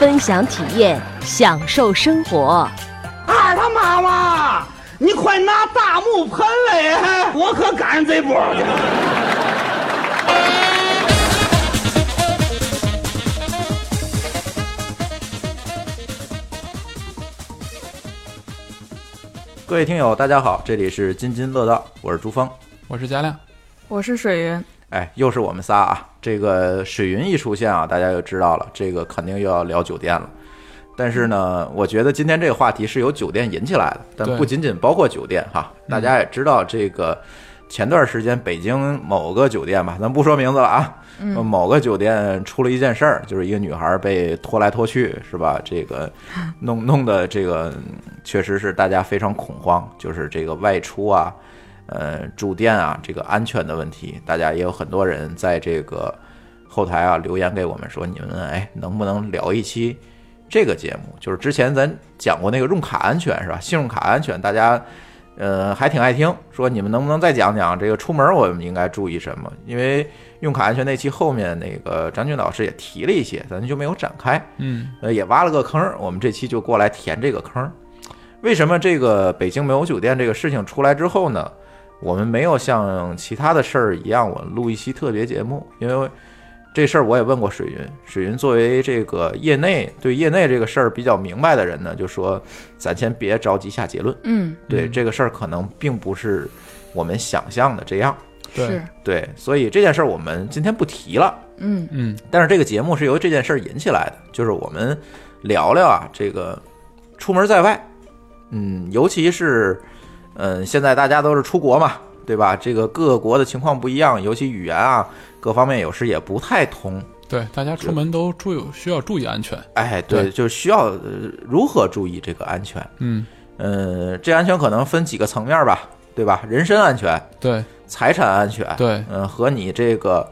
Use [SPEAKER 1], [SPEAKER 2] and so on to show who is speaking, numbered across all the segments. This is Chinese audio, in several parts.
[SPEAKER 1] 分享体验，享受生活。
[SPEAKER 2] 二他妈妈，你快拿大木盆来，我可赶上这波了。
[SPEAKER 3] 各位听友，大家好，这里是津津乐道，我是朱峰。
[SPEAKER 4] 我是佳亮，
[SPEAKER 5] 我是水云，
[SPEAKER 3] 哎，又是我们仨啊！这个水云一出现啊，大家就知道了，这个肯定又要聊酒店了。但是呢，我觉得今天这个话题是由酒店引起来的，但
[SPEAKER 4] 对
[SPEAKER 3] 不仅仅包括酒店哈。大家也知道，这个前段时间北京某个酒店吧，咱不说名字了啊，某个酒店出了一件事儿，就是一个女孩被拖来拖去，是吧？这个弄弄的这个确实是大家非常恐慌，就是这个外出啊，呃，住店啊，这个安全的问题，大家也有很多人在这个后台啊留言给我们说，你们哎能不能聊一期这个节目？就是之前咱讲过那个用卡安全是吧？信用卡安全，大家。呃，还挺爱听，说你们能不能再讲讲这个出门我们应该注意什么？因为用卡安全那期后面那个张军老师也提了一些，咱就没有展开，
[SPEAKER 4] 嗯，
[SPEAKER 3] 呃，也挖了个坑儿，我们这期就过来填这个坑儿。为什么这个北京没有酒店这个事情出来之后呢，我们没有像其他的事儿一样，我录一期特别节目？因为这事儿我也问过水云，水云作为这个业内对业内这个事儿比较明白的人呢，就说咱先别着急下结论，
[SPEAKER 5] 嗯，
[SPEAKER 3] 对
[SPEAKER 4] 嗯
[SPEAKER 3] 这个事儿可能并不是我们想象的这样，
[SPEAKER 4] 对
[SPEAKER 5] 是，，
[SPEAKER 3] 对，所以这件事儿我们今天不提了。
[SPEAKER 5] 嗯
[SPEAKER 4] 嗯，
[SPEAKER 3] 但是这个节目是由这件事儿引起来的，就是我们聊聊啊，这个出门在外，嗯，尤其是嗯，现在大家都是出国嘛，对吧？这个各个国的情况不一样，尤其语言啊各方面有时也不太通。
[SPEAKER 4] 对，大家出门都注意，需要注意安全。
[SPEAKER 3] 哎，对，
[SPEAKER 4] 对
[SPEAKER 3] 就需要、呃如何注意这个安全？
[SPEAKER 4] 嗯，
[SPEAKER 3] 嗯，这安全可能分几个层面吧，对吧？人身安全、
[SPEAKER 4] 对
[SPEAKER 3] 财产安全，
[SPEAKER 4] 对，
[SPEAKER 3] 嗯，和你这个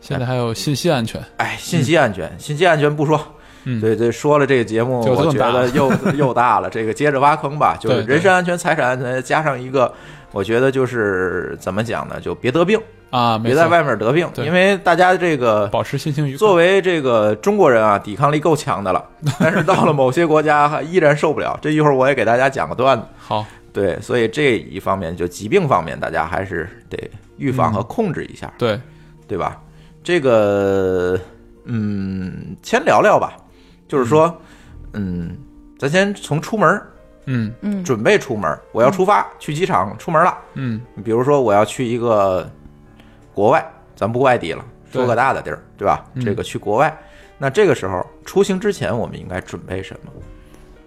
[SPEAKER 4] 现在还有信息安全，
[SPEAKER 3] 哎，信息安全，信息安全不说，
[SPEAKER 4] 嗯
[SPEAKER 3] 对对，说了这个节目，
[SPEAKER 4] 就这么
[SPEAKER 3] 我觉
[SPEAKER 4] 大
[SPEAKER 3] 得又又大了。这个接着挖坑吧，就是
[SPEAKER 4] 对对
[SPEAKER 3] 人身安全、财产安全，加上一个，我觉得就是怎么讲呢？就别得病，
[SPEAKER 4] 啊，没
[SPEAKER 3] 别
[SPEAKER 4] 错
[SPEAKER 3] 在外面得病，
[SPEAKER 4] 对
[SPEAKER 3] 因为大家这个
[SPEAKER 4] 保持心情愉快。
[SPEAKER 3] 作为这个中国人啊，抵抗力够强 的了，但是到了某些国家还依然受不了。这一会儿我也给大家讲个段子。
[SPEAKER 4] 好，
[SPEAKER 3] 对，所以这一方面就疾病方面，大家还是得预防和
[SPEAKER 4] 嗯
[SPEAKER 3] 控制一下。
[SPEAKER 4] 对，
[SPEAKER 3] 对吧？这个，嗯，先聊聊吧，就是说，嗯，咱先从出门儿
[SPEAKER 4] 嗯
[SPEAKER 5] 嗯，
[SPEAKER 3] 准备出门儿，我要出发、去机场出门了。
[SPEAKER 4] 嗯，
[SPEAKER 3] 比如说，我要去一个国外，咱不外地了，
[SPEAKER 4] 对
[SPEAKER 3] 说个大的地儿，对吧？
[SPEAKER 4] 嗯
[SPEAKER 3] 这个去国外，那这个时候出行之前，我们应该准备什么？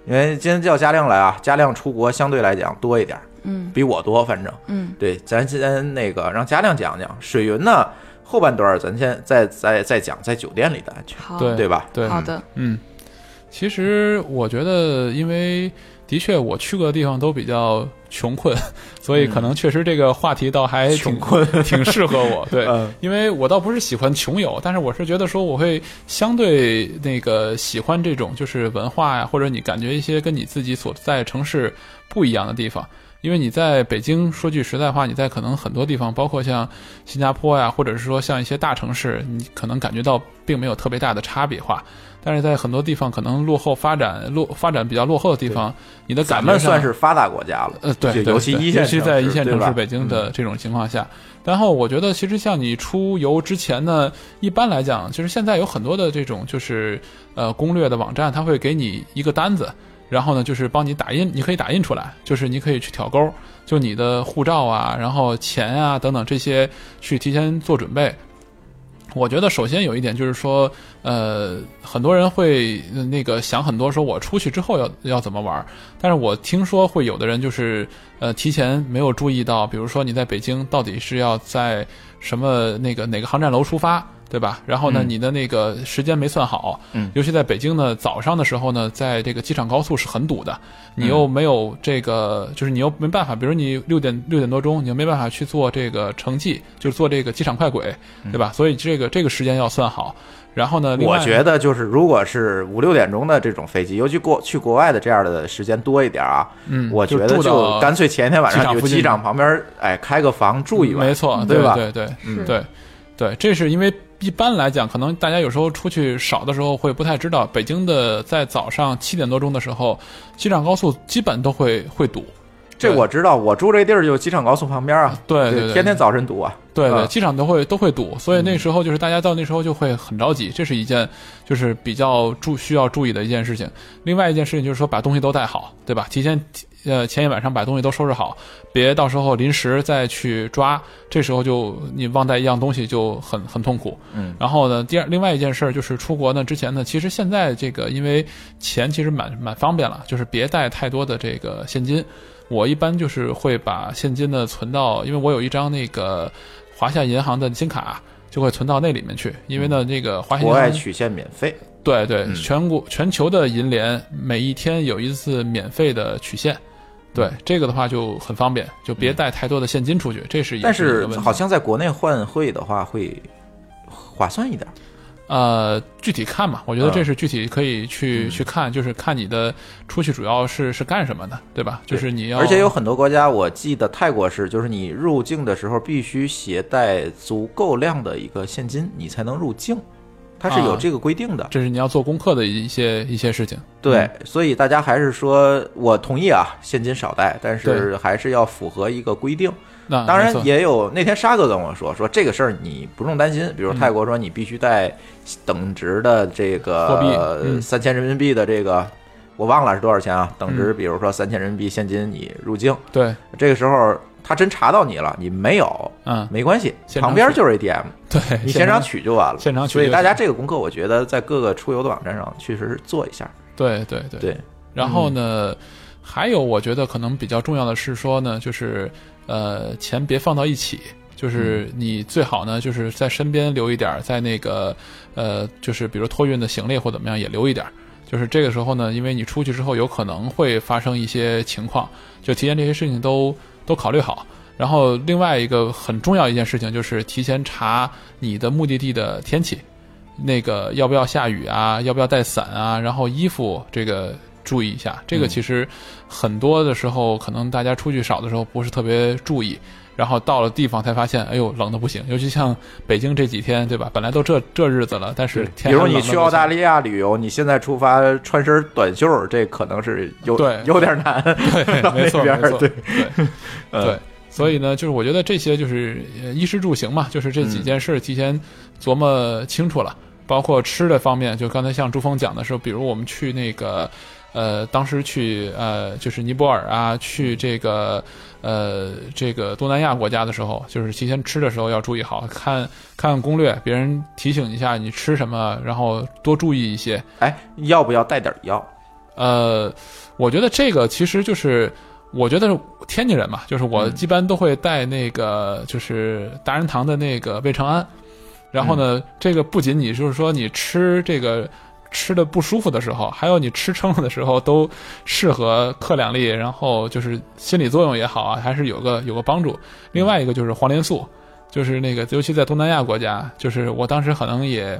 [SPEAKER 3] 因为今天叫嘉亮来啊，嘉亮出国相对来讲多一点儿，
[SPEAKER 5] 嗯
[SPEAKER 3] 比我多，反正。
[SPEAKER 5] 嗯
[SPEAKER 3] 对，咱先那个让嘉亮讲讲水云呢，后半段儿咱先再再再讲在酒店里的安全，
[SPEAKER 5] 好，
[SPEAKER 4] 对
[SPEAKER 3] 对吧？
[SPEAKER 4] 对，
[SPEAKER 5] 好的，
[SPEAKER 4] 嗯，其实我觉得，因为的确我去过的地方都比较穷困，所以可能确实这个话题倒还哎挺
[SPEAKER 3] 困，
[SPEAKER 4] 挺适合我。对，
[SPEAKER 3] 嗯
[SPEAKER 4] 因为我倒不是喜欢穷游，但是我是觉得说我会相对那个喜欢这种就是文化呀，或者你感觉一些跟你自己所在城市不一样的地方。因为你在北京，说句实在话，你在可能很多地方，包括像新加坡呀，或者是说像一些大城市，你可能感觉到并没有特别大的差别化。但是在很多地方，可能落后发展落发展比较落后的地方，你的
[SPEAKER 3] 咱
[SPEAKER 4] 感觉
[SPEAKER 3] 们
[SPEAKER 4] 上
[SPEAKER 3] 算是发达国家了，
[SPEAKER 4] 呃，对，
[SPEAKER 3] 就
[SPEAKER 4] 对
[SPEAKER 3] 尤其
[SPEAKER 4] 对
[SPEAKER 3] 一线
[SPEAKER 4] 尤其
[SPEAKER 3] 城
[SPEAKER 4] 在
[SPEAKER 3] 市
[SPEAKER 4] 一线
[SPEAKER 3] 对
[SPEAKER 4] 城
[SPEAKER 3] 吧嗯
[SPEAKER 4] 市北京的这种情况下。然后我觉得，其实像你出游之前呢，一般来讲，就是现在有很多的这种就是呃攻略的网站，它会给你一个单子，然后呢就是帮你打印，你可以打印出来，就是你可以去挑钩，就你的护照啊，然后钱啊等等这些去提前做准备。我觉得首先有一点就是说，呃，很多人会呃那个想很多，说我出去之后要要怎么玩儿。但是我听说会有的人就是，呃，提前没有注意到，比如说你在北京到底是要在什么那个哪个航站楼出发，对吧？然后呢，
[SPEAKER 3] 嗯
[SPEAKER 4] 你的那个时间没算好，
[SPEAKER 3] 嗯
[SPEAKER 4] 尤其在北京呢，早上的时候呢，在这个机场高速是很堵的，你又没有这个，就是你又没办法，比如你六点六点多钟，你又没办法去做这个城际，就是做这个机场快轨，对吧？所以这个这个时间要算好。然后呢，
[SPEAKER 3] 嗯
[SPEAKER 4] 另
[SPEAKER 3] 我
[SPEAKER 4] 外
[SPEAKER 3] 觉得就是，如果是五六点钟的这种飞机，尤其国去国外的这样的时间多一点啊，
[SPEAKER 4] 嗯
[SPEAKER 3] 我觉得
[SPEAKER 4] 就住
[SPEAKER 3] 就
[SPEAKER 4] 到
[SPEAKER 3] 干脆前一天晚
[SPEAKER 4] 机
[SPEAKER 3] 上
[SPEAKER 4] 场
[SPEAKER 3] 就
[SPEAKER 4] 附近嗯
[SPEAKER 3] 机场旁边，哎，开个房住一晚，
[SPEAKER 4] 没错，
[SPEAKER 3] 对吧？嗯
[SPEAKER 4] 对对
[SPEAKER 6] 是
[SPEAKER 4] 对对，这是因为一般来讲，可能大家有时候出去少的时候会不太知道，北京的在早上七点多钟的时候，机场高速基本都会会堵。
[SPEAKER 3] 这我知道，我住这地儿就机场高速旁边啊，
[SPEAKER 4] 对对
[SPEAKER 3] 就
[SPEAKER 4] 对
[SPEAKER 3] 天天早晨堵啊，
[SPEAKER 4] 对对，
[SPEAKER 3] 啊
[SPEAKER 4] 机场都会都会堵，所以
[SPEAKER 3] 嗯
[SPEAKER 4] 那时候就是大家到那时候就会很着急，这是一件就是比较注需要注意的一件事情。另外一件事情就是说把东西都带好，对吧？提前呃前一晚上把东西都收拾好，别到时候临时再去抓，这时候就你忘带一样东西就很很痛苦。
[SPEAKER 3] 嗯
[SPEAKER 4] 然后呢，第二另外一件事儿就是出国呢之前呢，其实现在这个因为钱其实蛮蛮方便了，就是别带太多的这个现金。我一般就是会把现金呢存到，因为我有一张那个华夏银行的金卡，就会存到那里面去。因为呢，那个华夏银
[SPEAKER 3] 国外
[SPEAKER 4] 行
[SPEAKER 3] 取现免
[SPEAKER 4] 哎
[SPEAKER 3] 费，
[SPEAKER 4] 对对，
[SPEAKER 3] 嗯
[SPEAKER 4] 全国全球的银联每一天有一次免费的取现。对
[SPEAKER 3] 嗯
[SPEAKER 4] 这个的话就很方便，就别带太多的现金出去，这是也
[SPEAKER 3] 但
[SPEAKER 4] 是一
[SPEAKER 3] 是
[SPEAKER 4] 个问题
[SPEAKER 3] 好像在国内换汇的话会划算一点，
[SPEAKER 4] 呃，具体看吧，我觉得
[SPEAKER 3] 嗯
[SPEAKER 4] 这是具体可以去、去看，就是看你的出去主要是是干什么的，对吧？就是你要，
[SPEAKER 3] 而且有很多国家，我记得泰国是，就是你入境的时候必须携带足够量的一个现金，你才能入境，它是有
[SPEAKER 4] 啊
[SPEAKER 3] 这个规定的。
[SPEAKER 4] 这是你要做功课的一些一些事情。
[SPEAKER 3] 对，所以大家还是说我同意啊，现金少带，但是
[SPEAKER 4] 对
[SPEAKER 3] 还是要符合一个规定。
[SPEAKER 4] 那
[SPEAKER 3] 当然
[SPEAKER 4] 没错
[SPEAKER 3] 也有那天沙哥跟我说，说这个事儿你不用担心，比如泰国说你必须带等值的这
[SPEAKER 4] 货币
[SPEAKER 3] 个
[SPEAKER 4] 嗯
[SPEAKER 3] 三千人民币的这个，我忘了是多少钱啊，等
[SPEAKER 4] 嗯
[SPEAKER 3] 值比如说三千人民币现金你入境，
[SPEAKER 4] 对，
[SPEAKER 3] 这个时候他真查到你了，你没有，
[SPEAKER 4] 嗯，
[SPEAKER 3] 没关系，
[SPEAKER 4] 现场取
[SPEAKER 3] 旁边就是 ATM，
[SPEAKER 4] 对，
[SPEAKER 3] 你现场取就完了。
[SPEAKER 4] 现场取
[SPEAKER 3] 所
[SPEAKER 4] 就行
[SPEAKER 3] 以大家这个功课，我觉得在各个出游的网站上确实是做一下。
[SPEAKER 4] 对对对。
[SPEAKER 3] 对，嗯
[SPEAKER 4] 然后呢，还有我觉得可能比较重要的是说呢，就是呃，钱别放到一起。就是你最好呢，就是在身边留一点儿，在那个，呃，就是比如托运的行李或怎么样也留一点儿。就是这个时候呢，因为你出去之后有可能会发生一些情况，就提前这些事情都都考虑好。然后另外一个很重要一件事情就是提前查你的目的地的天气，那个要不要下雨啊，要不要带伞啊，然后衣服这个注意一下。这
[SPEAKER 3] 嗯
[SPEAKER 4] 个其实很多的时候，可能大家出去少的时候不是特别注意。然后到了地方才发现，哎呦，冷的不行。尤其像北京这几天，对吧？本来都这这日子了，但是
[SPEAKER 3] 比
[SPEAKER 4] 天还
[SPEAKER 3] 如
[SPEAKER 4] 冷
[SPEAKER 3] 你
[SPEAKER 4] 得
[SPEAKER 3] 去
[SPEAKER 4] 不
[SPEAKER 3] 澳大
[SPEAKER 4] 行
[SPEAKER 3] 利亚旅游，你现在出发穿身短袖，这可能是有
[SPEAKER 4] 对
[SPEAKER 3] 有点难。
[SPEAKER 4] 对，没错，
[SPEAKER 3] 那边儿
[SPEAKER 4] 没错，
[SPEAKER 3] 对嗯
[SPEAKER 4] 对 对。所以呢，就是我觉得这些就是呃衣食住行嘛，就是这
[SPEAKER 3] 嗯
[SPEAKER 4] 几件事提前琢磨清楚了。包括吃的方面，就刚才像朱峰讲的时候，比如我们去那个，呃，当时去呃，就是尼泊尔啊，
[SPEAKER 3] 嗯
[SPEAKER 4] 去这个呃这个东南亚国家的时候，就是提前吃的时候要注意好，看看攻略，别人提醒一下你吃什么，然后多注意一些。
[SPEAKER 3] 哎，要不要带点药？
[SPEAKER 4] 呃，我觉得这个其实就是，我觉得是天津人嘛，就是我一般都会带那个就是达仁堂的那个胃肠安，然后
[SPEAKER 3] 嗯
[SPEAKER 4] 呢，这个不仅你就是说你吃这个。吃的不舒服的时候，还有你吃撑了的时候，都适合克两粒，然后就是心理作用也好啊，还是有个有个帮助。另外一个就是黄连素，就是那个，尤其在东南亚国家，就是我当时可能也，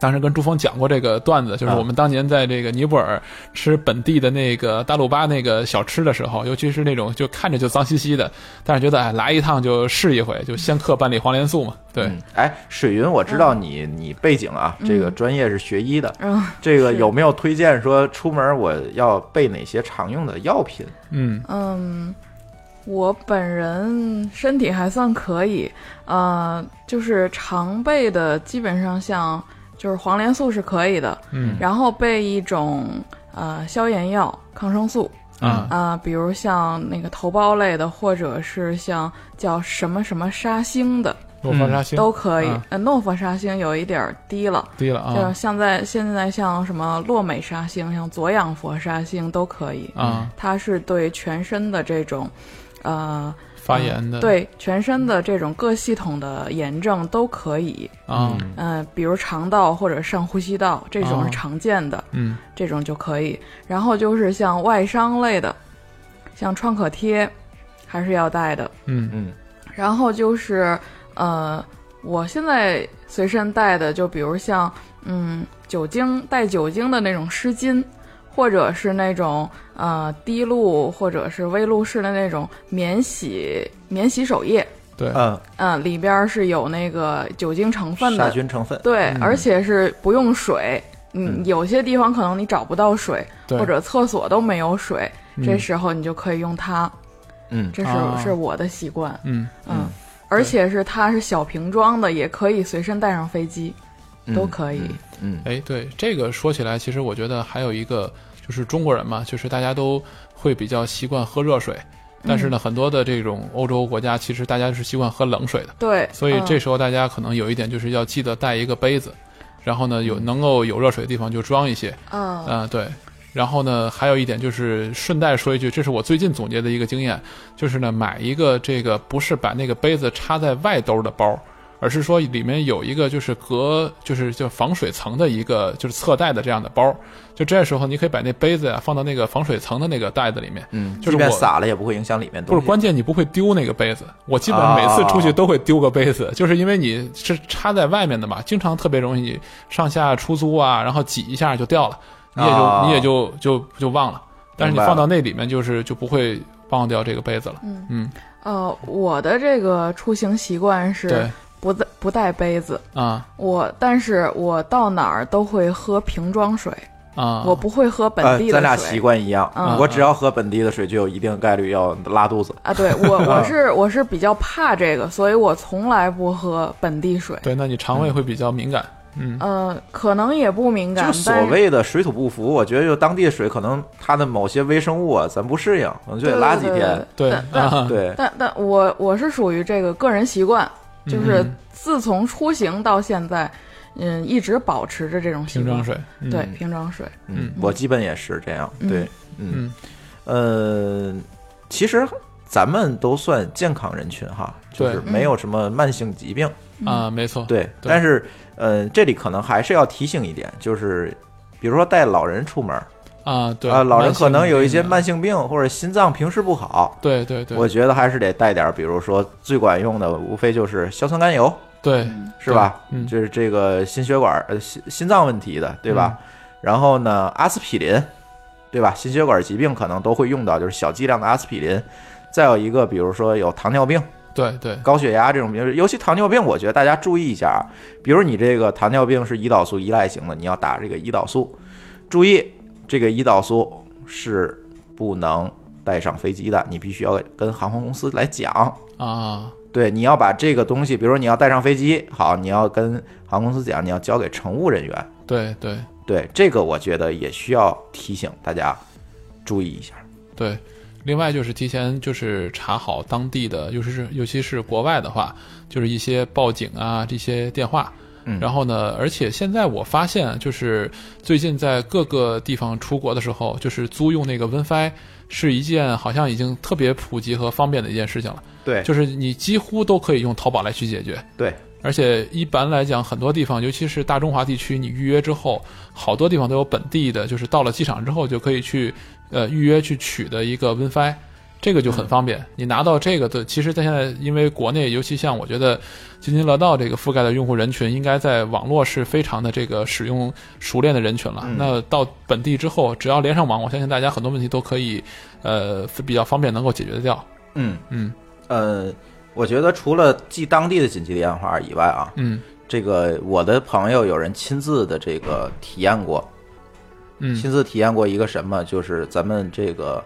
[SPEAKER 4] 当时跟朱峰讲过这个段子，就是
[SPEAKER 3] 啊
[SPEAKER 4] 我们当年在这个尼泊尔吃本地的那个大鲁巴那个小吃的时候，尤其是那种就看着就脏兮兮的，但是觉得哎来一趟就试一回，就先嗑半粒黄连素嘛。对，
[SPEAKER 3] 嗯，哎，水云，我知道你你背景啊，
[SPEAKER 7] 嗯
[SPEAKER 3] 这个专业是学医的，
[SPEAKER 6] 嗯，
[SPEAKER 7] 哦
[SPEAKER 3] 这个有没有推荐说出门我要备哪些常用的药品？
[SPEAKER 4] 嗯
[SPEAKER 7] 嗯，我本人身体还算可以，呃，就是常备的基本上像就是黄连素是可以的，
[SPEAKER 4] 嗯
[SPEAKER 7] 然后备一种呃消炎药、抗生素
[SPEAKER 4] 啊
[SPEAKER 7] 啊、比如像那个头孢类的，或者是像叫什么什么沙星的
[SPEAKER 4] 诺氟沙星
[SPEAKER 7] 都可以
[SPEAKER 4] 啊。
[SPEAKER 7] 呃，诺氟沙星有一点儿低了。
[SPEAKER 4] 低了
[SPEAKER 7] 就
[SPEAKER 4] 啊
[SPEAKER 7] 像在现在像什么洛美沙星、像左氧氟沙星都可以
[SPEAKER 4] 啊
[SPEAKER 7] 它是对全身的这种，呃，
[SPEAKER 4] 发炎的，
[SPEAKER 7] 对全身的这种各系统的炎症都可以，
[SPEAKER 4] 啊，
[SPEAKER 7] 嗯、比如肠道或者上呼吸道这种
[SPEAKER 4] 哦
[SPEAKER 7] 是常见的，
[SPEAKER 4] 嗯
[SPEAKER 7] 这种就可以。然后就是像外伤类的，像创可贴，还是要带的。
[SPEAKER 4] 嗯
[SPEAKER 3] 嗯
[SPEAKER 7] 然后就是呃，我现在随身带的，就比如像嗯酒精带酒精的那种湿巾，或者是那种呃滴露或者是微露式的那种免洗免洗手液，
[SPEAKER 4] 对，
[SPEAKER 3] 嗯，
[SPEAKER 7] 嗯、里边儿是有那个酒精成分
[SPEAKER 3] 杀
[SPEAKER 7] 的，
[SPEAKER 3] 菌成分，
[SPEAKER 7] 对，
[SPEAKER 4] 嗯
[SPEAKER 7] 而且是不用水。
[SPEAKER 3] 嗯
[SPEAKER 7] 嗯，有些地方可能你找不到水，
[SPEAKER 4] 对
[SPEAKER 7] 或者厕所都没有水，这
[SPEAKER 4] 嗯
[SPEAKER 7] 时候你就可以用它。
[SPEAKER 3] 嗯
[SPEAKER 7] 这是、
[SPEAKER 4] 啊
[SPEAKER 7] 是我的习惯。
[SPEAKER 4] 嗯
[SPEAKER 7] 嗯，而且是它是小瓶装的，也可以随身带上飞机，
[SPEAKER 3] 嗯
[SPEAKER 7] 都可以。
[SPEAKER 3] 嗯
[SPEAKER 4] 哎，对这个说起来，其实我觉得还有一个就是中国人嘛，就是大家都会比较习惯喝热水，但
[SPEAKER 7] 嗯
[SPEAKER 4] 是呢，很多的这种欧洲国家，其实大家是习惯喝冷水的，
[SPEAKER 7] 对，
[SPEAKER 4] 所以这
[SPEAKER 7] 嗯、
[SPEAKER 4] 时候大家可能有一点就是要记得带一个杯子，然后呢，有能够有热水的地方就装一些，
[SPEAKER 7] 嗯
[SPEAKER 4] 啊、对。然后呢，还有一点就是顺带说一句，这是我最近总结的一个经验，就是呢，买一个这个不是把那个杯子插在外兜的包，而是说里面有一个就是隔就是叫防水层的一个就是侧带的这样的包，就这时候你可以把那杯子呀、放到那个防水层的那个袋子里面，
[SPEAKER 3] 嗯，
[SPEAKER 4] 就是
[SPEAKER 3] 即便
[SPEAKER 4] 我
[SPEAKER 3] 撒了也不会影响里面
[SPEAKER 4] 不
[SPEAKER 3] 东
[SPEAKER 4] 是
[SPEAKER 3] 西。
[SPEAKER 4] 关键，你不会丢那个杯子。我基本上每次出去都会丢个杯
[SPEAKER 3] 啊
[SPEAKER 4] 子，就是因为你是插在外面的嘛，经常特别容易你上下出租啊，然后挤一下就掉了，你也就、
[SPEAKER 3] 啊
[SPEAKER 4] 你也就就就忘了。但是你
[SPEAKER 3] 明白了
[SPEAKER 4] 放到那里面，就是就不会忘掉这个杯子了。嗯
[SPEAKER 7] 呃，我的这个出行习惯
[SPEAKER 4] 对
[SPEAKER 7] 是不带不带杯子，
[SPEAKER 4] 啊
[SPEAKER 7] 我但是我到哪儿都会喝瓶装水，
[SPEAKER 4] 啊！
[SPEAKER 7] 我不会喝本
[SPEAKER 3] 呃
[SPEAKER 7] 地，的水。
[SPEAKER 3] 咱俩习惯一样，
[SPEAKER 7] 嗯
[SPEAKER 3] 我只要喝本地的水，就有一定概率要拉肚子。
[SPEAKER 7] 啊，对 我我是我是比较怕这个，所以我从来不喝本地水。
[SPEAKER 4] 对，那你肠胃会比较敏感。嗯
[SPEAKER 7] 呃，可能也不敏感，
[SPEAKER 3] 就
[SPEAKER 7] 但
[SPEAKER 3] 所谓的水土不服，我觉得就当地的水可能它的某些微生物啊，咱不适应，可能就
[SPEAKER 7] 对
[SPEAKER 3] 得拉几
[SPEAKER 7] 对
[SPEAKER 3] 天。
[SPEAKER 4] 对
[SPEAKER 7] 但但
[SPEAKER 4] 啊，
[SPEAKER 3] 对，
[SPEAKER 7] 但但我我是属于这个个人习惯，就是
[SPEAKER 4] 嗯
[SPEAKER 7] 自从出行到现在，嗯，一直保持着这种习
[SPEAKER 4] 瓶
[SPEAKER 7] 惯
[SPEAKER 4] 装。水。嗯
[SPEAKER 7] 对，瓶装水，
[SPEAKER 3] 嗯，我基本也是这样。
[SPEAKER 7] 嗯
[SPEAKER 3] 对，嗯，呃，其实咱们都算健康人群哈，就是
[SPEAKER 4] 对
[SPEAKER 3] 没有什么慢性疾病。
[SPEAKER 4] 啊，没错。
[SPEAKER 3] 对，但是呃，这里可能还是要提醒一点，就是比如说带老人出门儿
[SPEAKER 4] 啊，对
[SPEAKER 3] 啊，老人可能有一些。
[SPEAKER 4] 慢
[SPEAKER 3] 慢性病或者心脏平时不好
[SPEAKER 4] 性。对对对，
[SPEAKER 3] 我觉得还是得带点儿，比如说最管用的，无非就是硝酸甘油，
[SPEAKER 4] 对
[SPEAKER 3] 是吧？
[SPEAKER 4] 对嗯
[SPEAKER 3] 就是这个心血管呃心心脏问题的，对吧？然后呢，阿司匹林，对吧？心血管疾病可能都会用到，就是小剂量的阿司匹林。再有一个，比如说有糖尿病、
[SPEAKER 4] 对对
[SPEAKER 3] 高血压这种病，尤其糖尿病，我觉得大家注意一下啊。比如你这个糖尿病是胰岛素依赖型的，你要打这个胰岛素，注意这个胰岛素是不能带上飞机的，你必须要跟航空公司来讲。
[SPEAKER 4] 啊，
[SPEAKER 3] 对，你要把这个东西，比如说你要带上飞机，好，你要跟航空公司讲，你要交给乘务人员。
[SPEAKER 4] 对对。
[SPEAKER 3] 对，这个我觉得也需要提醒大家注意一下。
[SPEAKER 4] 对，另外就是提前就是查好当地的，尤其是尤其是国外的话，就是一些报警啊这些电话。
[SPEAKER 3] 嗯
[SPEAKER 4] 然后呢，而且现在我发现，就是最近在各个地方出国的时候，就是租用那个 WiFi 是一件好像已经特别普及和方便的一件事情了。
[SPEAKER 3] 对
[SPEAKER 4] 就是是你几乎都可以用淘宝来去解决。
[SPEAKER 3] 对，
[SPEAKER 4] 而且一般来讲，很多地方，尤其是大中华地区，你预约之后，好多地方都有本地的，就是到了机场之后就可以去，呃，预约去取的一个 WiFi，这个就很方便。你拿到这个的，其实在现在，因为国内，尤其像我觉得津津乐道这个覆盖的用户人群，应该在网络是非常的这个使用熟练的人群了。
[SPEAKER 3] 嗯
[SPEAKER 4] 那到本地之后，只要连上网，我相信大家很多问题都可以，呃，比较方便能够解决得掉。
[SPEAKER 3] 嗯
[SPEAKER 4] 嗯
[SPEAKER 3] 呃，我觉得除了记当地的紧急电话以外啊，
[SPEAKER 4] 嗯
[SPEAKER 3] 这个我的朋友有人亲自的这个体验过，
[SPEAKER 4] 嗯
[SPEAKER 3] 亲自体验过一个什么，就是咱们这个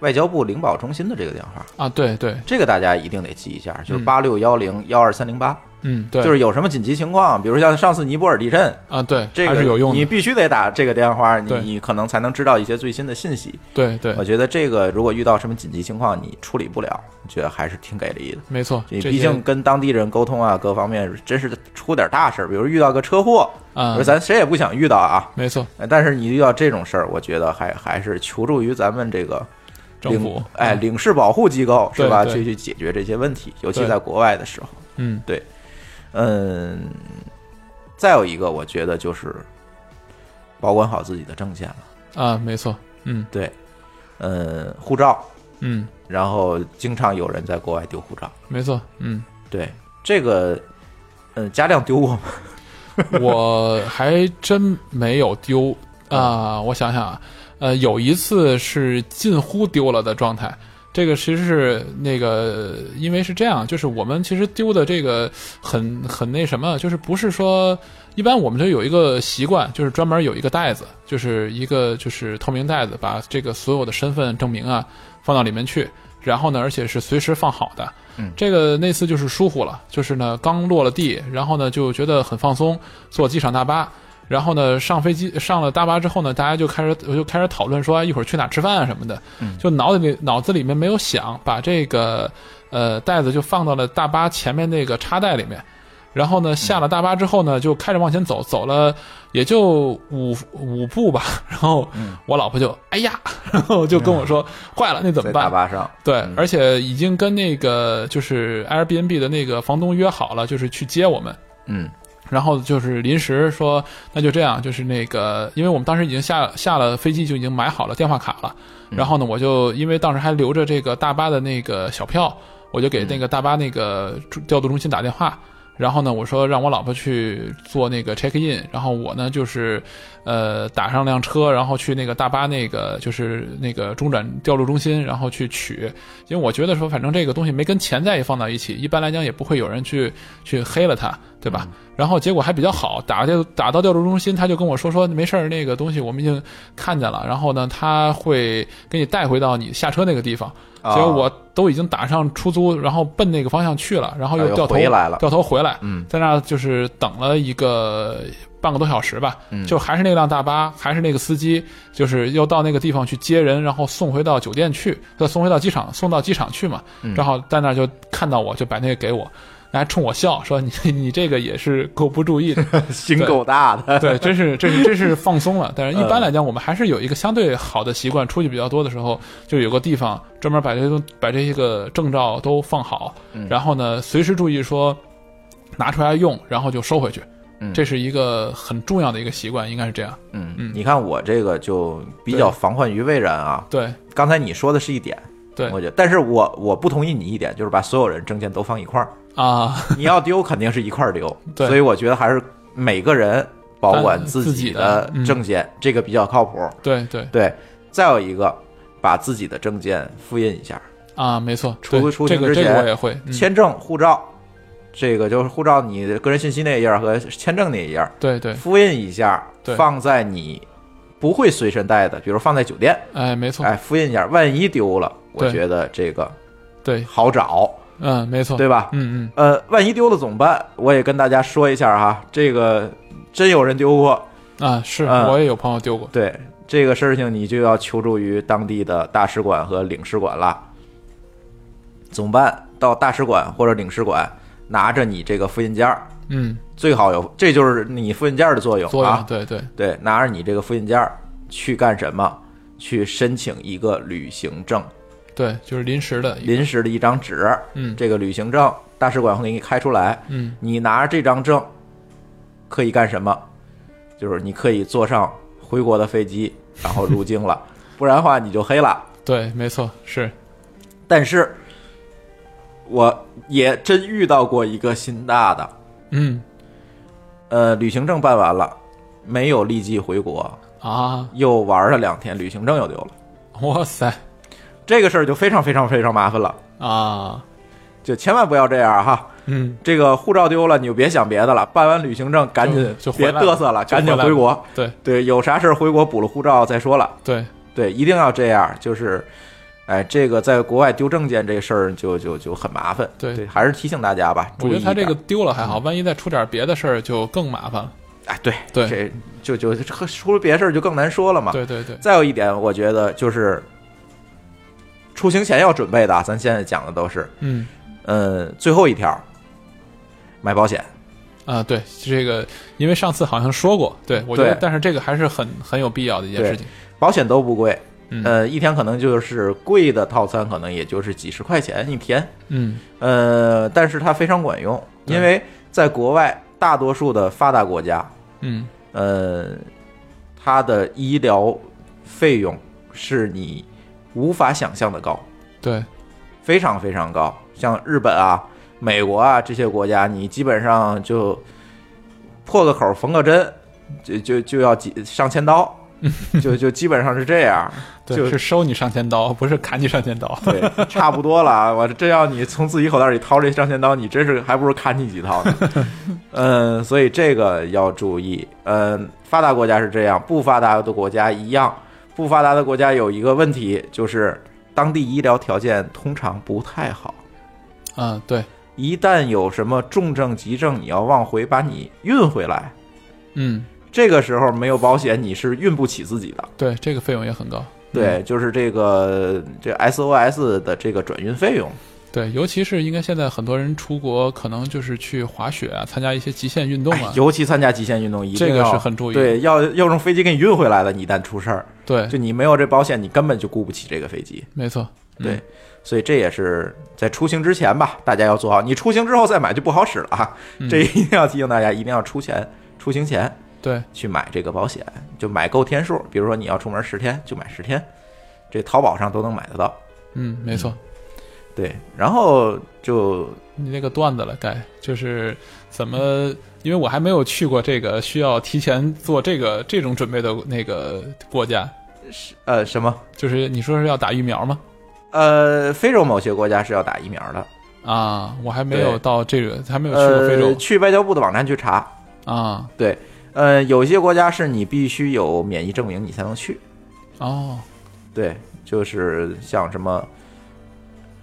[SPEAKER 3] 外交部领保中心的这个电话，
[SPEAKER 4] 啊，对对，
[SPEAKER 3] 这个大家一定得记一下，就是
[SPEAKER 4] 嗯
[SPEAKER 3] 八六幺零幺二三零八，
[SPEAKER 4] 嗯对，
[SPEAKER 3] 就是有什么紧急情况，比如像上次尼泊尔地震。
[SPEAKER 4] 啊，对，
[SPEAKER 3] 这个
[SPEAKER 4] 还是有用
[SPEAKER 3] 你
[SPEAKER 4] 的。
[SPEAKER 3] 必须得打这个电话，你
[SPEAKER 4] 对
[SPEAKER 3] 你可能才能知道一些最新的信息。
[SPEAKER 4] 对对
[SPEAKER 3] 我，觉得这个如果遇到什么紧急情况，你处理不了，我觉得还是挺给力的。
[SPEAKER 4] 没错，
[SPEAKER 3] 你
[SPEAKER 4] 这
[SPEAKER 3] 毕
[SPEAKER 4] 些
[SPEAKER 3] 竟跟当地人沟通啊，各方面真是出点大事儿，比如遇到个车祸，
[SPEAKER 4] 啊
[SPEAKER 3] 而，咱谁也不想遇到啊。
[SPEAKER 4] 没错，
[SPEAKER 3] 但是你遇到这种事儿，我觉得还还是求助于咱们这个
[SPEAKER 4] 政府啊嗯
[SPEAKER 3] 领哎领事保护机构是吧？
[SPEAKER 4] 对
[SPEAKER 3] 去
[SPEAKER 4] 对
[SPEAKER 3] 去解决这些问题，尤其
[SPEAKER 4] 对
[SPEAKER 3] 在国外的时候。
[SPEAKER 4] 嗯
[SPEAKER 3] 嗯，再有一个，我觉得就是保管好自己的证件了。
[SPEAKER 4] 啊，没错，嗯
[SPEAKER 3] 对，嗯，护照，
[SPEAKER 4] 嗯，
[SPEAKER 3] 然后经常有人在国外丢护照。
[SPEAKER 4] 没错，嗯，
[SPEAKER 3] 对，这个，嗯，加亮丢过吗？
[SPEAKER 4] 我还真没有丢啊、我想想啊，呃，有一次是近乎丢了的状态。这个其实是那个，因为是这样，就是我们其实丢的这个很很那什么，就是不是说一般我们就有一个习惯，就是专门有一个袋子，就是一个就是透明袋子，把这个所有的身份证明啊放到里面去，然后呢，而且是随时放好的。
[SPEAKER 3] 嗯
[SPEAKER 4] 这个那次就是疏忽了，就是呢刚落了地，然后呢就觉得很放松，坐机场大巴。然后呢，上飞机上了大巴之后呢，大家就开始我就开始讨论说哎一会儿去哪儿吃饭啊什么的，
[SPEAKER 3] 嗯
[SPEAKER 4] 就脑子里脑子里面没有想，把这个呃袋子就放到了大巴前面那个插袋里面。然后
[SPEAKER 3] 嗯
[SPEAKER 4] 呢，下了大巴之后呢，就开始往前走，走了也就五五步吧。然后
[SPEAKER 3] 嗯
[SPEAKER 4] 我老婆就哎呀，然后就跟我说坏了，那怎么
[SPEAKER 3] 在
[SPEAKER 4] 办
[SPEAKER 3] 大？巴上，
[SPEAKER 4] 对，而且已经跟那个就是 Airbnb 的那个房东约好了，就是去接我们。
[SPEAKER 3] 嗯，
[SPEAKER 4] 然后就是临时说，那就这样，就是那个，因为我们当时已经下下了飞机，就已经买好了电话卡了。然后呢，我就因为当时还留着这个大巴的那个小票，我就给那个大巴那个驻调度中心打电话。然后呢，我说让我老婆去做那个 check in，然后我呢就是，呃，打上辆车，然后去那个大巴那个就是那个中转调度中心，然后去取。因为我觉得说，反正这个东西没跟钱在一放到一起，一般来讲也不会有人去去黑了它，对吧？然后结果还比较好，打掉打到调度中心，他就跟我说说没事儿，那个东西我们已经看见了，然后呢，他会给你带回到你下车那个地方。
[SPEAKER 3] 啊
[SPEAKER 4] 结果我都已经打上出租，然后奔那个方向去了，然后
[SPEAKER 3] 啊
[SPEAKER 4] 又
[SPEAKER 3] 又
[SPEAKER 4] 掉头
[SPEAKER 3] 回来了
[SPEAKER 4] 掉头回来，
[SPEAKER 3] 嗯
[SPEAKER 4] 在那儿就是等了一个半个多小时吧，
[SPEAKER 3] 嗯
[SPEAKER 4] 就还是那辆大巴，还是那个司机，就是又到那个地方去接人，然后送回到酒店去，再送回到机场，送到机场去嘛，
[SPEAKER 3] 嗯
[SPEAKER 4] 正好在那儿就看到我，就把那个给我。还冲我笑说你：“ 你这个也是够不注意的，
[SPEAKER 3] 心够大的。
[SPEAKER 4] 对，真是真是真是放松了。但是一般
[SPEAKER 3] 嗯
[SPEAKER 4] 来讲，我们还是有一个相对好的习惯，出去比较多的时候，就有个地方专门把这些东把这些个证照都放好，
[SPEAKER 3] 嗯
[SPEAKER 4] 然后呢，随时注意说拿出来用，然后就收回去。
[SPEAKER 3] 嗯
[SPEAKER 4] 这是一个很重要的一个习惯，应该是这样。
[SPEAKER 3] 嗯
[SPEAKER 4] 嗯，
[SPEAKER 3] 你看我这个就比较防患于未然啊。
[SPEAKER 4] 对
[SPEAKER 3] 刚才你说的是一点，
[SPEAKER 4] 对
[SPEAKER 3] 我觉得，但是我我不同意你一点，就是把所有人证件都放一块儿。
[SPEAKER 4] 啊，
[SPEAKER 3] 你要丢肯定是一块儿丢，
[SPEAKER 4] 对
[SPEAKER 3] 所以我觉得还是每个人保管
[SPEAKER 4] 嗯
[SPEAKER 3] 自
[SPEAKER 4] 自己
[SPEAKER 3] 的
[SPEAKER 4] 的嗯
[SPEAKER 3] 证件，这个比较靠谱。
[SPEAKER 4] 对对
[SPEAKER 3] 对，再有一个，把自己的证件复印一下，
[SPEAKER 4] 啊，没错。
[SPEAKER 3] 出
[SPEAKER 4] 对
[SPEAKER 3] 出
[SPEAKER 4] 这
[SPEAKER 3] 行
[SPEAKER 4] 个
[SPEAKER 3] 之
[SPEAKER 4] 这
[SPEAKER 3] 前
[SPEAKER 4] 个我也会。嗯
[SPEAKER 3] 签证、护照，这个就是护照你个人信息那一页和签证那一页，
[SPEAKER 4] 嗯对对，
[SPEAKER 3] 复印一下，
[SPEAKER 4] 对
[SPEAKER 3] 放在你不会随身带的，比如放在酒店，
[SPEAKER 4] 哎，没错，
[SPEAKER 3] 哎，复印一下，万一丢了，我
[SPEAKER 4] 对
[SPEAKER 3] 觉得这个
[SPEAKER 4] 对，
[SPEAKER 3] 好找，
[SPEAKER 4] 嗯，没错，
[SPEAKER 3] 对吧？
[SPEAKER 4] 嗯嗯，
[SPEAKER 3] 呃，万一丢了怎么办？我也跟大家说一下哈，这个真有人丢过，
[SPEAKER 4] 啊，是
[SPEAKER 3] 嗯
[SPEAKER 4] 我也有朋友丢过。
[SPEAKER 3] 对这个事情，你就要求助于当地的大使馆和领事馆啦。怎么办？到大使馆或者领事馆拿着你这个复印件儿，
[SPEAKER 4] 嗯，
[SPEAKER 3] 最好有，这就是你复印件儿的作用
[SPEAKER 4] 作用
[SPEAKER 3] 啊。
[SPEAKER 4] 对对，
[SPEAKER 3] 对，拿着你这个复印件儿去干什么？去申请一个旅行证，
[SPEAKER 4] 对，就是临时的一个，
[SPEAKER 3] 临时的一张纸。
[SPEAKER 4] 嗯
[SPEAKER 3] 这个旅行证，大使馆会给你开出来。
[SPEAKER 4] 嗯，
[SPEAKER 3] 你拿着这张证可以干什么？就是你可以坐上回国的飞机，然后入境 了，不然的话你就黑了。
[SPEAKER 4] 对，没错，是
[SPEAKER 3] 但是，我也真遇到过一个心大的，
[SPEAKER 4] 嗯
[SPEAKER 3] 呃，旅行证办完了，没有立即回国，
[SPEAKER 4] 啊，
[SPEAKER 3] 又玩了两天，旅行证又丢了。
[SPEAKER 4] 哇塞
[SPEAKER 3] 这个事儿就非常非常非常麻烦了，
[SPEAKER 4] 啊，
[SPEAKER 3] 就千万不要这样哈。
[SPEAKER 4] 嗯，
[SPEAKER 3] 这个护照丢了，你就别想别的了，办完旅行证赶紧
[SPEAKER 4] 就就回
[SPEAKER 3] 别
[SPEAKER 4] 来
[SPEAKER 3] 嘚瑟了，
[SPEAKER 4] 就
[SPEAKER 3] 赶紧
[SPEAKER 4] 回来
[SPEAKER 3] 回
[SPEAKER 4] 了
[SPEAKER 3] 国。
[SPEAKER 4] 对
[SPEAKER 3] 对，有啥事儿回国补了护照再说了。
[SPEAKER 4] 对，
[SPEAKER 3] 对，一定要这样，就是，哎，这个在国外丢证件这事儿就就就很麻烦。
[SPEAKER 4] 对
[SPEAKER 3] 还是提醒大家吧，
[SPEAKER 4] 我
[SPEAKER 3] 注意
[SPEAKER 4] 觉得
[SPEAKER 3] 一
[SPEAKER 4] 他这个
[SPEAKER 3] 点，嗯
[SPEAKER 4] 丢了还好，万一再出点别的事儿就更麻烦了。
[SPEAKER 3] 哎，对
[SPEAKER 4] 对
[SPEAKER 3] 这就就这出了别事儿就更难说了嘛。
[SPEAKER 4] 对对对，
[SPEAKER 3] 再有一点，我觉得就是，出行前要准备的啊，咱现在讲的都是，
[SPEAKER 4] 嗯
[SPEAKER 3] 嗯，最后一条，买保险。
[SPEAKER 4] 啊，对这个，因为上次好像说过，对我觉得
[SPEAKER 3] 对，
[SPEAKER 4] 但是这个还是很很有必要的一件
[SPEAKER 3] 对
[SPEAKER 4] 事情。
[SPEAKER 3] 保险都不贵，
[SPEAKER 4] 嗯
[SPEAKER 3] 呃，一天可能就是贵的套餐，可能也就是几十块钱一天，
[SPEAKER 4] 嗯
[SPEAKER 3] 呃，但是它非常管用，
[SPEAKER 4] 对
[SPEAKER 3] 因为在国外大多数的发达国家，
[SPEAKER 4] 嗯
[SPEAKER 3] 呃，它的医疗费用是你无法想象的高，
[SPEAKER 4] 对
[SPEAKER 3] 非常非常高。像日本啊、美国啊这些国家，你基本上就破个口、缝个针，就就就要几上千 刀，就就基本上是这样。
[SPEAKER 4] 对，
[SPEAKER 3] 就是
[SPEAKER 4] 收你上千刀， 不是砍你上千 刀。
[SPEAKER 3] 对，差不多了啊。 我真要你从自己口袋里掏这上千刀，你真是还不如砍你几刀呢。嗯，所以这个要注意。嗯，发达国家是这样，不发达的国家一样。不发达的国家有一个问题，就是当地医疗条件通常不太好。
[SPEAKER 4] 嗯，对，
[SPEAKER 3] 一旦有什么重症急症，你要往回把你运回来，
[SPEAKER 4] 嗯，
[SPEAKER 3] 这个时候没有保险，你是运不起自己的。
[SPEAKER 4] 对，这个费用也很高。
[SPEAKER 3] 对，就是这个这 SOS 的这个转运费用，
[SPEAKER 4] 对，尤其是应该现在很多人出国，可能就是去滑雪啊，参加一些极限运动
[SPEAKER 3] 哎
[SPEAKER 4] 啊。
[SPEAKER 3] 尤其参加极限运动，一定
[SPEAKER 4] 这个
[SPEAKER 3] 要
[SPEAKER 4] 是很注意的
[SPEAKER 3] 对，要要用飞机给你运回来的，你一旦出事儿，
[SPEAKER 4] 对
[SPEAKER 3] 就，你没有这保险，你根本就雇不起这个飞机。
[SPEAKER 4] 没错。
[SPEAKER 3] 对，所以这也是在出行之前吧，大家要做好。你出行之后再买就不好使了啊！
[SPEAKER 4] 嗯
[SPEAKER 3] 这一定要提醒大家，一定要出钱，出行前
[SPEAKER 4] 对，
[SPEAKER 3] 去买这个保险，就买够天数。比如说你要出门十天，就买十天，这淘宝上都能买得到。
[SPEAKER 4] 嗯，没错。
[SPEAKER 3] 对，然后就
[SPEAKER 4] 你那个段子了，该就是怎么？因为我还没有去过这个需要提前做这个这种准备的那个国家，
[SPEAKER 3] 呃什么
[SPEAKER 4] 就是你说是要打疫苗吗？
[SPEAKER 3] 呃，非洲某些国家是要打疫苗的，
[SPEAKER 4] 啊，我还没有
[SPEAKER 3] 对
[SPEAKER 4] 到这个，还没有去过非
[SPEAKER 3] 呃，
[SPEAKER 4] 洲、
[SPEAKER 3] 去外交部的网站去查。
[SPEAKER 4] 啊。
[SPEAKER 3] 对，呃，有些国家是你必须有免疫证明你才能去。
[SPEAKER 4] 哦，
[SPEAKER 3] 对，就是像什么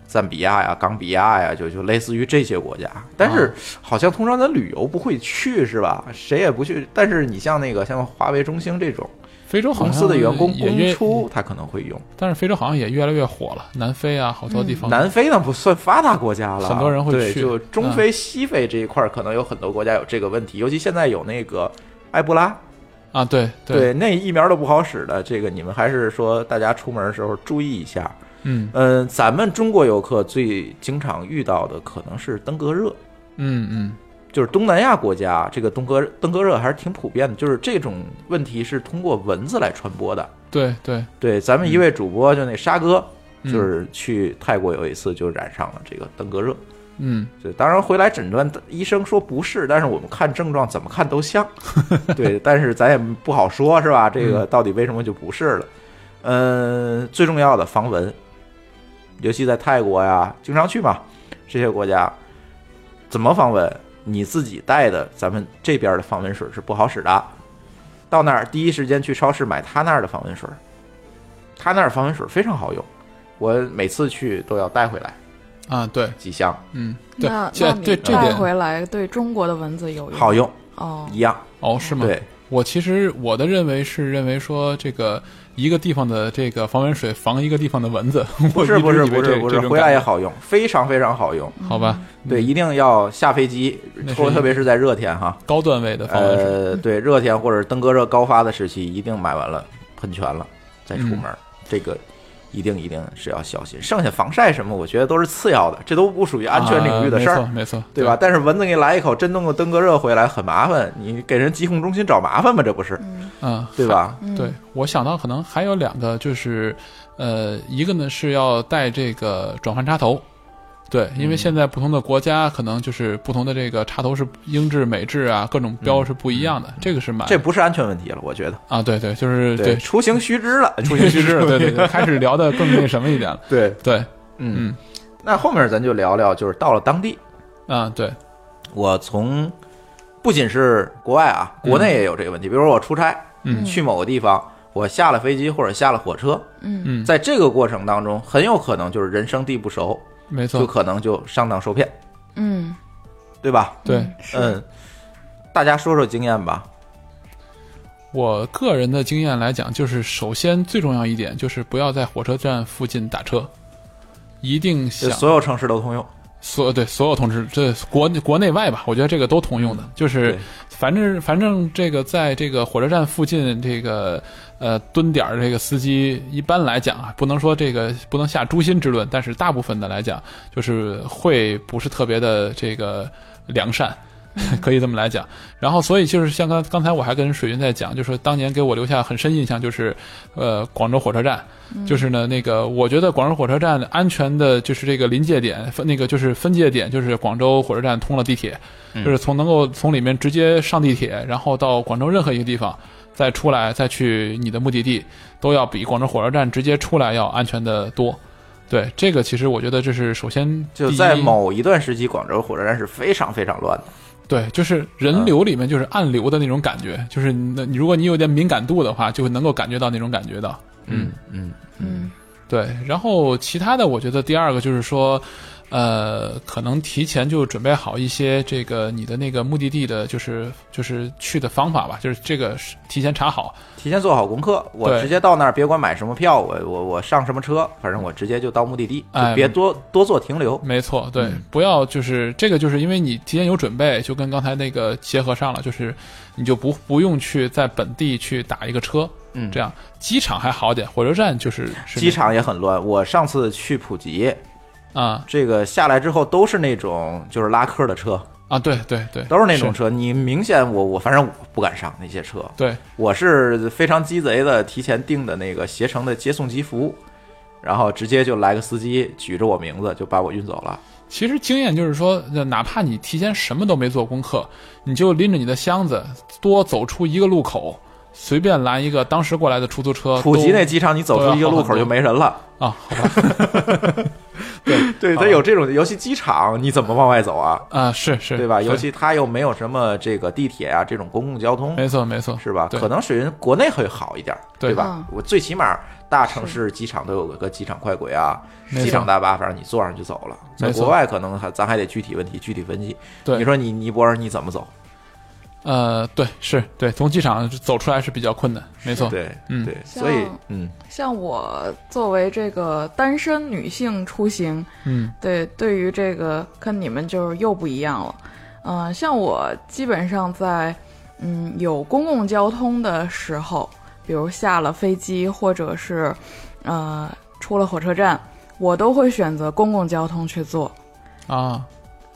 [SPEAKER 3] 赞比亚呀、冈比亚呀，就就类似于这些国家。但
[SPEAKER 4] 啊
[SPEAKER 3] 是好像通常咱旅游不会去是吧？谁也不去。但是你像那个像华为、中兴这种
[SPEAKER 4] 非洲好像
[SPEAKER 3] 公司的员工
[SPEAKER 4] 也
[SPEAKER 3] 公
[SPEAKER 4] 越，
[SPEAKER 3] 出，他可能会用。
[SPEAKER 4] 但是非洲好像也越来越火了，南非啊，好多地方。
[SPEAKER 3] 嗯南非那不算发达国家了，
[SPEAKER 4] 很多人会
[SPEAKER 3] 对
[SPEAKER 4] 去嗯
[SPEAKER 3] 就中非、西非这一块，可能有很多国家有这个问题，尤其现在有那个埃博拉，
[SPEAKER 4] 啊，对
[SPEAKER 3] 对，那疫苗都不好使的，这个你们还是说大家出门的时候注意一下。
[SPEAKER 4] 嗯
[SPEAKER 3] 嗯，咱们中国游客最经常遇到的可能是登革热，
[SPEAKER 4] 嗯嗯，
[SPEAKER 3] 就是东南亚国家这个登革登革热还是挺普遍的，就是这种问题是通过蚊子来传播的。
[SPEAKER 4] 对对，
[SPEAKER 3] 对，咱们一位主播就那沙哥，
[SPEAKER 4] 嗯
[SPEAKER 3] 就是去泰国有一次就染上了这个登革热。
[SPEAKER 4] 嗯
[SPEAKER 3] 对，当然回来诊断，医生说不是，但是我们看症状怎么看都 像。对，但是咱也不好说，是吧？这个到底为什么就不是了？嗯，最重要的防蚊，尤其在泰国呀，经常去嘛，这些国家怎么防蚊？你自己带的咱们这边的防蚊水是不好使的，到那儿第一时间去超市买他那儿的防蚊水，他那儿防蚊水非常好用，我每次去都要带回来
[SPEAKER 4] 啊，对，
[SPEAKER 3] 几箱，
[SPEAKER 4] 嗯对
[SPEAKER 7] 那，
[SPEAKER 4] 这
[SPEAKER 7] 那你
[SPEAKER 4] 对这
[SPEAKER 7] 带
[SPEAKER 4] 点
[SPEAKER 7] 回来对中国的蚊子有用
[SPEAKER 3] 好用
[SPEAKER 7] 哦，
[SPEAKER 3] 一样。
[SPEAKER 4] 哦是吗？
[SPEAKER 3] 对，
[SPEAKER 4] 我其实我的认为是认为说这个一个地方的这个防蚊水防一个地方的蚊子，
[SPEAKER 3] 不
[SPEAKER 4] 不
[SPEAKER 3] 是不是不是不是，回来也好用，非常非常好用。
[SPEAKER 4] 好吧？
[SPEAKER 3] 对，一定要下飞机
[SPEAKER 4] 嗯那，是
[SPEAKER 3] 特
[SPEAKER 4] 一
[SPEAKER 3] 特别是在热天哈，
[SPEAKER 4] 高段位的防蚊水，
[SPEAKER 3] 呃，对，热天或者登革热高发的时期，一定买完了喷泉了再出门，
[SPEAKER 4] 嗯
[SPEAKER 3] 这个一定一定是要小心。剩下防晒什么，我觉得都是次要的，这都不属于呃安全领域的事儿。
[SPEAKER 4] 啊没错没错，
[SPEAKER 3] 对吧？？但是蚊子给你来一口，真弄个登革热回来很麻烦，你给人疾控中心找麻烦吗？这不是，
[SPEAKER 4] 嗯，
[SPEAKER 3] 对吧？
[SPEAKER 4] 对，我想到可能还有两个，就是，呃，一个呢是要带这个转换插头，对，
[SPEAKER 3] 嗯
[SPEAKER 4] 因为现在不同的国家可能就是不同的这个插头是英制、美制啊，各种标是不一样的，这个是买
[SPEAKER 3] 嗯这不是安全问题了，我觉得。
[SPEAKER 4] 啊，对对，就是对，
[SPEAKER 3] 出行须知了，出
[SPEAKER 4] 出行须知，对 对对，开始聊的更那什么一点了，
[SPEAKER 3] 对，
[SPEAKER 4] 对，
[SPEAKER 3] 嗯
[SPEAKER 4] 嗯，
[SPEAKER 3] 那后面咱就聊聊，就是到了当地，
[SPEAKER 4] 啊对，
[SPEAKER 3] 我从不仅是国外啊，
[SPEAKER 4] 嗯
[SPEAKER 3] 国内也有这个问题。比如说我出差，
[SPEAKER 4] 嗯
[SPEAKER 3] 去某个地方，我下了飞机或者下了火车，
[SPEAKER 7] 嗯
[SPEAKER 4] 嗯，
[SPEAKER 3] 在这个过程当中，很有可能就是人生地不熟，
[SPEAKER 4] 没
[SPEAKER 3] 就
[SPEAKER 4] 错，
[SPEAKER 3] 可能就上当受骗，
[SPEAKER 7] 嗯，
[SPEAKER 3] 对吧？
[SPEAKER 4] 对，
[SPEAKER 3] 嗯，大家说说经验吧。
[SPEAKER 4] 我个人的经验来讲，就是首先最重要一点就是不要在火车站附近打车，一定
[SPEAKER 3] 就
[SPEAKER 4] 想
[SPEAKER 3] 所有城市都通用，
[SPEAKER 4] 所对所有同志，这国国内外吧，我觉得这个都通用的，就
[SPEAKER 3] 嗯
[SPEAKER 4] 是
[SPEAKER 3] 对
[SPEAKER 4] 反正反正这个在这个火车站附近这个呃，蹲点儿这个司机一般来讲啊，不能说这个不能下诛心之论，但是大部分的来讲，就是会不是特别的这个良善。 可以这么来讲，然后所以就是像刚刚才我还跟水云在讲，就是当年给我留下很深印象就是，呃，广州火车站，就是呢那个我觉得广州火车站安全的就是这个临界点分那个就是分界点就是广州火车站通了地铁，
[SPEAKER 3] 嗯
[SPEAKER 4] 就是从能够从里面直接上地铁，然后到广州任何一个地方。再出来，再去你的目的地，都要比广州火车站直接出来要安全的多。对，这个其实我觉得这是首先
[SPEAKER 3] 就
[SPEAKER 4] 第一
[SPEAKER 3] 在某一段时期，广州火车站是非常非常乱的。
[SPEAKER 4] 对，就是人
[SPEAKER 3] 啊
[SPEAKER 4] 流里面就是暗流的那种感觉，就是那你如果你有点敏感度的话，就能够感觉到那种感觉到。
[SPEAKER 3] 嗯嗯，
[SPEAKER 7] 嗯
[SPEAKER 4] 对，然后其他的，我觉得第二个就是说，呃，可能提前就准备好一些这个你的那个目的地的，就是就是去的方法吧，就是这个是提前查好。
[SPEAKER 3] 提前做好功课，我
[SPEAKER 4] 对
[SPEAKER 3] 直接到那儿，别管买什么票，我我我上什么车，反正我直接就到目的地，
[SPEAKER 4] 哎
[SPEAKER 3] 就别多多做停留。
[SPEAKER 4] 没错，对，
[SPEAKER 3] 嗯
[SPEAKER 4] 不要就是这个，就是因为你提前有准备，就跟刚才那个结合上了，就是你就不不用去在本地去打一个车，
[SPEAKER 3] 嗯
[SPEAKER 4] 这样机场还好点，火车站就是是
[SPEAKER 3] 机场也很乱，我上次去普吉，
[SPEAKER 4] 啊
[SPEAKER 3] 这个下来之后都是那种就是拉客的车，
[SPEAKER 4] 啊，对对对，
[SPEAKER 3] 都是那种车，你明显我我反正我不敢上那些车，
[SPEAKER 4] 对，
[SPEAKER 3] 我是非常鸡贼的，提前订的那个携程的接送机服务，然后直接就来个司机举着我名字就把我运走了。
[SPEAKER 4] 其实经验就是说，呃哪怕你提前什么都没做功课，你就拎着你的箱子多走出一个路口，随便拦一个当时过来的出租车。
[SPEAKER 3] 普吉
[SPEAKER 4] 都
[SPEAKER 3] 那机场，你走出一个路口就没人了。啊
[SPEAKER 4] 啊，好吧，
[SPEAKER 3] 对，它有这种，尤其机场，你怎么往外走啊？
[SPEAKER 4] 啊是是，
[SPEAKER 3] 对吧？尤其它又没有什么这个地铁啊这种公共交通，
[SPEAKER 4] 没错没错，
[SPEAKER 3] 是吧？
[SPEAKER 4] 对
[SPEAKER 3] 可能水云国内会好一点，
[SPEAKER 4] 对
[SPEAKER 7] 嗯
[SPEAKER 3] 吧？我最起码大城市机场都有个机场快轨啊，
[SPEAKER 4] 没错
[SPEAKER 3] 机场大巴，反正你坐上就走了。在
[SPEAKER 4] 没错
[SPEAKER 3] 国外可能还咱还得具体问题具体分析。
[SPEAKER 4] 对
[SPEAKER 3] 你说你尼泊尔你怎么走？
[SPEAKER 4] 呃对是对，从机场走出来是比较困难，没错，
[SPEAKER 3] 对，
[SPEAKER 4] 嗯
[SPEAKER 3] 对，
[SPEAKER 7] 像
[SPEAKER 3] 所以嗯，
[SPEAKER 7] 像我作为这个单身女性出行，
[SPEAKER 4] 嗯
[SPEAKER 7] 对，对于这个跟你们就是又不一样了。嗯、像我基本上在嗯有公共交通的时候，比如下了飞机或者是呃出了火车站，我都会选择公共交通去坐。
[SPEAKER 4] 啊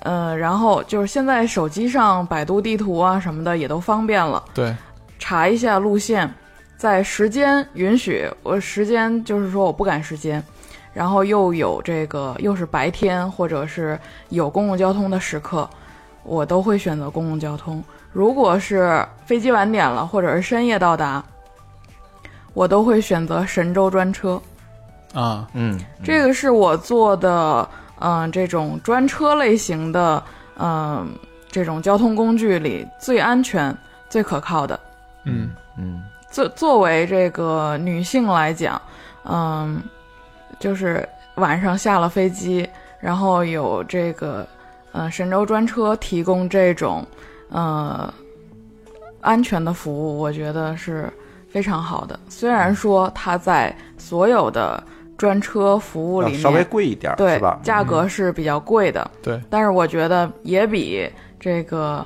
[SPEAKER 7] 呃，然后就是现在手机上百度地图啊什么的也都方便了，
[SPEAKER 4] 对
[SPEAKER 7] 查一下路线，在时间允许，我时间就是说我不赶时间，然后又有这个又是白天或者是有公共交通的时刻，我都会选择公共交通。如果是飞机晚点了或者是深夜到达，我都会选择神州专车。
[SPEAKER 4] 啊
[SPEAKER 3] 嗯，
[SPEAKER 7] 这个是我做的，嗯、这种专车类型的，嗯、这种交通工具里最安全、最可靠的。
[SPEAKER 4] 嗯
[SPEAKER 3] 嗯，
[SPEAKER 7] 作作为这个女性来讲，嗯，就是晚上下了飞机，然后有这个，呃，神州专车提供这种，呃，安全的服务，我觉得是非常好的。虽
[SPEAKER 3] 嗯
[SPEAKER 7] 然说它在所有的专车服务里
[SPEAKER 3] 要
[SPEAKER 7] 面
[SPEAKER 3] 啊稍微贵一点
[SPEAKER 7] 对
[SPEAKER 3] 是吧？嗯
[SPEAKER 7] 价格是比较贵的，
[SPEAKER 4] 嗯对
[SPEAKER 7] 但是我觉得也比这个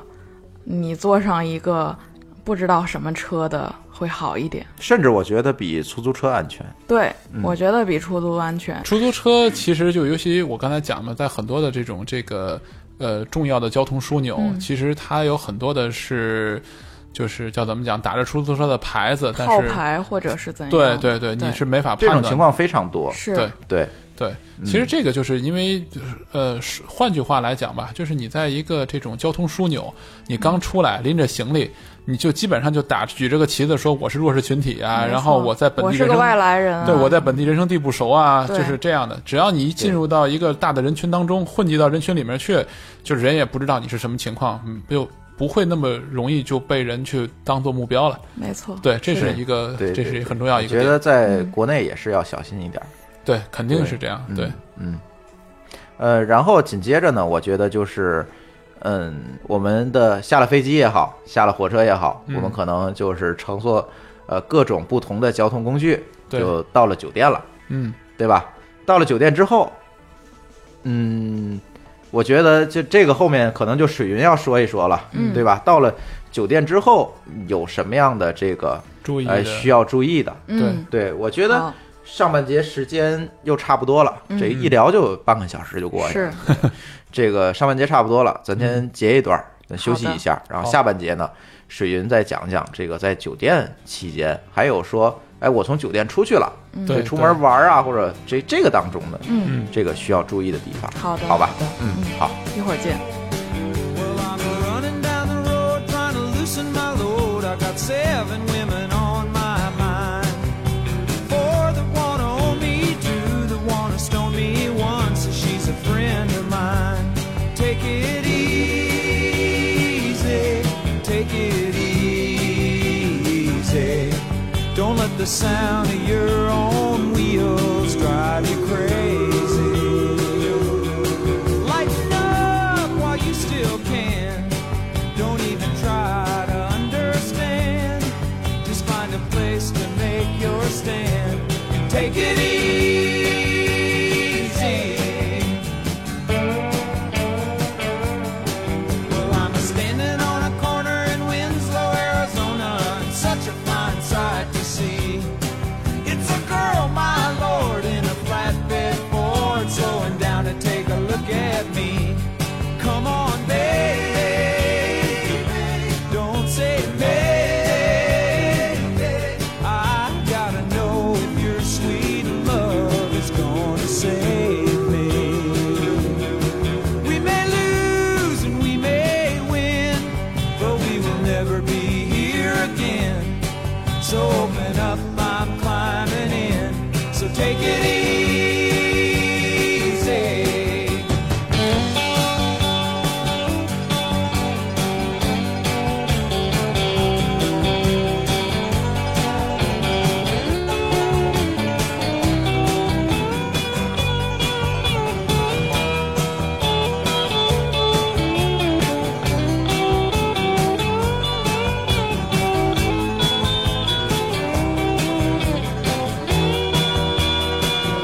[SPEAKER 7] 你坐上一个不知道什么车的会好一点。
[SPEAKER 3] 甚至我觉得比出租车安全。
[SPEAKER 7] 对，
[SPEAKER 4] 嗯
[SPEAKER 7] 我觉得比出租安全。
[SPEAKER 4] 出租车其实就尤其我刚才讲的，在很多的这种这个呃重要的交通枢纽，
[SPEAKER 7] 嗯
[SPEAKER 4] 其实它有很多的是就是叫怎么讲，打着出租车的牌子，但
[SPEAKER 7] 套
[SPEAKER 4] 是
[SPEAKER 7] 牌或者是怎样？
[SPEAKER 4] 对对对，
[SPEAKER 7] 对
[SPEAKER 4] 你是没法
[SPEAKER 3] 这
[SPEAKER 4] 判
[SPEAKER 3] 种
[SPEAKER 4] 断
[SPEAKER 3] 情况嗯非常多。
[SPEAKER 7] 是
[SPEAKER 4] 对
[SPEAKER 3] 对，
[SPEAKER 4] 对，其实这个就是因为，呃，是换句话来讲吧，就是你在一个这种交通枢纽，你刚出来拎着行李，你就基本上就打举这个旗子说我是弱势群体啊，
[SPEAKER 7] 没错
[SPEAKER 4] 然后我在本
[SPEAKER 7] 我
[SPEAKER 4] 地
[SPEAKER 7] 是
[SPEAKER 4] 人
[SPEAKER 7] 个
[SPEAKER 4] 生
[SPEAKER 7] 外来人啊、
[SPEAKER 4] 对，我在本地人生地不熟啊，
[SPEAKER 7] 对
[SPEAKER 4] 就是这样的。只要你一进入到一个大的人群当中，混迹到人群里面去，就是人也不知道你是什么情况，嗯，就不会那么容易就被人去当做目标了。
[SPEAKER 7] 没错，
[SPEAKER 4] 对，这是
[SPEAKER 3] 是
[SPEAKER 4] 一个，
[SPEAKER 3] 对
[SPEAKER 4] 这
[SPEAKER 3] 对
[SPEAKER 4] 是
[SPEAKER 3] 对
[SPEAKER 4] 很重要一
[SPEAKER 3] 我
[SPEAKER 4] 个
[SPEAKER 3] 觉
[SPEAKER 4] 点。
[SPEAKER 3] 得在
[SPEAKER 7] 嗯
[SPEAKER 3] 国内也是要小心一点。
[SPEAKER 4] 对，肯定
[SPEAKER 3] 对
[SPEAKER 4] 是这样。
[SPEAKER 3] 嗯
[SPEAKER 4] 对，
[SPEAKER 3] 嗯，呃，然后紧接着呢，我觉得就是，嗯，我们的下了飞机也好，下了火车也好，
[SPEAKER 4] 嗯
[SPEAKER 3] 我们可能就是乘坐呃各种不同的交通工具，
[SPEAKER 4] 对
[SPEAKER 3] 就到了酒店了，
[SPEAKER 4] 嗯，
[SPEAKER 3] 对吧？到了酒店之后，嗯，我觉得就这个后面可能就水云要说一说了，
[SPEAKER 7] 嗯
[SPEAKER 3] 对吧？到了酒店之后有什么样的这个
[SPEAKER 4] 注意的
[SPEAKER 3] 呃需要注意的？
[SPEAKER 7] 嗯，
[SPEAKER 3] 对我觉得
[SPEAKER 7] 好
[SPEAKER 3] 上半节时间又差不多了，
[SPEAKER 7] 嗯
[SPEAKER 3] 这一聊就半个小时就过去了。
[SPEAKER 7] 是
[SPEAKER 3] 这个上半节差不多了，咱先截一段儿，咱休息一下，然后
[SPEAKER 4] 好
[SPEAKER 3] 下半节呢，水云再讲讲这个在酒店期间，还有说，哎，我从酒店出去了，
[SPEAKER 4] 对，
[SPEAKER 3] 出门玩儿啊，或者这这个当中的
[SPEAKER 7] 嗯，
[SPEAKER 3] 这个需要注意的地方。
[SPEAKER 7] 好的，
[SPEAKER 3] 好吧
[SPEAKER 7] 好的，
[SPEAKER 3] 嗯，好。
[SPEAKER 7] 一会儿见。
[SPEAKER 8] Well, I'm a running down the road trying to loosen my load. I got seven women on my mind. Four that wanna own me, two that wanna stone me, one says she's a friend of mine. Take it easy, take it easy. Don't let the sound of your own wheels drive you crazy. Lighten up while you still can. Don't even try to understand. Just find a place to make your stand and take it easy. Well, I'm a standing on a corner in Winslow, Arizona, and such a fine sight to see. It's a girl, my lord, in a flatbed Ford, slowing down to take a look at me. Come on, baby, don't say baby. I gotta know if your sweet love is gonna save me. We may lose and we may win, but we will never be here again. So open up, I'm climbing in. So take it easy.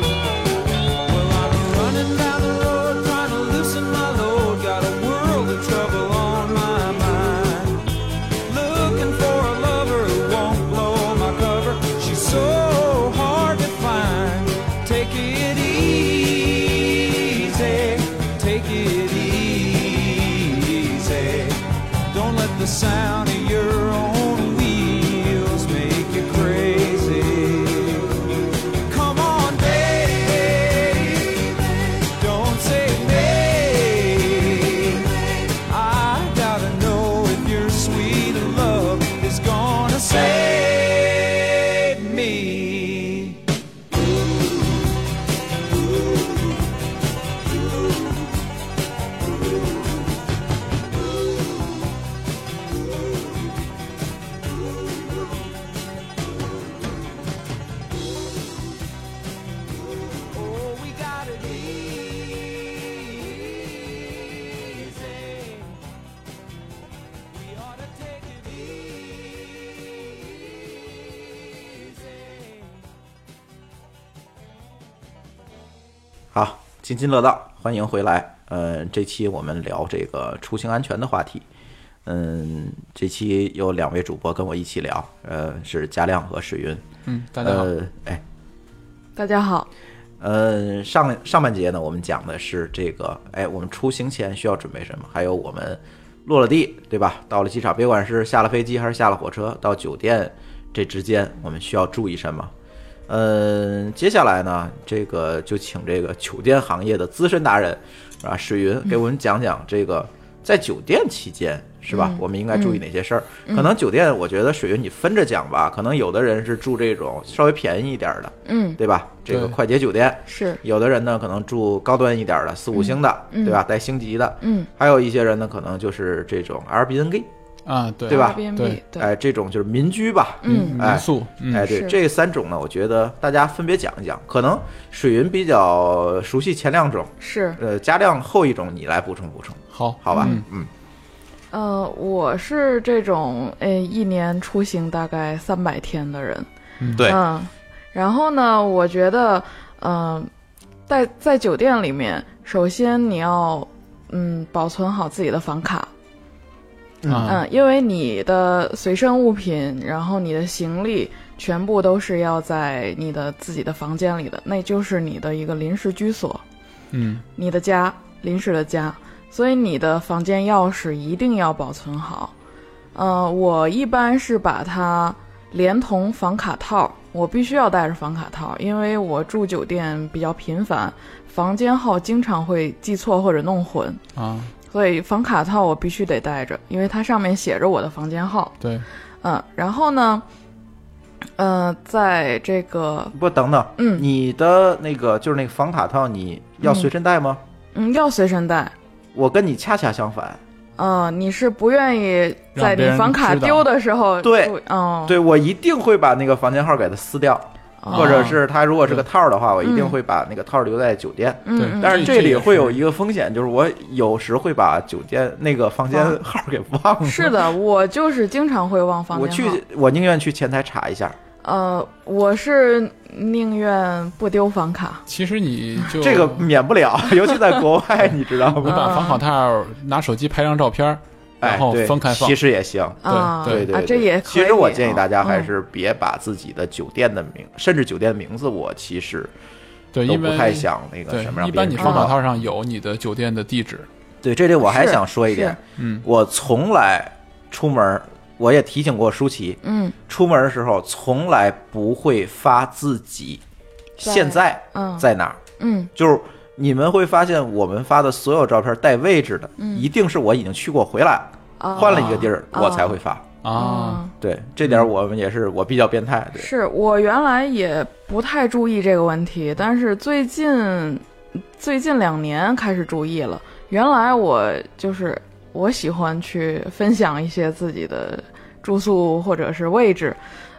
[SPEAKER 8] Well, I'm running down the road trying to loosen my load. Got a world of trouble on my mind. Looking for a lover who won't blow my cover. She's so hard to find. Take it easy. Take it easy. Don't let the sound of your own wheels make you crazy. Come on, baby. Don't say baby. I gotta know if your sweet love is gonna save me. Oh, we got it easy. We ought to take it easy.
[SPEAKER 3] 好，津津乐道，欢迎回来。呃，这期我们聊这个出行安全的话题。嗯，这期有两位主播跟我一起聊，呃，是嘉亮和水云。
[SPEAKER 4] 嗯，大家好，
[SPEAKER 3] 呃，哎，
[SPEAKER 7] 大家好，
[SPEAKER 3] 呃，上上半节呢，我们讲的是这个，哎，我们出行前需要准备什么，还有我们落了地，对吧？到了机场，别管是下了飞机还是下了火车，到酒店这之间，我们需要注意什么？呃，接下来呢，这个就请这个酒店行业的资深达人啊，水云给我们讲讲这个在酒店期间。是吧？我们应该注意哪些事儿？可能酒店，我觉得水云你分着讲吧。可能有的人是住这种稍微便宜一点儿的，
[SPEAKER 7] 嗯，
[SPEAKER 3] 对吧？这个
[SPEAKER 4] 对
[SPEAKER 3] 快捷酒店，
[SPEAKER 7] 是，
[SPEAKER 3] 有的人呢可能住高端一点儿的四五星的，
[SPEAKER 7] 嗯
[SPEAKER 3] 对吧？带星级的，
[SPEAKER 7] 嗯，
[SPEAKER 3] 还有一些人呢可能就是这种 Airbnb，
[SPEAKER 4] 啊，对
[SPEAKER 3] 对吧
[SPEAKER 7] Airbnb，
[SPEAKER 4] 对
[SPEAKER 7] 对，
[SPEAKER 3] 哎，这种就是民居吧，
[SPEAKER 7] 嗯
[SPEAKER 3] 哎
[SPEAKER 4] 民宿，嗯，
[SPEAKER 3] 哎，对，
[SPEAKER 7] 是
[SPEAKER 3] 这三种呢，我觉得大家分别讲一讲。可能水云比较熟悉前两种，
[SPEAKER 7] 是，
[SPEAKER 3] 呃，加量后一种，你来补充补充，
[SPEAKER 4] 好，
[SPEAKER 3] 好吧？
[SPEAKER 4] 嗯
[SPEAKER 3] 嗯，
[SPEAKER 7] 呃，我是这种呃一年出行大概三百天的人，
[SPEAKER 3] 对，
[SPEAKER 7] 嗯，然后呢，我呃觉得，嗯、在在酒店里面，首先你要嗯保存好自己的房卡，
[SPEAKER 4] 啊
[SPEAKER 7] 嗯，因为你的随身物品，然后你的行李，全部都是要在你的自己的房间里的，那就是你的一个临时居所，
[SPEAKER 4] 嗯
[SPEAKER 7] 你的家，临时的家，所以你的房间钥匙一定要保存好。呃，我一般是把它连同房卡套，我必须要带着房卡套，因为我住酒店比较频繁，房间号经常会记错或者弄混，
[SPEAKER 4] 啊，
[SPEAKER 7] 所以房卡套我必须得带着，因为它上面写着我的房间号。
[SPEAKER 4] 对，
[SPEAKER 7] 嗯，然后呢，呃，在这个
[SPEAKER 3] 不，等等，
[SPEAKER 7] 嗯
[SPEAKER 3] 你的那个就是那个房卡套，你要随身带吗？
[SPEAKER 7] 嗯要随身带，
[SPEAKER 3] 我跟你恰恰相反，
[SPEAKER 7] 嗯、你是不愿意在
[SPEAKER 4] 让别
[SPEAKER 7] 你
[SPEAKER 4] 人
[SPEAKER 7] 房卡
[SPEAKER 4] 知道
[SPEAKER 7] 丢的时候
[SPEAKER 3] 对
[SPEAKER 7] 注意，哦，
[SPEAKER 3] 对我一定会把那个房间号给它撕掉，
[SPEAKER 7] 哦，
[SPEAKER 3] 或者是它如果是个套儿的话，我一定
[SPEAKER 7] 嗯
[SPEAKER 3] 会把那个套儿留在酒店。
[SPEAKER 4] 对
[SPEAKER 7] 嗯嗯，
[SPEAKER 3] 但是
[SPEAKER 4] 这
[SPEAKER 3] 这
[SPEAKER 4] 这
[SPEAKER 3] 里
[SPEAKER 4] 也
[SPEAKER 3] 会
[SPEAKER 4] 是
[SPEAKER 3] 有一个风险，就是我有时会把酒店那个房间
[SPEAKER 7] 忘
[SPEAKER 3] 号儿给
[SPEAKER 4] 嗯
[SPEAKER 3] 忘了。
[SPEAKER 7] 啊是的，我就是经常会忘房
[SPEAKER 3] 我
[SPEAKER 7] 间
[SPEAKER 3] 去
[SPEAKER 7] 号。，
[SPEAKER 3] 我宁愿去前台查一下。
[SPEAKER 7] 呃，我是宁愿不丢房卡。
[SPEAKER 4] 其实你就
[SPEAKER 3] 这个免不了，尤其在国外， 你知道
[SPEAKER 4] 我
[SPEAKER 7] 嗯
[SPEAKER 3] 吗？
[SPEAKER 4] 把房卡套拿手机拍张照片儿，
[SPEAKER 3] 哎
[SPEAKER 4] 然后
[SPEAKER 3] 对
[SPEAKER 4] 分开放
[SPEAKER 3] 其。实也行。
[SPEAKER 7] 啊，
[SPEAKER 3] 对
[SPEAKER 4] 对
[SPEAKER 3] 对
[SPEAKER 7] 啊
[SPEAKER 3] 对，
[SPEAKER 7] 这也可以
[SPEAKER 3] 其实我建议大家
[SPEAKER 7] 嗯
[SPEAKER 3] 还是别把自己的酒店的名，甚至酒店名字，我其实
[SPEAKER 4] 对，
[SPEAKER 3] 都
[SPEAKER 4] 因
[SPEAKER 3] 不
[SPEAKER 4] 为
[SPEAKER 3] 太想那个
[SPEAKER 4] 对
[SPEAKER 3] 什么让别人知道。
[SPEAKER 4] 一般你房卡套上有你的酒店的地址，
[SPEAKER 3] 对这里我还
[SPEAKER 7] 是
[SPEAKER 3] 想说一
[SPEAKER 7] 是
[SPEAKER 3] 点，
[SPEAKER 4] 嗯
[SPEAKER 3] 我从来出门，我也提醒过舒淇，
[SPEAKER 7] 嗯
[SPEAKER 3] 出门的时候从来不会发自己
[SPEAKER 7] 在
[SPEAKER 3] 现在
[SPEAKER 7] 嗯
[SPEAKER 3] 在哪儿，
[SPEAKER 7] 嗯
[SPEAKER 3] 就是你们会发现我们发的所有照片带位置的，一定是我已经去过回来了，
[SPEAKER 7] 啊，
[SPEAKER 3] 换了一个地儿
[SPEAKER 7] 嗯哦
[SPEAKER 3] 我才会发。
[SPEAKER 4] 啊，
[SPEAKER 7] 嗯
[SPEAKER 3] 对，这点我们也是我比较变态，对，
[SPEAKER 7] 是我原来也不太注意这个问题，但是最近最近两年开始注意了。原来我就是我喜欢去分享一些自己的住宿或者是位置，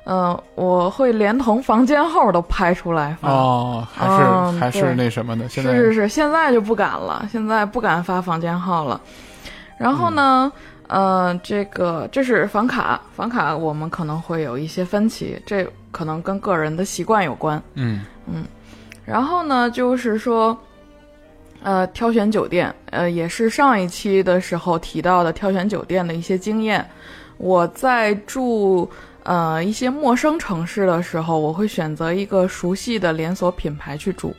[SPEAKER 7] 嗯、我会连同房间号都拍出来发。
[SPEAKER 4] 哦，还是、
[SPEAKER 7] 嗯
[SPEAKER 4] 还
[SPEAKER 7] 对
[SPEAKER 4] 是那什么的，现在
[SPEAKER 7] 是是是，现在就不敢了，现在不敢发房间号了。然后呢，呃，这个这是房卡，房卡我们可能会有一些分歧，这可能跟个人的习惯有关。
[SPEAKER 4] 嗯
[SPEAKER 7] 然后呢，就是说，呃，挑选酒店，呃，也是上一期的时候提到的挑选酒店的一些经验。我在住呃一些陌生城市的时候，我会选择一个熟悉的连锁品牌去住，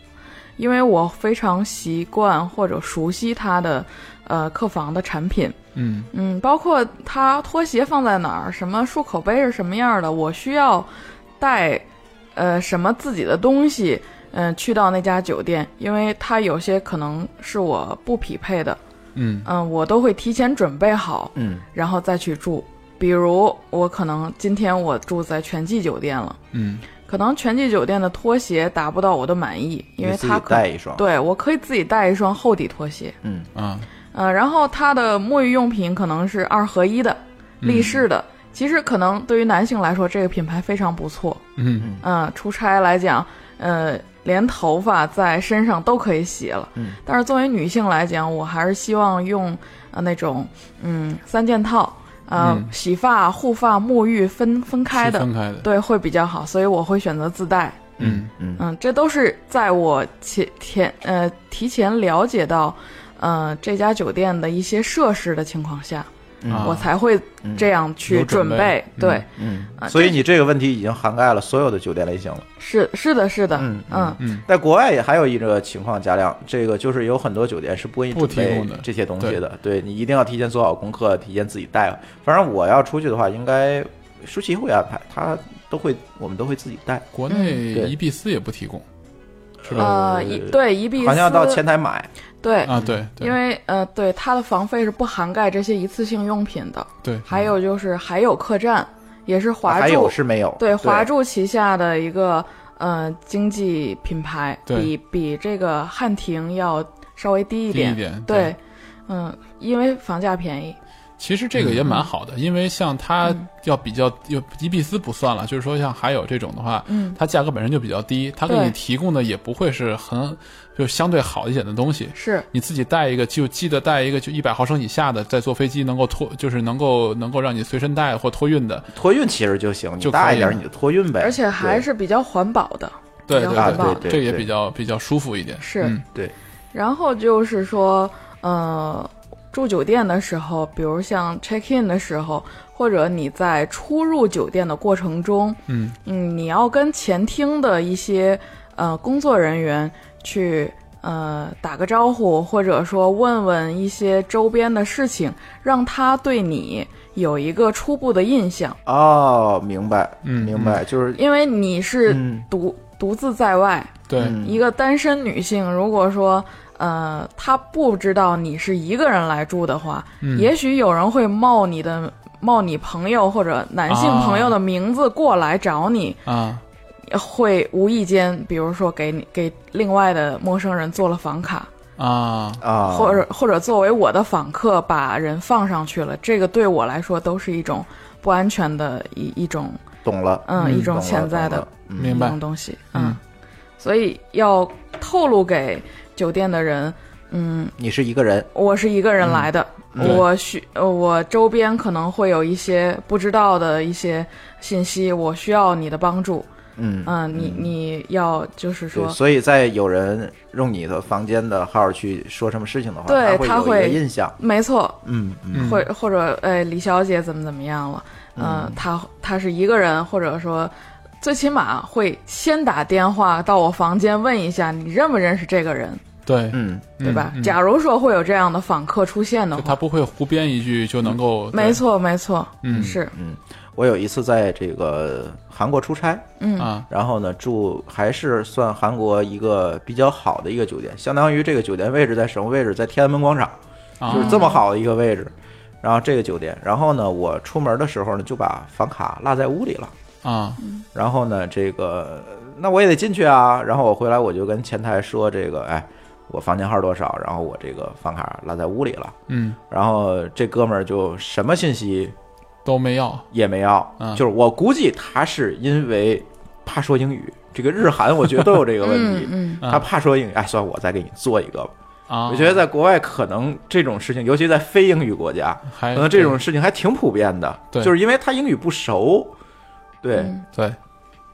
[SPEAKER 7] 因为我非常习惯或者熟悉它的呃客房的产品。
[SPEAKER 4] 嗯
[SPEAKER 7] 嗯，包括它拖鞋放在哪儿，什么漱口杯是什么样的，我需要带呃什么自己的东西，嗯、去到那家酒店，因为它有些可能是我不匹配的，
[SPEAKER 4] 嗯
[SPEAKER 7] 嗯、我都会提前准备好，
[SPEAKER 3] 嗯，
[SPEAKER 7] 然后再去住。比如我可能今天我住在全季酒店了，
[SPEAKER 4] 嗯
[SPEAKER 7] 可能全季酒店的拖鞋达不到我的满意，因为
[SPEAKER 3] 你自
[SPEAKER 7] 它
[SPEAKER 3] 己
[SPEAKER 7] 可
[SPEAKER 3] 带一双，
[SPEAKER 7] 对我可以自己带一双厚底拖鞋，
[SPEAKER 3] 嗯，
[SPEAKER 4] 啊，
[SPEAKER 7] 呃，然后它的沐浴用品可能是二合一的、
[SPEAKER 4] 嗯
[SPEAKER 7] 立式的。其实可能对于男性来说，这个品牌非常不错。
[SPEAKER 4] 嗯
[SPEAKER 7] 嗯、出差来讲，呃，连头发在身上都可以洗了。
[SPEAKER 3] 嗯，
[SPEAKER 7] 但是作为女性来讲，我还是希望用呃那种嗯三件套，呃，
[SPEAKER 4] 嗯
[SPEAKER 7] 洗发、护发、沐浴分分开
[SPEAKER 4] 是
[SPEAKER 7] 的，
[SPEAKER 4] 分开的，
[SPEAKER 7] 对，会比较好。所以我会选择自带。
[SPEAKER 4] 嗯
[SPEAKER 3] 嗯
[SPEAKER 7] 嗯，这都是在我前前呃提前了解到，呃这家酒店的一些设施的情况下，
[SPEAKER 4] 啊
[SPEAKER 7] 我才会这样去
[SPEAKER 4] 有准
[SPEAKER 7] 备。
[SPEAKER 4] 备嗯
[SPEAKER 7] 对，
[SPEAKER 3] 嗯
[SPEAKER 7] 啊
[SPEAKER 3] 所以
[SPEAKER 7] 这
[SPEAKER 3] 你这个问题已经涵盖了所有的酒店类型了。
[SPEAKER 7] 是是的，是的，
[SPEAKER 3] 嗯
[SPEAKER 7] 嗯
[SPEAKER 3] 在国外也还有一个情况，贾亮，这个就是有很多酒店是不给你
[SPEAKER 4] 不
[SPEAKER 3] 准
[SPEAKER 4] 提
[SPEAKER 3] 备
[SPEAKER 4] 供的
[SPEAKER 3] 这些东西的，对你一定要提前做好功课，提前自己带。反正我要出去的话，应该舒淇会安排，她都会，我们都会自己带，
[SPEAKER 4] 国
[SPEAKER 3] 嗯对
[SPEAKER 4] 内一必思也不提供，是吧？
[SPEAKER 7] 呃，一对一币
[SPEAKER 3] 好像要到
[SPEAKER 7] 私
[SPEAKER 3] 前台买。
[SPEAKER 7] 对，
[SPEAKER 4] 啊，对，对
[SPEAKER 7] 因为呃对它的房费是不涵盖这些一次性用品的，
[SPEAKER 4] 对，嗯
[SPEAKER 7] 还有就是还有客栈也是华
[SPEAKER 3] 啊还有
[SPEAKER 7] 住
[SPEAKER 3] 是没有？
[SPEAKER 7] 对华住旗下的一个呃经济品牌，
[SPEAKER 4] 对
[SPEAKER 7] 比比这个汉庭要稍微低一
[SPEAKER 4] 低
[SPEAKER 7] 点，
[SPEAKER 4] 一点
[SPEAKER 7] 对
[SPEAKER 4] 对
[SPEAKER 7] 嗯，因为房价便宜，
[SPEAKER 4] 其实这个也
[SPEAKER 7] 嗯
[SPEAKER 4] 蛮好的，因为像它要比较有伊比斯不算了，就是说像还有这种的话，
[SPEAKER 7] 嗯
[SPEAKER 4] 它价格本身就比较低，它给
[SPEAKER 7] 对
[SPEAKER 4] 你提供的也不会是很就相对好一点的东西。
[SPEAKER 7] 是
[SPEAKER 4] 你自己带一个，就记得带一个，就一百毫升以下的，在坐飞机能够托，就是能够能够让你随身带或托运的。
[SPEAKER 3] 托运其实就行，你
[SPEAKER 4] 就
[SPEAKER 3] 大
[SPEAKER 4] 可以
[SPEAKER 3] 一点
[SPEAKER 4] 了
[SPEAKER 3] 你就托运呗。
[SPEAKER 7] 而且还
[SPEAKER 3] 对
[SPEAKER 7] 是比较环保的，
[SPEAKER 4] 对
[SPEAKER 7] 比较
[SPEAKER 4] 对
[SPEAKER 3] 啊
[SPEAKER 7] 环
[SPEAKER 3] 对
[SPEAKER 7] 保。
[SPEAKER 3] 对，
[SPEAKER 4] 这也
[SPEAKER 3] 对
[SPEAKER 4] 嗯比较比较舒服一点。
[SPEAKER 7] 是
[SPEAKER 4] 嗯
[SPEAKER 3] 对，
[SPEAKER 7] 然后就是说，呃住酒店的时候，比如像 check in 的时候，或者你在出入酒店的过程中，
[SPEAKER 4] 嗯
[SPEAKER 7] 嗯，你要跟前厅的一些呃工作人员去呃打个招呼，或者说问问一些周边的事情，让他对你有一个初步的印象，
[SPEAKER 3] 哦，明白，
[SPEAKER 4] 嗯
[SPEAKER 3] 明白，就是
[SPEAKER 7] 因为你是
[SPEAKER 3] 嗯
[SPEAKER 7] 独、独自在外，
[SPEAKER 4] 对，
[SPEAKER 3] 嗯
[SPEAKER 7] 一个单身女性，如果说呃她不知道你是一个人来住的话，
[SPEAKER 4] 嗯
[SPEAKER 7] 也许有人会冒你的冒你朋友或者男性朋友的名字过来找你，
[SPEAKER 4] 啊，
[SPEAKER 7] 会无意间，比如说给你给另外的陌生人做了房卡，
[SPEAKER 4] 啊，
[SPEAKER 3] 啊，
[SPEAKER 7] 或者或者作为我的访客把人放上去了，这个对我来说都是一种不安全的一一种
[SPEAKER 3] 懂了，
[SPEAKER 7] 嗯一
[SPEAKER 3] 懂
[SPEAKER 7] 种
[SPEAKER 3] 了
[SPEAKER 7] 潜在的
[SPEAKER 3] 懂了嗯
[SPEAKER 4] 明白
[SPEAKER 7] 一种东西，
[SPEAKER 4] 嗯
[SPEAKER 7] 嗯，所以要透露给酒店的人，嗯，
[SPEAKER 3] 你是一个人，
[SPEAKER 7] 我是一个人来的，
[SPEAKER 4] 嗯对
[SPEAKER 7] 我需呃我周边可能会有一些不知道的一些信息，我需要你的帮助，
[SPEAKER 3] 嗯
[SPEAKER 7] 嗯，你你要就是
[SPEAKER 3] 对，
[SPEAKER 7] 说，
[SPEAKER 3] 所以在有人用你的房间的号去说什么事情的话，
[SPEAKER 7] 对
[SPEAKER 3] 他
[SPEAKER 7] 他
[SPEAKER 3] 会有一
[SPEAKER 7] 会
[SPEAKER 3] 个印象，
[SPEAKER 7] 没错，
[SPEAKER 3] 嗯嗯
[SPEAKER 4] 嗯
[SPEAKER 7] 或或者哎李小姐怎么怎么样了，嗯，她她是一个人，或者说。最起码会先打电话到我房间问一下你认不认识这个人，
[SPEAKER 4] 对，
[SPEAKER 3] 嗯，
[SPEAKER 7] 对吧？
[SPEAKER 4] 嗯嗯
[SPEAKER 7] 假如说会有这样的访客出现的
[SPEAKER 4] 就
[SPEAKER 7] 话，
[SPEAKER 4] 他不会胡编一句就能够，对
[SPEAKER 7] 没错，没错，
[SPEAKER 4] 嗯
[SPEAKER 7] 是，
[SPEAKER 3] 我有一次在这个韩国出差，
[SPEAKER 7] 嗯
[SPEAKER 4] 啊，
[SPEAKER 3] 然后呢住还是算韩国一个比较好的一个酒店，相当于这个酒店位置在什么位置？在天安门广场，
[SPEAKER 4] 啊
[SPEAKER 3] 就是这么好的一个位置。然后这个酒店，然后呢，我出门的时候呢就把房卡落在屋里了。
[SPEAKER 4] 啊，
[SPEAKER 3] 然后呢，这个那我也得进去啊。然后我回来我就跟前台说这个，哎，我房间号多少？然后我这个房卡落在屋里了。
[SPEAKER 4] 嗯，
[SPEAKER 3] 然后这哥们儿就什么信息
[SPEAKER 4] 都没要，
[SPEAKER 3] 也没要，
[SPEAKER 4] 嗯
[SPEAKER 3] 就是我估计他是因为怕说英语，这个日韩我觉得都有这个问题
[SPEAKER 7] 嗯，嗯，
[SPEAKER 4] 嗯
[SPEAKER 3] 他怕说英语，哎，算了，我再给你做一个吧。
[SPEAKER 4] 啊，
[SPEAKER 3] 我觉得在国外可能这种事情，尤其在非英语国家，
[SPEAKER 4] 还
[SPEAKER 3] 可能这种事情还挺普遍的，
[SPEAKER 4] 哎对
[SPEAKER 3] 就是因为他英语不熟，对，
[SPEAKER 7] 嗯
[SPEAKER 4] 对，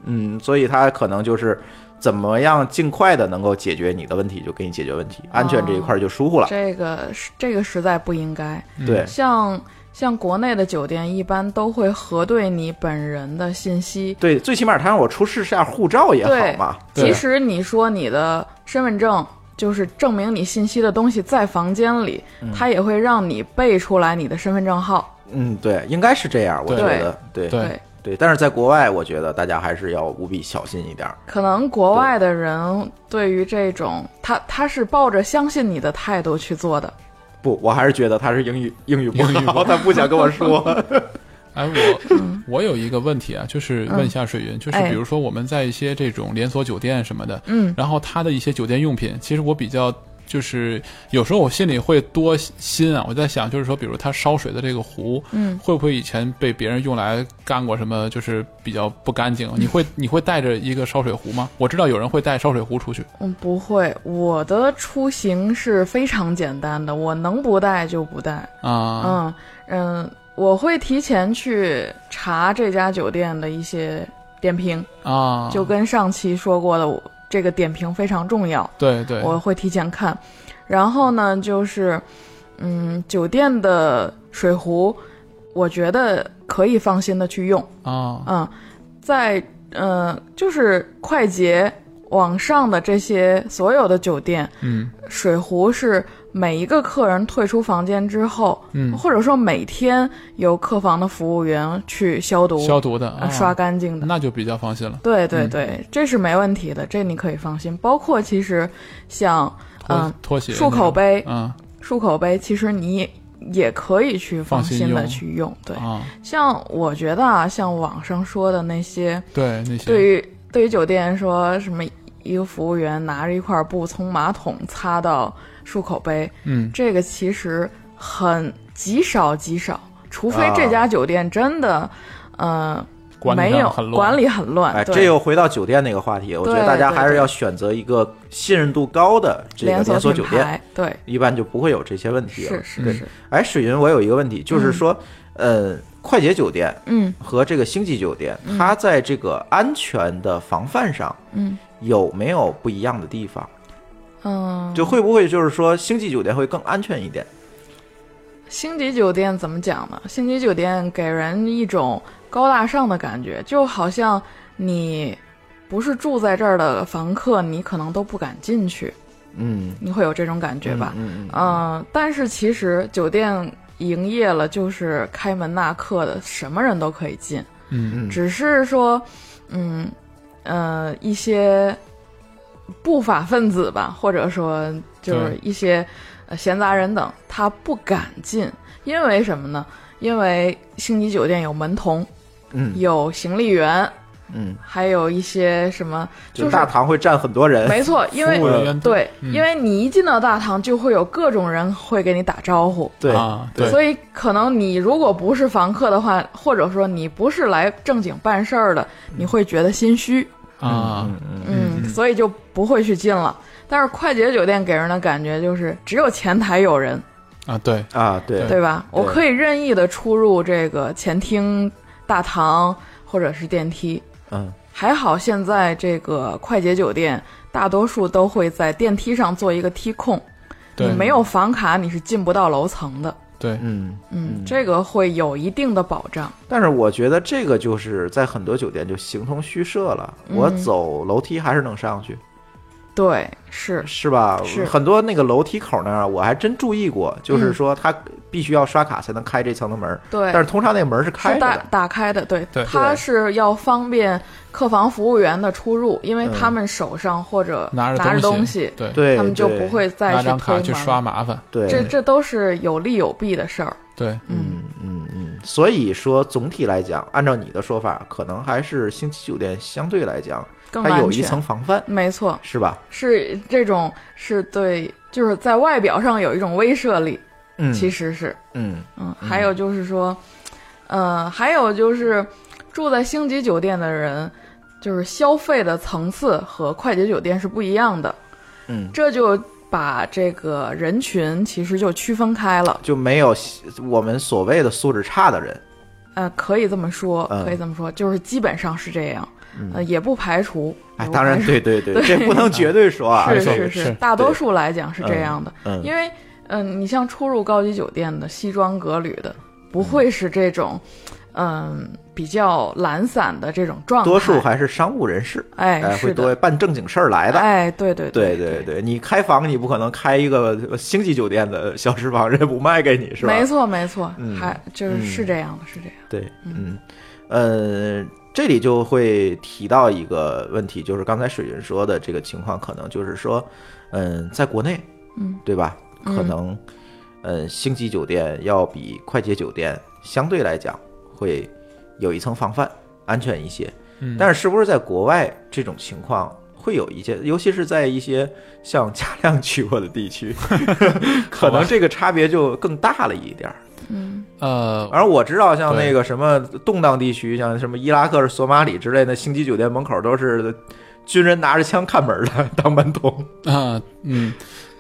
[SPEAKER 3] 嗯，所以他可能就是。怎么样尽快的能够解决你的问题，就给你解决问题，安全这一块儿就疏忽了。
[SPEAKER 7] 这个是这个实在不应该。
[SPEAKER 3] 对，
[SPEAKER 7] 像像国内的酒店一般都会核对你本人的信息，
[SPEAKER 3] 对，最起码他让我出示下护照也好
[SPEAKER 7] 对
[SPEAKER 3] 嘛。
[SPEAKER 4] 对
[SPEAKER 7] 其实你说你的身份证。就是证明你信息的东西在房间里，它也会让你背出来你的身份证号。
[SPEAKER 3] 嗯，对，应该是这样，我觉
[SPEAKER 4] 对
[SPEAKER 3] 得。对
[SPEAKER 4] 对
[SPEAKER 7] 对，
[SPEAKER 3] 对，但是在国外，我觉得大家还是要无比小心一点儿。
[SPEAKER 7] 可能国外的人对于这种，他他是抱着相信你的态度去做的。
[SPEAKER 3] 不，我还是觉得他是英语英语不
[SPEAKER 4] 英语不
[SPEAKER 3] 好，他不想跟我 说。
[SPEAKER 4] 哎，
[SPEAKER 7] 嗯
[SPEAKER 4] 我我有一个问题啊，就是问一下水云，就是
[SPEAKER 7] 哎
[SPEAKER 4] 比如说我们在一些这种连锁酒店什么的，
[SPEAKER 7] 嗯，
[SPEAKER 4] 然后它的一些酒店用品，其实我比较就是有时候我心里会多心啊，我在想，就是说，比如它烧水的这个壶，
[SPEAKER 7] 嗯，
[SPEAKER 4] 会不会以前被别人用来干过什么，就是比较不干净？你 会你会带着一个烧水壶吗？我知道有人会带烧水壶出去
[SPEAKER 7] 嗯，不会，我的出行是非常简单的，我能不带就不带。
[SPEAKER 4] 啊，
[SPEAKER 7] 嗯嗯，我会提前去查这家酒店的一些点评，
[SPEAKER 4] 啊，
[SPEAKER 7] 就跟上期说过的，我这个点评非常重要，
[SPEAKER 4] 对对，
[SPEAKER 7] 我会提前看。然后呢，就是嗯，酒店的水壶，我觉得可以放心的去用。
[SPEAKER 4] 啊
[SPEAKER 7] 嗯，在呃，就是快捷网上的这些所有的酒店，
[SPEAKER 4] 嗯
[SPEAKER 7] 水壶是每一个客人退出房间之后，
[SPEAKER 4] 嗯
[SPEAKER 7] 或者说每天由客房的服务员去消毒、
[SPEAKER 4] 消毒的
[SPEAKER 7] 呃
[SPEAKER 4] 啊
[SPEAKER 7] 刷干净的。
[SPEAKER 4] 那嗯就比较放心了。
[SPEAKER 7] 对对对，这是没问题的，这你可以放心。包括其实像
[SPEAKER 4] 拖
[SPEAKER 7] 嗯
[SPEAKER 4] 拖鞋
[SPEAKER 7] 漱口杯、
[SPEAKER 4] 嗯
[SPEAKER 7] 漱口杯，其实你也可以去
[SPEAKER 4] 放
[SPEAKER 7] 放
[SPEAKER 4] 心
[SPEAKER 7] 心的
[SPEAKER 4] 用
[SPEAKER 7] 去用。对，
[SPEAKER 4] 啊，
[SPEAKER 7] 像我觉得啊，像网上说的那些。
[SPEAKER 4] 对那些
[SPEAKER 7] 对于对于酒店说什么一个服务员拿着一块布从马桶擦到漱口杯，
[SPEAKER 4] 嗯
[SPEAKER 7] 这个其实很极少极少，除非这家酒店真的，呃，
[SPEAKER 4] 啊管理上
[SPEAKER 7] 没有
[SPEAKER 4] 很乱
[SPEAKER 7] 管理很乱，
[SPEAKER 3] 哎，
[SPEAKER 7] 对
[SPEAKER 3] 这又回到酒店那个话题，我觉得
[SPEAKER 7] 对
[SPEAKER 3] 大家
[SPEAKER 7] 对
[SPEAKER 3] 还是
[SPEAKER 7] 对
[SPEAKER 3] 要选择一个信任度高的这个
[SPEAKER 7] 连
[SPEAKER 3] 连锁
[SPEAKER 7] 锁
[SPEAKER 3] 酒
[SPEAKER 7] 品
[SPEAKER 3] 店，
[SPEAKER 7] 牌，对，
[SPEAKER 3] 一般就不会有这些问题了
[SPEAKER 7] 是。是是，
[SPEAKER 3] 哎，水云，我有一个问题，就是说，呃，快捷酒店
[SPEAKER 7] 嗯
[SPEAKER 3] 和这个星级酒店，它在这个安全的防范上
[SPEAKER 7] 嗯，
[SPEAKER 3] 有没有不一样的地方？
[SPEAKER 7] 嗯，
[SPEAKER 3] 就会不会就是说星级酒店会更安全一点？
[SPEAKER 7] 星级酒店怎么讲呢？星级酒店给人一种高大上的感觉，就好像你不是住在这儿的房客，你可能都不敢进去，
[SPEAKER 3] 嗯，
[SPEAKER 7] 你会有这种感觉吧？
[SPEAKER 3] 嗯嗯嗯
[SPEAKER 7] 嗯，但是其实酒店营业了，就是开门纳客的，什么人都可以进，
[SPEAKER 4] 嗯
[SPEAKER 3] 嗯
[SPEAKER 7] 只是说，嗯，呃，一些不法分子吧，或者说就是
[SPEAKER 4] 对
[SPEAKER 7] 一些呃闲杂人等，他不敢进，因为什么呢？因为星级酒店有门童，
[SPEAKER 3] 嗯
[SPEAKER 7] 有行李员，
[SPEAKER 3] 嗯，
[SPEAKER 7] 还有一些什么，就
[SPEAKER 3] 就是大堂会站很多人，
[SPEAKER 7] 没错，因为
[SPEAKER 4] 服务人员
[SPEAKER 7] 对，
[SPEAKER 4] 嗯
[SPEAKER 7] 因为你一进到大堂，就会有各种人会给你打招呼，
[SPEAKER 3] 对
[SPEAKER 4] 啊对
[SPEAKER 7] 所以可能你如果不是房客的话，或者说你不是来正经办事儿的，你会觉得心虚，
[SPEAKER 4] 啊，
[SPEAKER 7] 嗯，所以就不会去进了。但是快捷酒店给人的感觉就是只有前台有人，
[SPEAKER 4] 啊，对，
[SPEAKER 3] 啊，对
[SPEAKER 7] 对吧？
[SPEAKER 3] 对
[SPEAKER 7] 我可以任意的出入这个前厅、大堂或者是电梯。
[SPEAKER 3] 嗯，
[SPEAKER 7] 还好现在这个快捷酒店大多数都会在电梯上做一个梯控，你
[SPEAKER 4] 对
[SPEAKER 7] 没有房卡你是进不到楼层的。
[SPEAKER 4] 对，
[SPEAKER 3] 嗯。
[SPEAKER 7] 嗯，这个会有一定的保障。
[SPEAKER 3] 但是我觉得这个就是在很多酒店就形同虚设了。
[SPEAKER 7] 嗯
[SPEAKER 3] 我走楼梯还是能上去，
[SPEAKER 7] 对，是
[SPEAKER 3] 是吧？
[SPEAKER 7] 是嗯
[SPEAKER 3] 很多那个楼梯口那儿，我还真注意过，就是说他必须要刷卡才能开这层的门儿。
[SPEAKER 7] 对
[SPEAKER 3] 但是通常那门儿是开
[SPEAKER 7] 是
[SPEAKER 3] 着
[SPEAKER 7] 打
[SPEAKER 3] 的。
[SPEAKER 7] 打开的，对，
[SPEAKER 4] 对
[SPEAKER 7] 它是要方便客房服务员的出入，因为
[SPEAKER 3] 嗯
[SPEAKER 7] 他们手上或者
[SPEAKER 4] 拿
[SPEAKER 7] 着
[SPEAKER 4] 着
[SPEAKER 7] 东
[SPEAKER 4] 西，对，
[SPEAKER 3] 对，
[SPEAKER 7] 他们就
[SPEAKER 3] 对
[SPEAKER 7] 不会再
[SPEAKER 4] 拿
[SPEAKER 7] 去
[SPEAKER 4] 张卡
[SPEAKER 7] 推
[SPEAKER 4] 去
[SPEAKER 7] 门
[SPEAKER 4] 刷麻烦，
[SPEAKER 3] 对。
[SPEAKER 7] 这这都是有利有弊的事儿。
[SPEAKER 4] 对，
[SPEAKER 7] 嗯，
[SPEAKER 3] 嗯嗯，所以说总体来讲，按照你的说法，可能还是星级酒店相对来讲，
[SPEAKER 7] 更
[SPEAKER 3] 它有
[SPEAKER 7] 安
[SPEAKER 3] 一
[SPEAKER 7] 全。
[SPEAKER 3] 层防范，
[SPEAKER 7] 没错，
[SPEAKER 3] 是吧？
[SPEAKER 7] 是这种是对，就是在外表上有一种威慑力，
[SPEAKER 3] 嗯，
[SPEAKER 7] 其实是，
[SPEAKER 3] 嗯
[SPEAKER 7] 嗯，还有就是说，呃，还有就是住在星级酒店的人，就是消费的层次和快捷酒店是不一样的，
[SPEAKER 3] 嗯，
[SPEAKER 7] 这就把这个人群其实就区分开了。
[SPEAKER 3] 就没有我们所谓的素质差的人。
[SPEAKER 7] 呃，可以这么说，
[SPEAKER 3] 嗯
[SPEAKER 7] 可以这么说，就是基本上是这样，呃，也不排除。
[SPEAKER 3] 哎，
[SPEAKER 7] 也不
[SPEAKER 3] 当然
[SPEAKER 7] 排除，
[SPEAKER 3] 对对对，这不能绝对说啊，
[SPEAKER 7] 是
[SPEAKER 4] 错
[SPEAKER 7] 是
[SPEAKER 4] 是
[SPEAKER 7] 大多数来讲是这
[SPEAKER 3] 嗯
[SPEAKER 7] 样的，
[SPEAKER 3] 嗯
[SPEAKER 7] 因为嗯、呃你像出入高级酒店的西装革履的，不会是这种，嗯、比较懒散的这种状态，
[SPEAKER 3] 多数还是商务人士，
[SPEAKER 7] 哎
[SPEAKER 3] 哎，
[SPEAKER 7] 是
[SPEAKER 3] 会
[SPEAKER 7] 的
[SPEAKER 3] 多办正经事儿来的。
[SPEAKER 7] 哎，对对
[SPEAKER 3] 对
[SPEAKER 7] 对
[SPEAKER 3] 对对，你开房你不可能开一个星级酒店的小时房，人家不卖给你是吧？
[SPEAKER 7] 没错没错，
[SPEAKER 3] 嗯
[SPEAKER 7] 还就是是这样的，是这样的。
[SPEAKER 3] 对，嗯，呃，这里就会提到一个问题，就是刚才水云说的这个情况，可能就是说，嗯、在国内，
[SPEAKER 7] 嗯，
[SPEAKER 3] 对吧？可
[SPEAKER 7] 嗯
[SPEAKER 3] 能，嗯、星级酒店要比快捷酒店相对来讲会有一层防范，安全一些。
[SPEAKER 4] 嗯
[SPEAKER 3] 但是是不是在国外这种情况？会有一些，尤其是在一些像嘉亮去过的地区， 可能这个差别就更大了一点儿。
[SPEAKER 7] 嗯
[SPEAKER 4] 呃，
[SPEAKER 3] 而我知道，像
[SPEAKER 4] 对
[SPEAKER 3] 那个什么动荡地区，像什么伊拉克、索马里之类的星级酒店门口都是军人拿着枪看门的当门童。
[SPEAKER 4] 啊，嗯，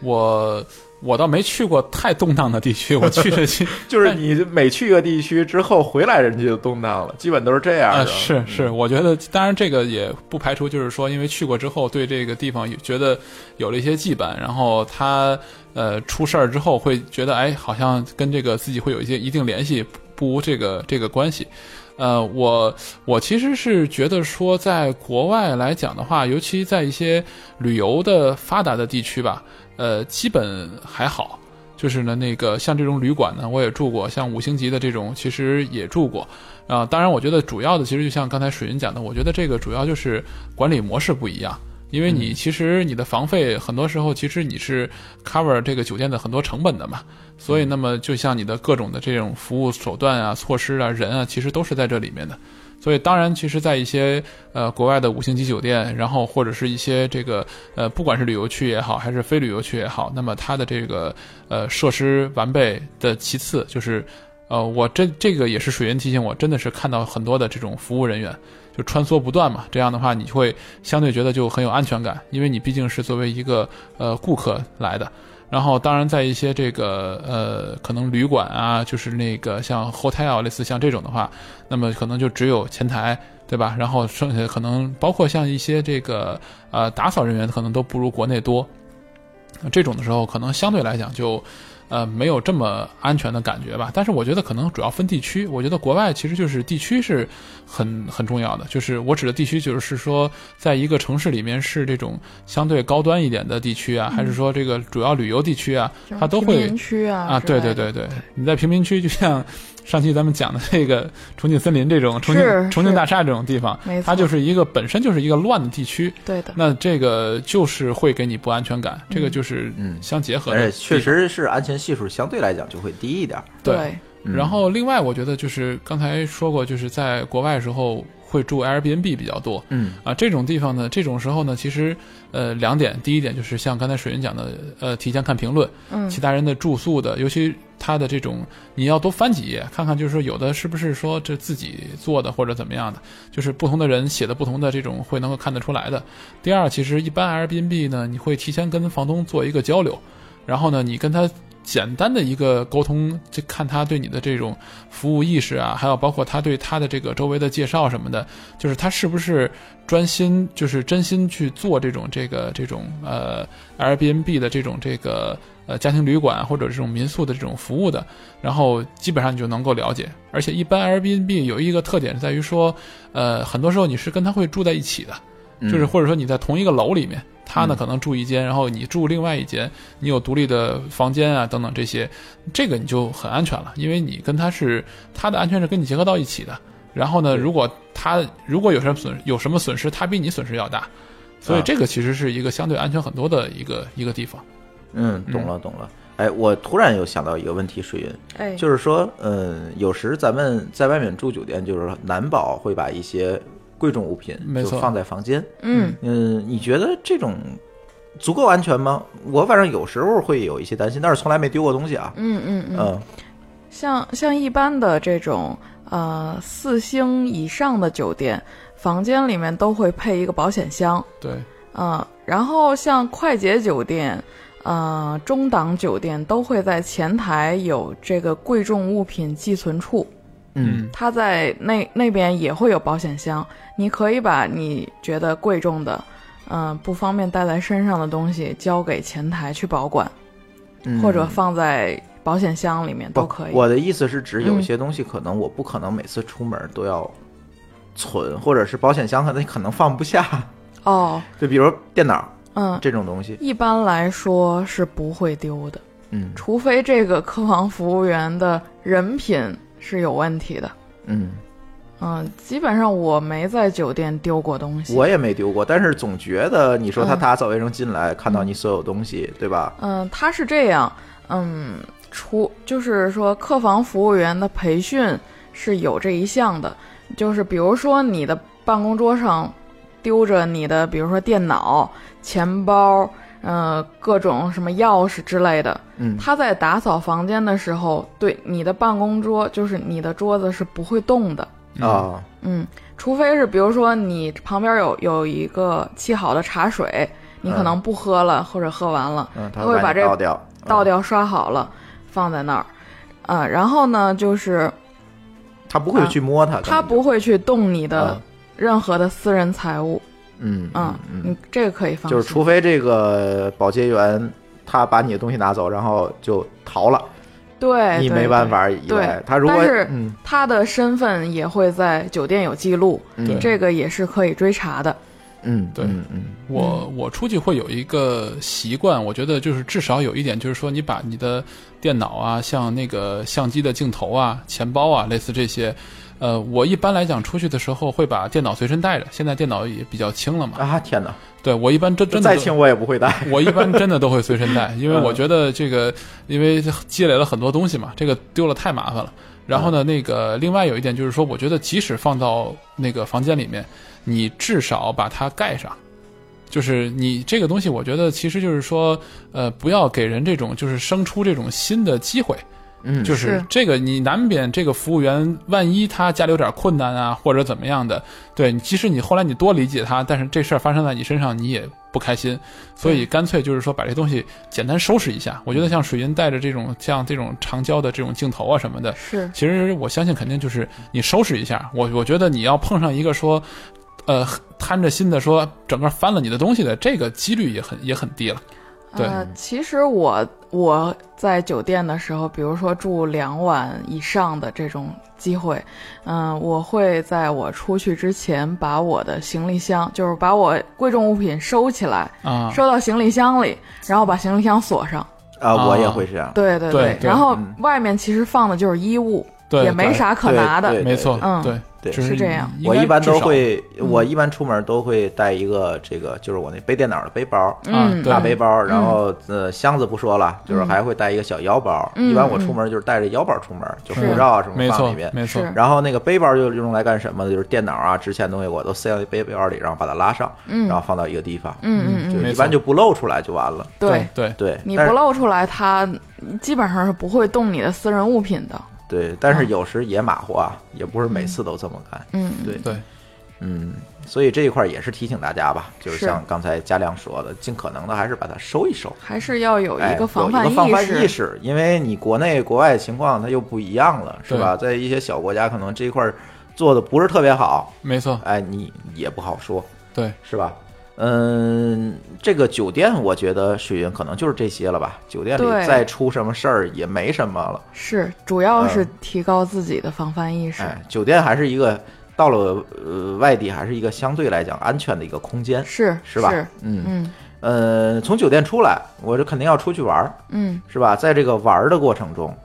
[SPEAKER 4] 我我倒没去过太动荡的地区，我去的 去
[SPEAKER 3] 就是你每去一个地区之后回来，人家就动荡了，基本都是这样
[SPEAKER 4] 啊、
[SPEAKER 3] 的。嗯
[SPEAKER 4] 是是，我觉得当然这个也不排除，就是说，因为去过之后对这个地方有觉得有了一些羁绊，然后他呃出事儿之后会觉得，哎，好像跟这个自己会有一些一定联系，不无这个这个关系。呃，我我其实是觉得说，在国外来讲的话，尤其在一些旅游的发达的地区吧，呃，基本还好。就是呢，那个像这种旅馆呢，我也住过，像五星级的这种，其实也住过。啊、当然，我觉得主要的其实就像刚才水云讲的，我觉得这个主要就是管理模式不一样。因为你其实你的房费很多时候其实你是 cover 这个酒店的很多成本的嘛，所以那么就像你的各种的这种服务手段啊、措施啊、人啊，其实都是在这里面的。所以当然，其实，在一些呃国外的五星级酒店，然后或者是一些这个呃，不管是旅游区也好，还是非旅游区也好，那么它的这个呃设施完备的其次就是。呃，我这这个也是水源提醒我，真的是看到很多的这种服务人员就穿梭不断嘛，这样的话你会相对觉得就很有安全感，因为你毕竟是作为一个呃顾客来的。然后，当然，在一些这个呃，可能旅馆啊，就是那个像 hotel 类似像这种的话，那么可能就只有前台，对吧？然后剩下可能包括像一些这个呃打扫人员，可能都不如国内多。这种的时候，可能相对来讲就，呃，没有这么安全的感觉吧。但是我觉得可能主要分地区，我觉得国外其实就是地区是很很重要的。就是我指的地区，就是说在一个城市里面是这种相对高端一点的地区啊，还是说这个主要旅游地区啊，它都
[SPEAKER 7] 贫
[SPEAKER 4] 会
[SPEAKER 7] 民区啊
[SPEAKER 4] 啊，对对，对对，你在贫民区，就像上期咱们讲的这个重庆森林这种重
[SPEAKER 7] 是
[SPEAKER 4] 庆重庆
[SPEAKER 7] 是
[SPEAKER 4] 大厦这种地方
[SPEAKER 7] 没，错
[SPEAKER 4] 它就是一个本身就是一个乱的地区，
[SPEAKER 7] 对的，
[SPEAKER 4] 那这个就是会给你不安全感，这个就是
[SPEAKER 3] 嗯
[SPEAKER 4] 相结合
[SPEAKER 3] 但
[SPEAKER 4] 的，
[SPEAKER 3] 是确。实是安全系数相对来讲就会低一点儿。
[SPEAKER 4] 对，
[SPEAKER 3] 嗯
[SPEAKER 4] 然后另外我觉得就是刚才说过，就是在国外的时候会住 Airbnb 比较多。
[SPEAKER 3] 嗯
[SPEAKER 4] 啊，这种地方呢，这种时候呢，其实，呃，两点，第一点就是像刚才水云讲的，呃，提前看评论，
[SPEAKER 7] 嗯
[SPEAKER 4] 其他人的住宿的，尤其他的这种，你要多翻几页，看看就是说有的是不是说这自己做的或者怎么样的，就是不同的人写的不同的这种会能够看得出来的。第二，其实一般 Airbnb 呢，你会提前跟房东做一个交流，然后呢，你跟他简单的一个沟通，就看他对你的这种服务意识啊，还有包括他对他的这个周围的介绍什么的，就是他是不是专心，就是真心去做这种这个这种呃 Airbnb 的这种这个呃家庭旅馆或者这种民宿的这种服务的，然后基本上你就能够了解。而且一般 Airbnb 有一个特点是在于说，呃，很多时候你是跟他会住在一起的，
[SPEAKER 9] 嗯
[SPEAKER 4] 就是或者说你在同一个楼里面，他呢可能住一间，然后你住另外一间，你有独立的房间啊等等这些，这个你就很安全了，因为你跟他是他的安全是跟你结合到一起的。然后呢，如果他如果有什么损有什么损失，他比你损失要大，所以
[SPEAKER 3] 啊
[SPEAKER 4] 这个其实是一个相对安全很多的一个一个地方。
[SPEAKER 3] 嗯，懂了懂了。哎，我突然又想到一个问题，水云，
[SPEAKER 7] 哎，
[SPEAKER 3] 就是说，嗯，有时咱们在外面住酒店，就是难保会把一些贵重物品
[SPEAKER 4] 没
[SPEAKER 3] 就
[SPEAKER 4] 错
[SPEAKER 3] 放在房间。
[SPEAKER 7] 嗯
[SPEAKER 3] 嗯，你觉得这种足够安全吗？我反正有时候会有一些担心，但是从来没丢过东西啊。
[SPEAKER 7] 嗯嗯嗯，
[SPEAKER 3] 嗯
[SPEAKER 7] 像像一般的这种呃四星以上的酒店，房间里面都会配一个保险箱，
[SPEAKER 4] 对，
[SPEAKER 7] 嗯，然后像快捷酒店。呃，中档酒店都会在前台有这个贵重物品寄存处，
[SPEAKER 4] 嗯
[SPEAKER 7] 它在那那边也会有保险箱，你可以把你觉得贵重的，嗯、不方便带在身上的东西交给前台去保管，
[SPEAKER 3] 嗯，
[SPEAKER 7] 或者放在保险箱里面
[SPEAKER 3] 不
[SPEAKER 7] 都可以。
[SPEAKER 3] 我的意思是指，有
[SPEAKER 7] 嗯
[SPEAKER 3] 些东西可能我不可能每次出门都要存，或者是保险箱可能可能放不下，
[SPEAKER 7] 哦，
[SPEAKER 3] 就比如电脑
[SPEAKER 7] 嗯，
[SPEAKER 3] 这种东西。
[SPEAKER 7] 一般来说是不会丢的，
[SPEAKER 3] 嗯
[SPEAKER 7] 除非这个客房服务员的人品是有问题的。
[SPEAKER 3] 嗯，
[SPEAKER 7] 嗯，基本上我没在酒店丢过东西。
[SPEAKER 3] 我也没丢过，但是总觉得你说他
[SPEAKER 7] 嗯
[SPEAKER 3] 打扫卫生进来，看到你所有东西，对吧？
[SPEAKER 7] 嗯，他是这样，嗯，除就是说客房服务员的培训是有这一项的，就是比如说你的办公桌上丢着你的，比如说电脑、钱包，呃，各种什么钥匙之类的，
[SPEAKER 3] 嗯
[SPEAKER 7] 他在打扫房间的时候，对你的办公桌，就是你的桌子是不会动的，
[SPEAKER 3] 啊，
[SPEAKER 7] 嗯，除非是比如说你旁边有有一个沏好的茶水，你可
[SPEAKER 3] 嗯
[SPEAKER 7] 能不喝了、或者喝完了，
[SPEAKER 3] 嗯，
[SPEAKER 7] 他
[SPEAKER 3] 会
[SPEAKER 7] 会把
[SPEAKER 3] 你
[SPEAKER 7] 这
[SPEAKER 3] 倒掉，
[SPEAKER 7] 倒
[SPEAKER 3] 嗯，
[SPEAKER 7] 掉刷好了，放在那儿。呃，然后呢，就是
[SPEAKER 3] 他不会去摸它，
[SPEAKER 7] 啊他
[SPEAKER 3] 根本就
[SPEAKER 7] 不，会去动你的
[SPEAKER 3] 嗯
[SPEAKER 7] 任何的私人财物，
[SPEAKER 3] 嗯
[SPEAKER 7] 嗯，
[SPEAKER 3] 嗯
[SPEAKER 7] 你这个可以放
[SPEAKER 3] 就是除非这个保洁员他把你的东西拿走，然后就逃了，
[SPEAKER 7] 对，
[SPEAKER 3] 你
[SPEAKER 7] 哎对
[SPEAKER 3] 没办。法以
[SPEAKER 7] 对
[SPEAKER 3] 外，他如果
[SPEAKER 7] 但是
[SPEAKER 3] 嗯
[SPEAKER 7] 他的身份也会在酒店有记录，
[SPEAKER 4] 对
[SPEAKER 3] 嗯
[SPEAKER 7] 这个也是可以追查的。
[SPEAKER 3] 嗯
[SPEAKER 4] 对
[SPEAKER 3] 嗯嗯
[SPEAKER 4] 我我出去会有一个习惯，我觉得就是至少有一点，就是说你把你的电脑啊，像那个相机的镜头啊、钱包啊，类似这些，呃，我一般来讲出去的时候会把电脑随身带着。现在电脑也比较轻了嘛，
[SPEAKER 3] 啊天哪，
[SPEAKER 4] 对我一般真真的
[SPEAKER 3] 再
[SPEAKER 4] 都
[SPEAKER 3] 轻我也不会带，
[SPEAKER 4] 我一般真的都会随身带，因为我觉得这个，因为积累了很多东西嘛，这个丢了太麻烦了。然后呢，那个另外有一点就是说，我觉得即使放到那个房间里面，你至少把它盖上。就是你这个东西，我觉得其实就是说，呃，不要给人这种就是生出这种新的机会。
[SPEAKER 3] 嗯
[SPEAKER 4] 就是是这个你难免这个服务员，万一他家里有点困难啊，或者怎么样的，对，你即使你后来你多理解他，但是这事儿发生在你身上，你也不开心，所以干脆就是说把这东西简单收拾一
[SPEAKER 7] 嗯
[SPEAKER 4] 下。我觉得像水银带着这种像这种长焦的这种镜头啊什么的，
[SPEAKER 7] 是，
[SPEAKER 4] 其实我相信肯定就是你收拾一下。我我觉得你要碰上一个说，呃，贪着心的说整个翻了你的东西的，这个几率也很也很低了。对
[SPEAKER 7] 呃，其实我我在酒店的时候，比如说住两晚以上的这种机会，嗯、我会在我出去之前把我的行李箱，就是把我贵重物品收起来，
[SPEAKER 4] 啊，
[SPEAKER 7] 收到行李箱里，然后把行李箱锁上。
[SPEAKER 3] 啊，我
[SPEAKER 4] 啊
[SPEAKER 3] 也会这样，
[SPEAKER 7] 对对
[SPEAKER 4] 对对
[SPEAKER 7] 然后
[SPEAKER 3] 嗯
[SPEAKER 7] 外面其实放的就是衣物，
[SPEAKER 4] 对啊
[SPEAKER 7] 也没
[SPEAKER 4] 对
[SPEAKER 7] 啥可拿的。
[SPEAKER 3] 对
[SPEAKER 4] 没错，
[SPEAKER 7] 嗯
[SPEAKER 4] 对
[SPEAKER 3] 对
[SPEAKER 4] 就是
[SPEAKER 7] 是这样
[SPEAKER 4] 应该
[SPEAKER 3] 我一般
[SPEAKER 4] 至
[SPEAKER 3] 都
[SPEAKER 4] 少
[SPEAKER 3] 会，
[SPEAKER 7] 嗯
[SPEAKER 3] 我一般出门都会带一个这个，就是我那背电脑的背包，
[SPEAKER 4] 啊，
[SPEAKER 7] 嗯
[SPEAKER 4] 对
[SPEAKER 3] 大背包，然后呃箱子不说了，就是还会带一个小腰包。
[SPEAKER 7] 嗯
[SPEAKER 3] 一般我出门就是带着腰包出门，就护照啊什么
[SPEAKER 4] 没
[SPEAKER 3] 放
[SPEAKER 4] 错
[SPEAKER 3] 里面，。
[SPEAKER 4] 没错，
[SPEAKER 7] 是
[SPEAKER 3] 然后那个背包就用来干什么呢？就是电脑啊、值钱的东西我都塞到背包里，然后把它拉上，然后放到一个地方，
[SPEAKER 7] 嗯嗯嗯，
[SPEAKER 3] 就
[SPEAKER 4] 没
[SPEAKER 3] 一
[SPEAKER 4] 错
[SPEAKER 3] 般就不露出来就完了。
[SPEAKER 7] 对。
[SPEAKER 4] 对
[SPEAKER 3] 对，
[SPEAKER 7] 你
[SPEAKER 3] 但
[SPEAKER 7] 不
[SPEAKER 3] 是
[SPEAKER 7] 露出来，他基本上是不会动你的私人物品的。
[SPEAKER 3] 对，但是有时也马虎啊，也不是每次都这么干。
[SPEAKER 7] 嗯，
[SPEAKER 3] 对
[SPEAKER 4] 对
[SPEAKER 3] 嗯，所以这一块儿也是提醒大家吧，就是
[SPEAKER 7] 是
[SPEAKER 3] 像刚才佳亮说的，尽可能的还是把它收一收。
[SPEAKER 7] 还是要有
[SPEAKER 3] 哎
[SPEAKER 7] 一个防
[SPEAKER 3] 有
[SPEAKER 7] 范
[SPEAKER 3] 一个防
[SPEAKER 7] 意
[SPEAKER 3] 范
[SPEAKER 7] 识。
[SPEAKER 3] 意识，因为你国内国外情况它又不一样了，是吧？在一些小国家，可能这一块儿做的不是特别好，
[SPEAKER 4] 没错，
[SPEAKER 3] 哎，你也不好说，
[SPEAKER 4] 对
[SPEAKER 3] 是吧？嗯，这个酒店我觉得水云可能就是这些了吧。酒店里
[SPEAKER 7] 对
[SPEAKER 3] 再出什么事儿也没什么了。
[SPEAKER 7] 是，主要是
[SPEAKER 3] 嗯
[SPEAKER 7] 提高自己的防范意识。
[SPEAKER 3] 哎，酒店还是一个到了呃外地，还是一个相对来讲安全的一个空间，
[SPEAKER 7] 是
[SPEAKER 3] 是吧？
[SPEAKER 7] 是
[SPEAKER 3] 嗯
[SPEAKER 7] 嗯
[SPEAKER 3] 呃，从酒店出来，我这肯定要出去玩儿，
[SPEAKER 7] 嗯
[SPEAKER 3] 是吧？在这个玩儿的过程中，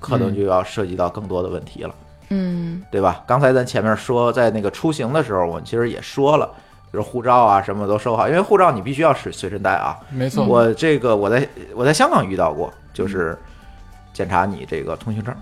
[SPEAKER 3] 可能
[SPEAKER 4] 嗯
[SPEAKER 3] 就要涉及到更多的问题了，
[SPEAKER 7] 嗯，
[SPEAKER 3] 对吧？刚才咱前面说，在那个出行的时候，我们其实也说了，就是护照啊什么都收好，因为护照你必须要随随身带啊。
[SPEAKER 4] 没
[SPEAKER 7] 嗯
[SPEAKER 4] 错，
[SPEAKER 3] 我这个我在我在香港遇到过，就是检查你这个通行证，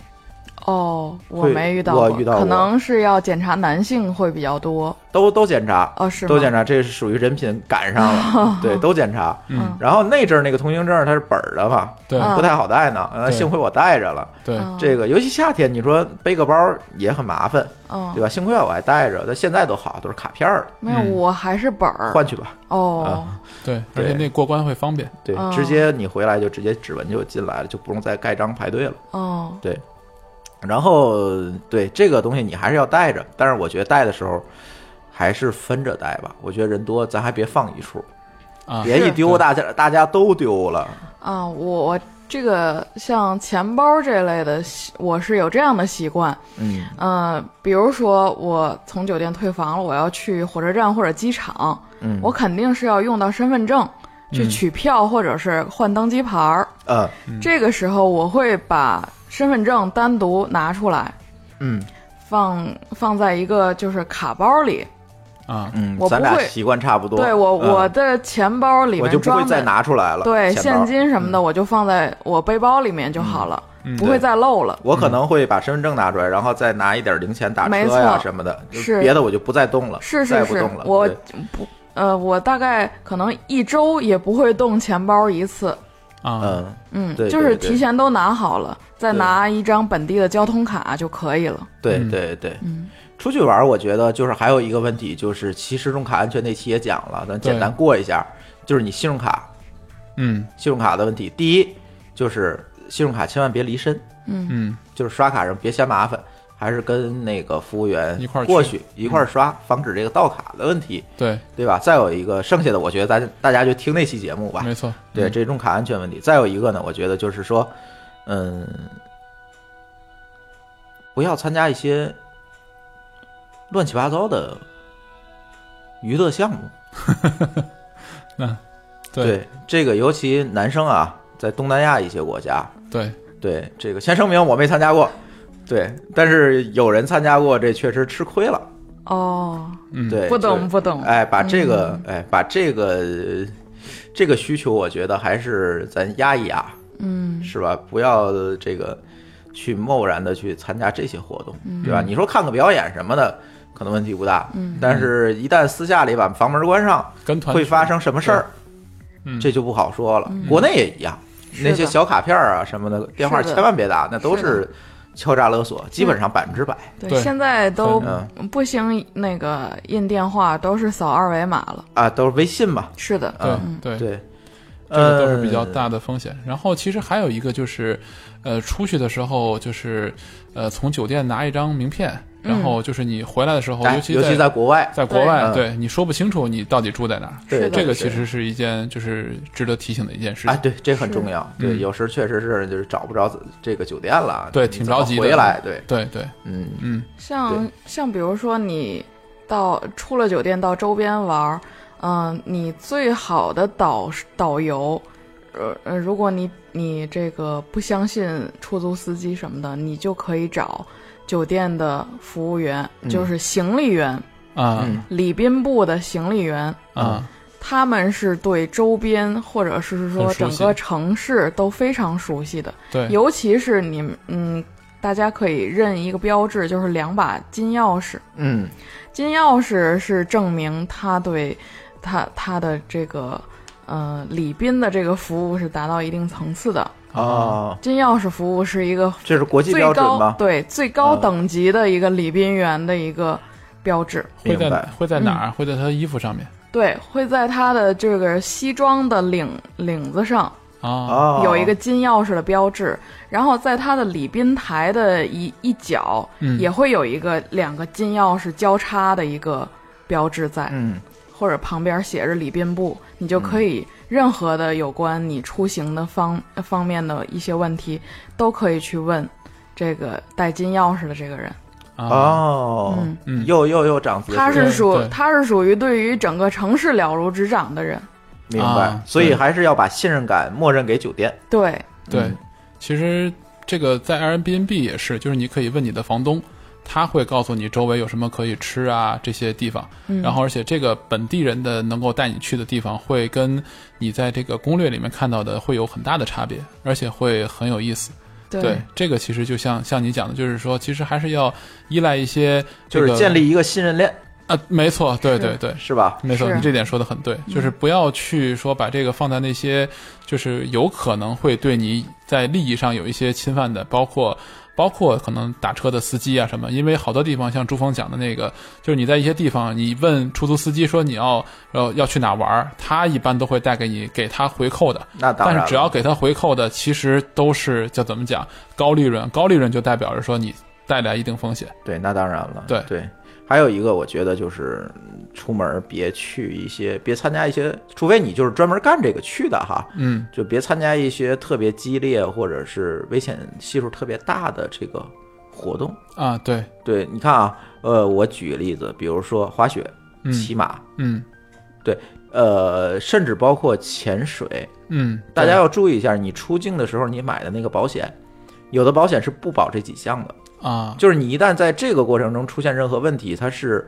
[SPEAKER 7] 哦，我
[SPEAKER 3] 会
[SPEAKER 7] 没遇到
[SPEAKER 3] 我
[SPEAKER 7] 过，
[SPEAKER 3] 遇到
[SPEAKER 7] 可
[SPEAKER 3] 过
[SPEAKER 7] 能是要检查男性会比较多。
[SPEAKER 3] 都都检查，
[SPEAKER 7] 哦，是吗？
[SPEAKER 3] 都检查，这是属于人品赶上 了，对，都检查。
[SPEAKER 4] 嗯，
[SPEAKER 3] 然后那阵儿那个通行证它是本儿的嘛，
[SPEAKER 4] 对
[SPEAKER 7] 嗯
[SPEAKER 3] 不太好带呢，呃
[SPEAKER 4] 对
[SPEAKER 3] 幸亏我带着了。
[SPEAKER 4] 对
[SPEAKER 7] 哦
[SPEAKER 3] 这个尤其夏天，你说背个包也很麻烦，
[SPEAKER 7] 哦
[SPEAKER 3] 对吧？幸亏啊我还带着，但现在都好，都是卡片儿了，
[SPEAKER 7] 没有，
[SPEAKER 4] 嗯
[SPEAKER 7] 我还是本儿。
[SPEAKER 3] 换去吧。
[SPEAKER 7] 哦
[SPEAKER 3] 啊，
[SPEAKER 4] 对，而
[SPEAKER 3] 对
[SPEAKER 4] 且那过关会方便，
[SPEAKER 3] 对
[SPEAKER 7] 哦，
[SPEAKER 3] 直接你回来就直接指纹就进来了，就不用再盖章排队了。
[SPEAKER 7] 哦，
[SPEAKER 3] 然后对这个东西你还是要带着，但是我觉得带的时候还是分着带吧。我觉得人多，咱还别放一处，
[SPEAKER 4] 啊，
[SPEAKER 3] 别一
[SPEAKER 7] 是
[SPEAKER 3] 丢
[SPEAKER 4] 对
[SPEAKER 3] 大家大家都丢了。
[SPEAKER 7] 啊，我我这个像钱包这类的习，我是有这样的习惯。
[SPEAKER 3] 嗯
[SPEAKER 7] 呃，比如说我从酒店退房了，我要去火车站或者机场，
[SPEAKER 3] 嗯，
[SPEAKER 7] 我肯定是要用到身份证去取票或者是换登机牌儿。
[SPEAKER 3] 呃
[SPEAKER 7] 这个时候我会把身份证单独拿出来，
[SPEAKER 3] 嗯
[SPEAKER 7] 放放在一个就是卡包里。
[SPEAKER 4] 啊，
[SPEAKER 3] 嗯，
[SPEAKER 7] 我
[SPEAKER 3] 咱
[SPEAKER 7] 不
[SPEAKER 3] 俩
[SPEAKER 7] 会
[SPEAKER 3] 习惯差不多。
[SPEAKER 7] 对我、
[SPEAKER 3] 嗯
[SPEAKER 7] 我的钱包里
[SPEAKER 3] 我就
[SPEAKER 7] 面
[SPEAKER 3] 不会
[SPEAKER 7] 装
[SPEAKER 3] 再
[SPEAKER 7] 的。
[SPEAKER 3] 拿出来了。
[SPEAKER 7] 对
[SPEAKER 3] 钱包嗯
[SPEAKER 7] 现。金什么的，我就放在我背包里面就好了，不
[SPEAKER 3] 对
[SPEAKER 7] 会再漏了。
[SPEAKER 3] 我可
[SPEAKER 4] 嗯
[SPEAKER 3] 能会把身份证拿出来，然后再拿一点零钱打
[SPEAKER 7] 没
[SPEAKER 3] 车呀
[SPEAKER 7] 错
[SPEAKER 3] 什么的，就是别的我就不再动了，
[SPEAKER 7] 是
[SPEAKER 3] 再也
[SPEAKER 7] 是
[SPEAKER 3] 不
[SPEAKER 7] 是
[SPEAKER 3] 动，了。
[SPEAKER 7] 我
[SPEAKER 3] 对
[SPEAKER 7] 不呃，我大概可能一周也不会动钱包一次，
[SPEAKER 4] 啊，
[SPEAKER 3] 嗯，
[SPEAKER 7] 嗯，
[SPEAKER 3] 对
[SPEAKER 7] 就
[SPEAKER 3] 对
[SPEAKER 7] 是
[SPEAKER 3] 对
[SPEAKER 7] 提前都拿好了，再
[SPEAKER 3] 对
[SPEAKER 7] 拿一张本地的交通卡就可以了。
[SPEAKER 3] 对
[SPEAKER 4] 嗯
[SPEAKER 3] 对对
[SPEAKER 7] 嗯。
[SPEAKER 3] 出去玩儿，我觉得就是还有一个问题，就是其实信用卡安全那期也讲了，咱简单过一下，就是你信用卡
[SPEAKER 4] 嗯
[SPEAKER 3] 信用卡的问题。第一就是信用卡千万别离身，
[SPEAKER 7] 嗯
[SPEAKER 4] 嗯，
[SPEAKER 3] 就是刷卡人别嫌麻烦，还是跟那个服务员
[SPEAKER 4] 一块儿
[SPEAKER 3] 过
[SPEAKER 4] 去嗯
[SPEAKER 3] 去一块儿刷，防止这个盗卡的问题，
[SPEAKER 4] 对，
[SPEAKER 3] 对吧？再有一个剩下的，我觉得大家大家就听那期节目吧，
[SPEAKER 4] 没错，
[SPEAKER 3] 对
[SPEAKER 4] 嗯
[SPEAKER 3] 这种卡安全问题。再有一个呢，我觉得就是说，嗯，不要参加一些乱七八糟的娱乐项目。
[SPEAKER 4] 对
[SPEAKER 3] 这个，尤其男生啊，在东南亚一些国家，
[SPEAKER 4] 对，
[SPEAKER 3] 对这个先声明，我没参加过。对，但是有人参加过，这确实吃亏了。
[SPEAKER 7] 哦，
[SPEAKER 4] 嗯，
[SPEAKER 3] 对，
[SPEAKER 7] 不
[SPEAKER 3] 就
[SPEAKER 7] 懂不懂，
[SPEAKER 3] 哎，把这个，哎，把这个，这个需求，我觉得还是咱啊压一压，
[SPEAKER 7] 嗯，
[SPEAKER 3] 是吧？不要这个去贸然的去参加这些活动，
[SPEAKER 4] 嗯
[SPEAKER 7] 嗯
[SPEAKER 3] 对吧？你说看个表演什么的，可能问题不大，但是一旦私下里把房门关上，
[SPEAKER 4] 跟嗯团
[SPEAKER 3] 会
[SPEAKER 4] 去
[SPEAKER 3] 发生什么事儿，
[SPEAKER 4] 嗯
[SPEAKER 3] 这就不好说了。国内也一样，
[SPEAKER 7] 是
[SPEAKER 3] 那些
[SPEAKER 7] 的
[SPEAKER 3] 小卡片儿啊什么的，电话
[SPEAKER 7] 是的
[SPEAKER 3] 千万别打，那都
[SPEAKER 7] 是
[SPEAKER 3] 是敲诈勒索，基本上百分之百。
[SPEAKER 4] 对
[SPEAKER 7] 对，现在都
[SPEAKER 4] 哦
[SPEAKER 3] 嗯
[SPEAKER 7] 不兴那个印电话，都是扫二维码了。
[SPEAKER 3] 啊，都是微信嘛，
[SPEAKER 7] 是的，
[SPEAKER 4] 对
[SPEAKER 3] 嗯
[SPEAKER 4] 对
[SPEAKER 3] 对，
[SPEAKER 4] 这个都是比较
[SPEAKER 3] 嗯
[SPEAKER 4] 大的风险。然后其实还有一个就是，呃，出去的时候就是，呃，从酒店拿一张名片，然后就是你回来的时候，
[SPEAKER 3] 哎
[SPEAKER 4] 尤其
[SPEAKER 3] 尤其在国外，
[SPEAKER 4] 在国外，
[SPEAKER 3] 对
[SPEAKER 4] 对你说不清楚你到底住在哪儿。
[SPEAKER 3] 嗯对
[SPEAKER 7] 是的
[SPEAKER 4] 这个其实是一件就是值得提醒的一件事
[SPEAKER 3] 啊，
[SPEAKER 4] 情。
[SPEAKER 3] 对，这很重要。对，
[SPEAKER 4] 嗯
[SPEAKER 3] 有时确实是就是找不着这个酒店了，
[SPEAKER 4] 对
[SPEAKER 3] 你
[SPEAKER 4] 挺
[SPEAKER 3] 怎么
[SPEAKER 4] 着急的
[SPEAKER 3] 回来，对，
[SPEAKER 4] 对对，
[SPEAKER 3] 嗯，
[SPEAKER 4] 嗯，
[SPEAKER 7] 像像比如说你到出了酒店到周边玩儿，嗯、你最好的导导游，呃呃，如果你你这个不相信出租司机什么的，你就可以找酒店的服务员，就是
[SPEAKER 4] 嗯
[SPEAKER 7] 行李员，
[SPEAKER 4] 啊
[SPEAKER 3] 嗯
[SPEAKER 7] 礼宾部的行李员，
[SPEAKER 4] 啊
[SPEAKER 7] 他们是对周边或者是说
[SPEAKER 4] 很熟
[SPEAKER 7] 整
[SPEAKER 4] 悉
[SPEAKER 7] 个城市都非常熟悉的，
[SPEAKER 4] 对，
[SPEAKER 7] 尤其是你们嗯，大家可以认一个标志，就是两把金钥匙。
[SPEAKER 3] 嗯，
[SPEAKER 7] 金钥匙是证明他对他他的这个呃礼宾的这个服务是达到一定层次的。
[SPEAKER 3] 哦，
[SPEAKER 7] 金钥匙服务是一个
[SPEAKER 3] 这是国际
[SPEAKER 7] 最
[SPEAKER 3] 标准
[SPEAKER 7] 高
[SPEAKER 3] 吗？
[SPEAKER 7] 对最高
[SPEAKER 3] 啊
[SPEAKER 7] 等级的一个礼宾员的一个标志。
[SPEAKER 4] 会
[SPEAKER 3] 明
[SPEAKER 4] 在
[SPEAKER 3] 白嗯
[SPEAKER 4] 会在哪儿？会在他的衣服上面
[SPEAKER 7] 对，会在他的这个西装的领领子上
[SPEAKER 4] 啊
[SPEAKER 3] 哦，
[SPEAKER 7] 有一个金钥匙的标志，然后在他的礼宾台的一一角、
[SPEAKER 4] 嗯
[SPEAKER 7] 也会有一个两个金钥匙交叉的一个标志在。
[SPEAKER 3] 嗯，
[SPEAKER 7] 或者旁边写着礼宾部，你就可以任何的有关你出行的方方面的一些问题，都可以去问这个带金钥匙的这个人。
[SPEAKER 4] 啊
[SPEAKER 3] 哦
[SPEAKER 7] 嗯，
[SPEAKER 4] 嗯
[SPEAKER 3] 又又又长姿势，
[SPEAKER 7] 他是属
[SPEAKER 4] 对
[SPEAKER 7] 他是属于对于整个城市了如指掌的人。
[SPEAKER 3] 明白
[SPEAKER 4] 啊，
[SPEAKER 3] 所以
[SPEAKER 4] 对
[SPEAKER 3] 还是要把信任感默认给酒店。
[SPEAKER 7] 对，
[SPEAKER 4] 对
[SPEAKER 3] 嗯，
[SPEAKER 4] 其实这个在 Airbnb 也是，就是你可以问你的房东，他会告诉你周围有什么可以吃啊这些地方。
[SPEAKER 7] 嗯
[SPEAKER 4] 然后，而且这个本地人的能够带你去的地方，会跟你在这个攻略里面看到的会有很大的差别，而且会很有意思。
[SPEAKER 7] 对
[SPEAKER 4] 这个其实就像像你讲的，就是说，其实还是要依赖一些、这
[SPEAKER 3] 就
[SPEAKER 4] 个，
[SPEAKER 3] 是建立一个信任链，
[SPEAKER 4] 啊，没错，对
[SPEAKER 7] 是
[SPEAKER 4] 对对，
[SPEAKER 3] 是吧？
[SPEAKER 4] 没错，
[SPEAKER 7] 是
[SPEAKER 4] 你这点说的很对，就是不要去说把这个放在那些就是有可能会对你在利益上有一些侵犯的，包括包括可能打车的司机啊什么，因为好多地方像朱峰讲的那个，就是你在一些地方你问出租司机说你要呃要要去哪玩儿，他一般都会带给你给他回扣的，
[SPEAKER 3] 那当然
[SPEAKER 4] 但是
[SPEAKER 3] 了，
[SPEAKER 4] 只要给他回扣的，其实都是叫怎么讲高利润，高利润就代表着说你带来一定风险，
[SPEAKER 3] 对，那当然了，
[SPEAKER 4] 对
[SPEAKER 3] 对。还有一个，我觉得就是嗯出门别去一些，别参加一些，除非你就是专门干这个去的哈，
[SPEAKER 4] 嗯，
[SPEAKER 3] 就别参加一些特别激烈或者是危险系数特别大的这个活动。
[SPEAKER 4] 啊对，
[SPEAKER 3] 对，你看啊，呃，我举个例子，比如说滑雪、
[SPEAKER 4] 嗯
[SPEAKER 3] 骑马，
[SPEAKER 4] 嗯
[SPEAKER 3] 呃，甚至包括潜水，
[SPEAKER 4] 嗯，
[SPEAKER 3] 大家要注意一下，你出境的时候你买的那个保险，有的保险是不保这几项的，
[SPEAKER 4] 啊
[SPEAKER 3] 就是你一旦在这个过程中出现任何问题，它是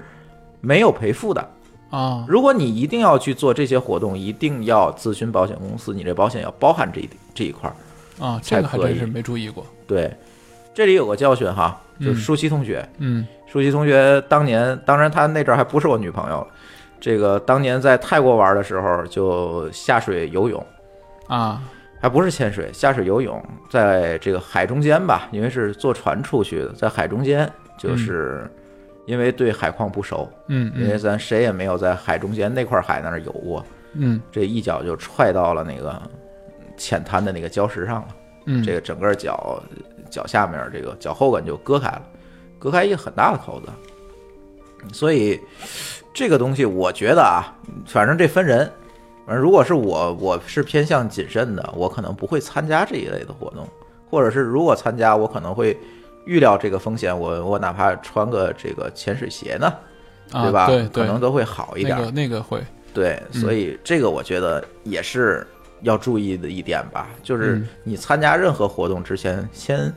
[SPEAKER 3] 没有赔付的。
[SPEAKER 4] 啊
[SPEAKER 3] 如果你一定要去做这些活动，一定要咨询保险公司，你这保险要包含这一这一块儿。
[SPEAKER 4] 啊，
[SPEAKER 3] 才
[SPEAKER 4] 这个还
[SPEAKER 3] 可
[SPEAKER 4] 真
[SPEAKER 3] 以
[SPEAKER 4] 是没注意过。
[SPEAKER 3] 对，这里有个教训哈，就是
[SPEAKER 4] 嗯
[SPEAKER 3] 舒淇同学，
[SPEAKER 4] 嗯
[SPEAKER 3] 舒淇同学当年，当然她那阵儿还不是我女朋友，这个当年在泰国玩的时候就下水游泳。
[SPEAKER 4] 啊
[SPEAKER 3] 还不是潜水，下水游泳，在这个海中间吧，因为是坐船出去的，在海中间，就是因为对海况不熟，
[SPEAKER 4] 嗯
[SPEAKER 3] 因为
[SPEAKER 4] 嗯
[SPEAKER 3] 咱谁也没有在海中间那块海那儿游过，
[SPEAKER 4] 嗯
[SPEAKER 3] 这一脚就踹到了那个浅滩的那个礁石上了，
[SPEAKER 4] 嗯，
[SPEAKER 3] 这个整个脚脚下面这个脚后跟就割开了，割开一个很大的口子，所以这个东西我觉得啊，反正这分人。反正如果是我，我是偏向谨慎的，我可能不会参加这一类的活动，或者是如果参加，我可能会预料这个风险，我我哪怕穿个这个潜水鞋呢，
[SPEAKER 4] 啊
[SPEAKER 3] 吧？
[SPEAKER 4] 对
[SPEAKER 3] 可
[SPEAKER 4] 对，
[SPEAKER 3] 能都会好一点。
[SPEAKER 4] 那个那个会
[SPEAKER 3] 对，
[SPEAKER 4] 嗯
[SPEAKER 3] 所以这个我觉得也是要注意的一点吧，就是
[SPEAKER 4] 嗯
[SPEAKER 3] 你参加任何活动之前，先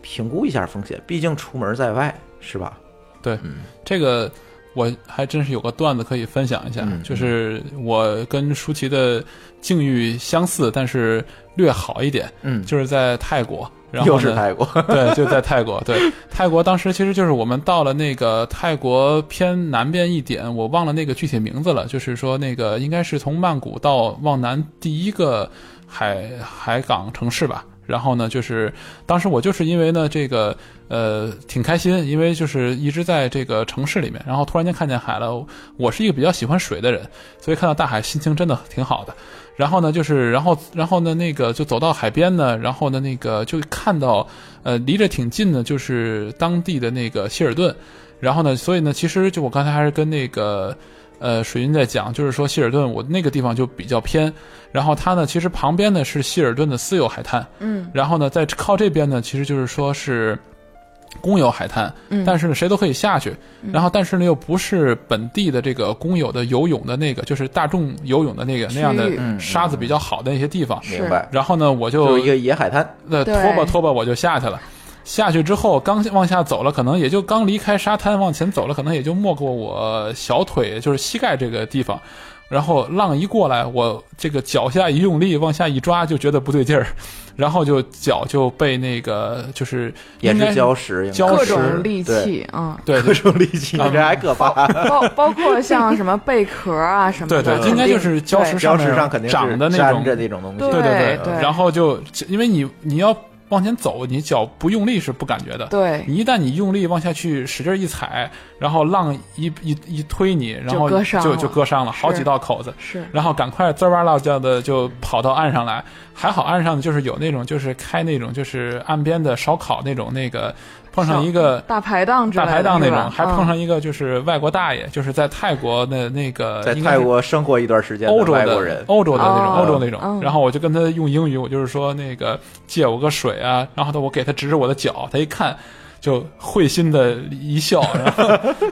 [SPEAKER 3] 评估一下风险，毕竟出门在外是吧？嗯
[SPEAKER 4] 这个。我还真是有个段子可以分享一下，
[SPEAKER 3] 嗯
[SPEAKER 4] 就是我跟舒淇的境遇相似，但是略好一点，
[SPEAKER 3] 嗯，
[SPEAKER 4] 就是在泰国，然
[SPEAKER 3] 又
[SPEAKER 4] 后
[SPEAKER 3] 是
[SPEAKER 4] 呢，
[SPEAKER 3] 泰国，
[SPEAKER 4] 对，就在泰国，对，泰国当时其实就是我们到了那个泰国偏南边一点，我忘了那个具体名字了，就是说那个应该是从曼谷到往南第一个海海港城市吧，然后呢，就是当时我就是因为呢这个呃挺开心，因为就是一直在这个城市里面，然后突然间看见海了。我是一个比较喜欢水的人，所以看到大海心情真的挺好的。然后呢，就是然后然后呢那个就走到海边呢，然后呢那个就看到呃离着挺近的，就是当地的那个希尔顿。然后呢，所以呢，其实就我刚才还是跟那个。呃，水云在讲，就是说希尔顿，我那个地方就比较偏，然后它呢，其实旁边呢是希尔顿的私有海滩，
[SPEAKER 7] 嗯，
[SPEAKER 4] 然后呢，在靠这边呢，其实就是说是公有海滩，
[SPEAKER 7] 嗯
[SPEAKER 4] 但是呢，谁都可以下去，然后但是呢，又不是本地的这个公有的游泳的那个，就是大众游泳的那个那样
[SPEAKER 7] 区域
[SPEAKER 4] 的沙子比较好的那些地方，
[SPEAKER 7] 是
[SPEAKER 3] 明白，
[SPEAKER 4] 然后呢，我
[SPEAKER 3] 嗯就
[SPEAKER 4] 就
[SPEAKER 3] 一个野海滩，
[SPEAKER 4] 那
[SPEAKER 7] 对
[SPEAKER 4] 拖吧拖吧，我就下去了。下去之后，刚往下走了，可能也就刚离开沙滩往前走了，可能也就没过我小腿，就是膝盖这个地方。然后浪一过来，我这个脚下一用力，往下一抓，就觉得不对劲儿，然后就脚就被那个就是
[SPEAKER 3] 也
[SPEAKER 4] 应该
[SPEAKER 3] 是礁石，应该
[SPEAKER 4] 礁
[SPEAKER 7] 各
[SPEAKER 4] 当时
[SPEAKER 7] 种利
[SPEAKER 3] 对
[SPEAKER 7] 器，嗯，
[SPEAKER 4] 对
[SPEAKER 3] 各种力气，
[SPEAKER 4] 啊
[SPEAKER 3] 这还可怕。
[SPEAKER 7] 包包括像什么贝壳啊什么
[SPEAKER 4] 对
[SPEAKER 7] 的，
[SPEAKER 4] 对，
[SPEAKER 7] 肯定
[SPEAKER 4] 应该就是礁石
[SPEAKER 7] 对
[SPEAKER 3] 礁
[SPEAKER 4] 上
[SPEAKER 3] 石
[SPEAKER 4] 面
[SPEAKER 3] 上肯定是
[SPEAKER 4] 长的那
[SPEAKER 3] 粘
[SPEAKER 4] 种
[SPEAKER 3] 着那种东西，
[SPEAKER 4] 对对
[SPEAKER 7] 对
[SPEAKER 4] 然后就因为你你要往前走，你脚不用力是不感觉的。
[SPEAKER 7] 对，
[SPEAKER 4] 你一旦你用力往下去使劲一踩，然后浪一一一推你，然后
[SPEAKER 7] 就割伤
[SPEAKER 4] 就
[SPEAKER 7] 了
[SPEAKER 4] 就割伤了，
[SPEAKER 7] 是
[SPEAKER 4] 好几道口子。
[SPEAKER 7] 是
[SPEAKER 4] 然后赶快滋儿哇啦叫的就跑到岸上来，还好岸上就是有那种就是开那种就是岸边的烧烤那种那个，碰上一个
[SPEAKER 7] 大排档之类
[SPEAKER 4] 大
[SPEAKER 7] 的
[SPEAKER 4] 排档那
[SPEAKER 7] 是
[SPEAKER 4] 种，
[SPEAKER 7] 吧
[SPEAKER 4] 还碰上
[SPEAKER 7] 嗯
[SPEAKER 4] 一个就是外国大爷，就是在泰国的那个
[SPEAKER 3] 在
[SPEAKER 4] 应该
[SPEAKER 3] 泰
[SPEAKER 4] 是
[SPEAKER 3] 国生活一段时间
[SPEAKER 4] 欧洲
[SPEAKER 3] 外
[SPEAKER 4] 的
[SPEAKER 3] 国人，
[SPEAKER 4] 欧洲的那种，
[SPEAKER 7] 哦
[SPEAKER 4] 欧洲那种
[SPEAKER 7] 嗯。
[SPEAKER 4] 然后我就跟他用英语，我就是说那个借我个水啊，然后他我给他指指我的脚，他一看。就会心的一笑，然后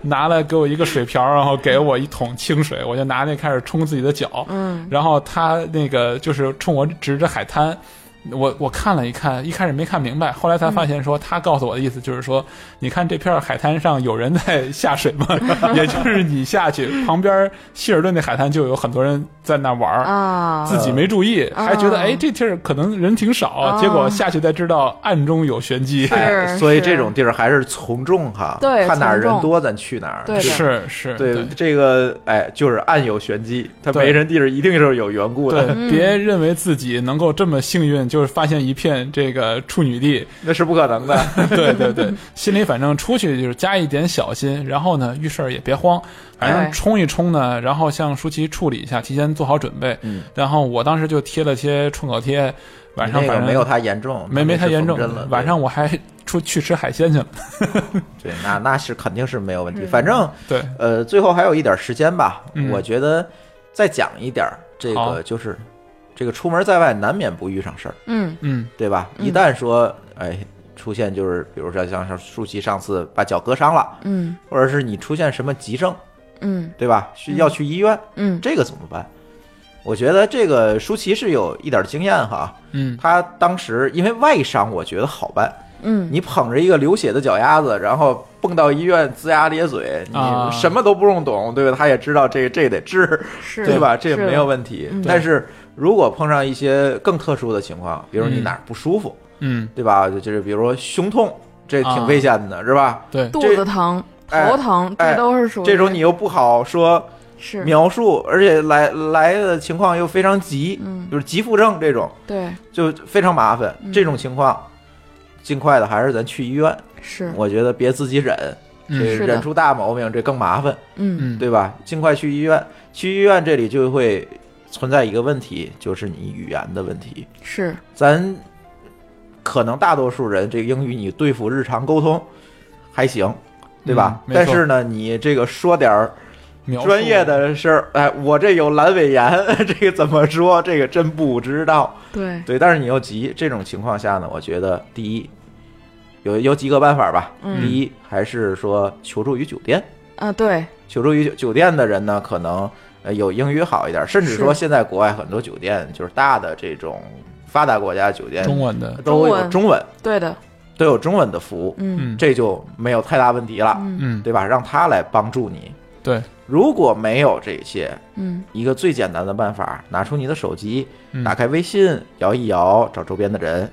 [SPEAKER 4] 拿来给我一个水瓢，然后给我一桶清水，我就拿那开始冲自己的脚，
[SPEAKER 7] 嗯，
[SPEAKER 4] 然后他那个就是冲我指着海滩，我我看了一看，一开始没看明白，后来才发现说、他告诉我的意思就是说，你看这片海滩上有人在下水吗？ 也就是你下去，旁边希尔顿那海滩就有很多人在那玩儿。
[SPEAKER 7] 啊，
[SPEAKER 4] 自己没注意，还觉得哎，这地儿可能人挺少，结果下去才知道暗中有玄机。
[SPEAKER 3] 哎
[SPEAKER 7] 是
[SPEAKER 3] 所以
[SPEAKER 7] 是
[SPEAKER 3] 这种地儿还是从众哈，
[SPEAKER 7] 对
[SPEAKER 3] 看哪儿
[SPEAKER 7] 从
[SPEAKER 3] 人
[SPEAKER 7] 众
[SPEAKER 3] 多咱去哪儿。
[SPEAKER 7] 对的
[SPEAKER 4] 是是，
[SPEAKER 3] 对这个，哎，就是暗有玄机，他
[SPEAKER 4] 对
[SPEAKER 3] 没人地儿一定是有缘故的，
[SPEAKER 4] 对，别认为自己能够这么幸运，就是发现一片这个处女地，
[SPEAKER 3] 那是不可能的。
[SPEAKER 4] 对对对，心里反正出去就是加一点小心，然后呢遇事儿也别慌，反正
[SPEAKER 7] 哎
[SPEAKER 4] 冲一冲呢，然后向舒淇处理一下，提前做好准备。
[SPEAKER 3] 嗯，
[SPEAKER 4] 然后我当时就贴了贴创口贴，晚上
[SPEAKER 3] 你那个
[SPEAKER 4] 反正
[SPEAKER 3] 没有他严重，
[SPEAKER 4] 没没
[SPEAKER 3] 他
[SPEAKER 4] 太严重
[SPEAKER 3] 真了。，对
[SPEAKER 4] 晚上我还出去吃海鲜去了。
[SPEAKER 3] 对，那那是肯定是没有问题。反正
[SPEAKER 4] 对，
[SPEAKER 3] 呃，最后还有一点时间吧，
[SPEAKER 4] 嗯
[SPEAKER 3] 我觉得再讲一点儿，这
[SPEAKER 4] 好
[SPEAKER 3] 个就是这个出门在外难免不遇上事儿，
[SPEAKER 7] 嗯
[SPEAKER 4] 嗯，
[SPEAKER 3] 对吧？
[SPEAKER 7] 嗯
[SPEAKER 3] 一旦说哎出现就是，比如说像像舒淇上次把脚割伤了，
[SPEAKER 7] 嗯
[SPEAKER 3] 或者是你出现什么急症，
[SPEAKER 7] 嗯
[SPEAKER 3] 对吧？需要去医院，
[SPEAKER 7] 嗯
[SPEAKER 3] 这个怎么办？我觉得这个舒淇是有一点经验哈，
[SPEAKER 4] 嗯
[SPEAKER 3] 她当时因为外伤，我觉得好办，
[SPEAKER 7] 嗯，
[SPEAKER 3] 你捧着一个流血的脚丫子，然后蹦到医院龇牙咧嘴，你
[SPEAKER 4] 啊
[SPEAKER 3] 什么都不用懂，对吧？他也知道这这得治，
[SPEAKER 7] 是
[SPEAKER 3] 对吧？这也
[SPEAKER 7] 是的
[SPEAKER 3] 没有问题
[SPEAKER 7] 嗯。
[SPEAKER 3] 但是如果碰上一些更特殊的情况，比如你
[SPEAKER 4] 嗯
[SPEAKER 3] 哪儿不舒服，
[SPEAKER 4] 嗯，
[SPEAKER 3] 对吧？就就是比如说胸痛，这
[SPEAKER 4] 啊
[SPEAKER 3] 挺危险的，是吧？
[SPEAKER 4] 对，
[SPEAKER 7] 肚子疼、
[SPEAKER 3] 哎
[SPEAKER 7] 头疼，
[SPEAKER 3] 哎
[SPEAKER 7] 这都是属于
[SPEAKER 3] 这种你又不好说
[SPEAKER 7] 是
[SPEAKER 3] 描述，而且来来的情况又非常急，
[SPEAKER 7] 嗯
[SPEAKER 3] 就是急腹症这种
[SPEAKER 7] 对
[SPEAKER 3] 就非常麻烦。
[SPEAKER 7] 嗯
[SPEAKER 3] 这种情况，尽快的还是咱去医院，
[SPEAKER 7] 是
[SPEAKER 3] 我觉得别自己忍。
[SPEAKER 4] 嗯
[SPEAKER 3] 这
[SPEAKER 7] 是的
[SPEAKER 3] 忍出大毛病，这更麻烦，
[SPEAKER 7] 嗯
[SPEAKER 4] 嗯，
[SPEAKER 3] 对吧？尽快去医院。去医院这里就会存在一个问题，就是你语言的问题。
[SPEAKER 7] 是
[SPEAKER 3] 咱可能大多数人这个英语你对付日常沟通还行，对吧？
[SPEAKER 4] 嗯没
[SPEAKER 3] 但
[SPEAKER 4] 错
[SPEAKER 3] 是呢，你这个说点儿
[SPEAKER 4] 描述
[SPEAKER 3] 专业的事儿，哎，我这有阑尾炎， 这个怎么说？这个真不知道。
[SPEAKER 7] 对
[SPEAKER 3] 对，但是你又急，这种情况下呢，我觉得第一有有几个办法吧。
[SPEAKER 7] 嗯
[SPEAKER 3] 第一还是说求助于酒店。
[SPEAKER 7] 啊对
[SPEAKER 3] 求助于酒酒店的人呢，可能呃有英语好一点，甚至说
[SPEAKER 7] 是
[SPEAKER 3] 现在国外很多酒店就是大的这种发达国家的酒店
[SPEAKER 4] 中文的，
[SPEAKER 3] 都
[SPEAKER 7] 中
[SPEAKER 3] 有
[SPEAKER 7] 文
[SPEAKER 3] 中文，
[SPEAKER 7] 对的
[SPEAKER 3] 都有中文的服务，
[SPEAKER 7] 嗯
[SPEAKER 4] 嗯
[SPEAKER 3] 这就没有太大问题了，
[SPEAKER 7] 嗯
[SPEAKER 4] 嗯，
[SPEAKER 3] 对吧？让他来帮助你。
[SPEAKER 4] 对，
[SPEAKER 3] 如果没有这些，
[SPEAKER 7] 嗯
[SPEAKER 3] 一个最简单的办法，拿出你的手机，
[SPEAKER 4] 嗯
[SPEAKER 3] 打开微信，摇一摇，找周边的人，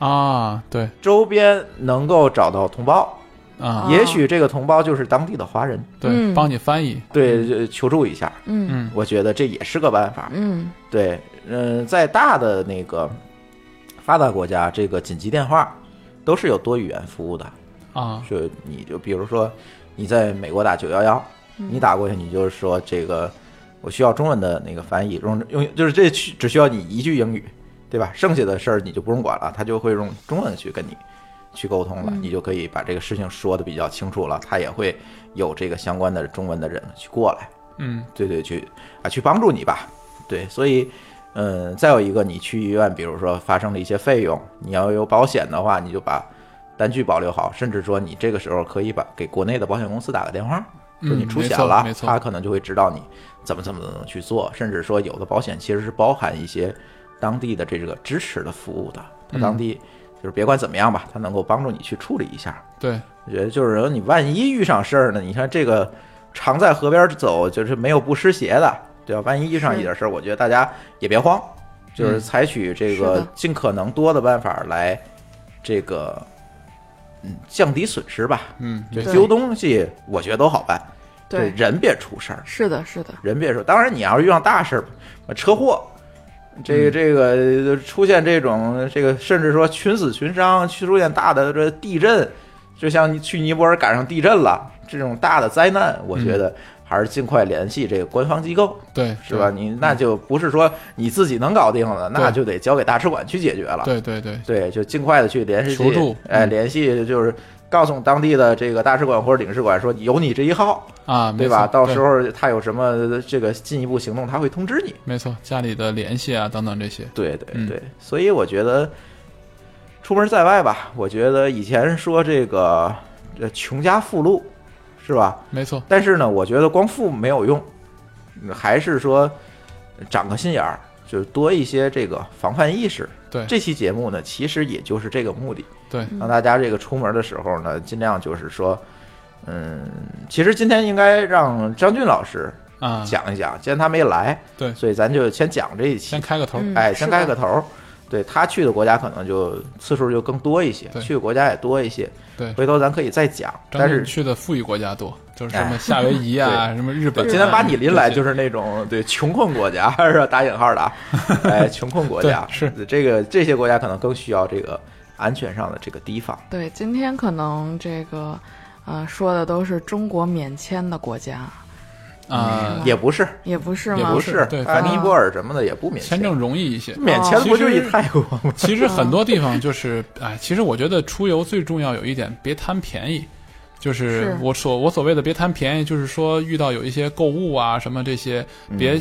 [SPEAKER 4] 啊，对
[SPEAKER 3] 周边能够找到同胞，
[SPEAKER 4] 啊，
[SPEAKER 3] 也许这个同胞就是当地的华人，
[SPEAKER 4] 对，
[SPEAKER 7] 哦嗯
[SPEAKER 4] 帮你翻译，
[SPEAKER 3] 对，就求助一下，
[SPEAKER 7] 嗯
[SPEAKER 4] 嗯
[SPEAKER 3] 我觉得这也是个办法。
[SPEAKER 7] 嗯
[SPEAKER 3] 对，嗯、在大的那个发达国家这个紧急电话都是有多语言服务的，
[SPEAKER 4] 啊，
[SPEAKER 3] 就你就比如说你在美国打九幺幺，你打过去你就是说这个我需要中文的那个翻译，用用就是这需只需要你一句英语，对吧？剩下的事儿你就不用管了，他就会用中文去跟你去沟通了，你就可以把这个事情说的比较清楚了，他也会有这个相关的中文的人去过来，
[SPEAKER 4] 嗯
[SPEAKER 3] 对对，去啊去帮助你吧，对，所以。嗯，再有一个，你去医院，比如说发生了一些费用，你要有保险的话，你就把单据保留好，甚至说你这个时候可以把给国内的保险公司打个电话，
[SPEAKER 4] 嗯
[SPEAKER 3] 说你出险了
[SPEAKER 4] 没，错没错
[SPEAKER 3] 他可能就会指导你怎么怎么怎么去做，甚至说有的保险其实是包含一些当地的这个支持的服务的，他当地就是别管怎么样吧，他能够帮助你去处理一下。
[SPEAKER 4] 对，
[SPEAKER 3] 我觉得就是说你万一遇上事儿呢，你看这个常在河边走，就是没有不湿鞋的，对吧？万一遇上一点事儿，我觉得大家也别慌，就是采取这
[SPEAKER 7] 是
[SPEAKER 3] 个
[SPEAKER 7] 的
[SPEAKER 3] 尽可能多的办法来这个嗯降低损失吧。
[SPEAKER 4] 嗯，
[SPEAKER 3] 就
[SPEAKER 4] 对，
[SPEAKER 3] 丢东西，我觉得都好办，
[SPEAKER 7] 对
[SPEAKER 3] 就人别出事儿。
[SPEAKER 7] 是的，是的，
[SPEAKER 3] 人别说，当然你要是遇上大事儿，车祸，
[SPEAKER 4] 嗯
[SPEAKER 3] 这个这个出现这种这个，甚至说群死群伤，去出现大的这地震，就像你去尼泊尔赶上地震了这种大的灾难，我
[SPEAKER 4] 嗯
[SPEAKER 3] 觉得还是尽快联系这个官方机构，
[SPEAKER 4] 对，
[SPEAKER 3] 是吧？？你那就不是说你自己能搞定了，那就得交给大使馆去解决了。
[SPEAKER 4] 对对对，
[SPEAKER 3] 对，就尽快的去联系
[SPEAKER 4] 求助
[SPEAKER 3] 哎，
[SPEAKER 4] 嗯
[SPEAKER 3] 联系就是告诉当地的这个大使馆或者领事馆说有你这一号，
[SPEAKER 4] 啊，没
[SPEAKER 3] 对吧？
[SPEAKER 4] 错
[SPEAKER 3] 到时候他有什么这个进一步行动，他会通知你。
[SPEAKER 4] 没错，家里的联系啊等等这些，
[SPEAKER 3] 对对
[SPEAKER 4] 嗯
[SPEAKER 3] 对，所以我觉得出门在外吧，我觉得以前说这个呃穷家富路是吧？
[SPEAKER 4] 没错，
[SPEAKER 3] 但是呢，我觉得光富没有用，嗯还是说长个心眼儿，就是多一些这个防范意识。
[SPEAKER 4] 对
[SPEAKER 3] 这期节目呢，其实也就是这个目的。
[SPEAKER 4] 对，
[SPEAKER 3] 让大家这个出门的时候呢，尽量就是说，嗯，其实今天应该让张俊老师
[SPEAKER 4] 啊，
[SPEAKER 3] 讲一讲，既然他没来，
[SPEAKER 4] 对
[SPEAKER 3] 所以咱就先讲这一期
[SPEAKER 4] 先，开个头，
[SPEAKER 7] 嗯
[SPEAKER 3] 哎，先
[SPEAKER 7] 是的
[SPEAKER 3] 开个头儿。对他去的国家可能就次数就更多一些，
[SPEAKER 4] 对
[SPEAKER 3] 去的国家也多一些，
[SPEAKER 4] 对，
[SPEAKER 3] 回头咱可以再讲。
[SPEAKER 4] 张
[SPEAKER 3] 但
[SPEAKER 4] 俊
[SPEAKER 3] 是
[SPEAKER 4] 去的富裕国家多，就是什
[SPEAKER 3] 哎
[SPEAKER 4] 么夏威 夷啊，什么日本啊，
[SPEAKER 3] 今天把你拎来就是是那种对穷困国家 是吧？打引号的 啊，哎，穷困国家
[SPEAKER 4] 对是
[SPEAKER 3] 这个这些国家可能更需要这个安全上的这个提防。
[SPEAKER 7] 对，今天可能这个，呃，说的都是中国免签的国家，嗯
[SPEAKER 4] 啊，
[SPEAKER 3] 也不是，
[SPEAKER 7] 也不是
[SPEAKER 4] 也
[SPEAKER 7] 吗？
[SPEAKER 3] 不
[SPEAKER 4] 是
[SPEAKER 3] 是
[SPEAKER 4] 对，
[SPEAKER 3] 啊
[SPEAKER 4] 反
[SPEAKER 3] 尼泊尔什么的也不免
[SPEAKER 4] 签证容易一些，
[SPEAKER 3] 免签
[SPEAKER 7] 哦
[SPEAKER 3] 不就一泰国吗？
[SPEAKER 4] 其实很多地方就是，哎，其实我觉得出游最重要有一点，别贪便宜。就是
[SPEAKER 7] 是
[SPEAKER 4] 我所我所谓的别贪便宜，就是说遇到有一些购物啊什么这些，别、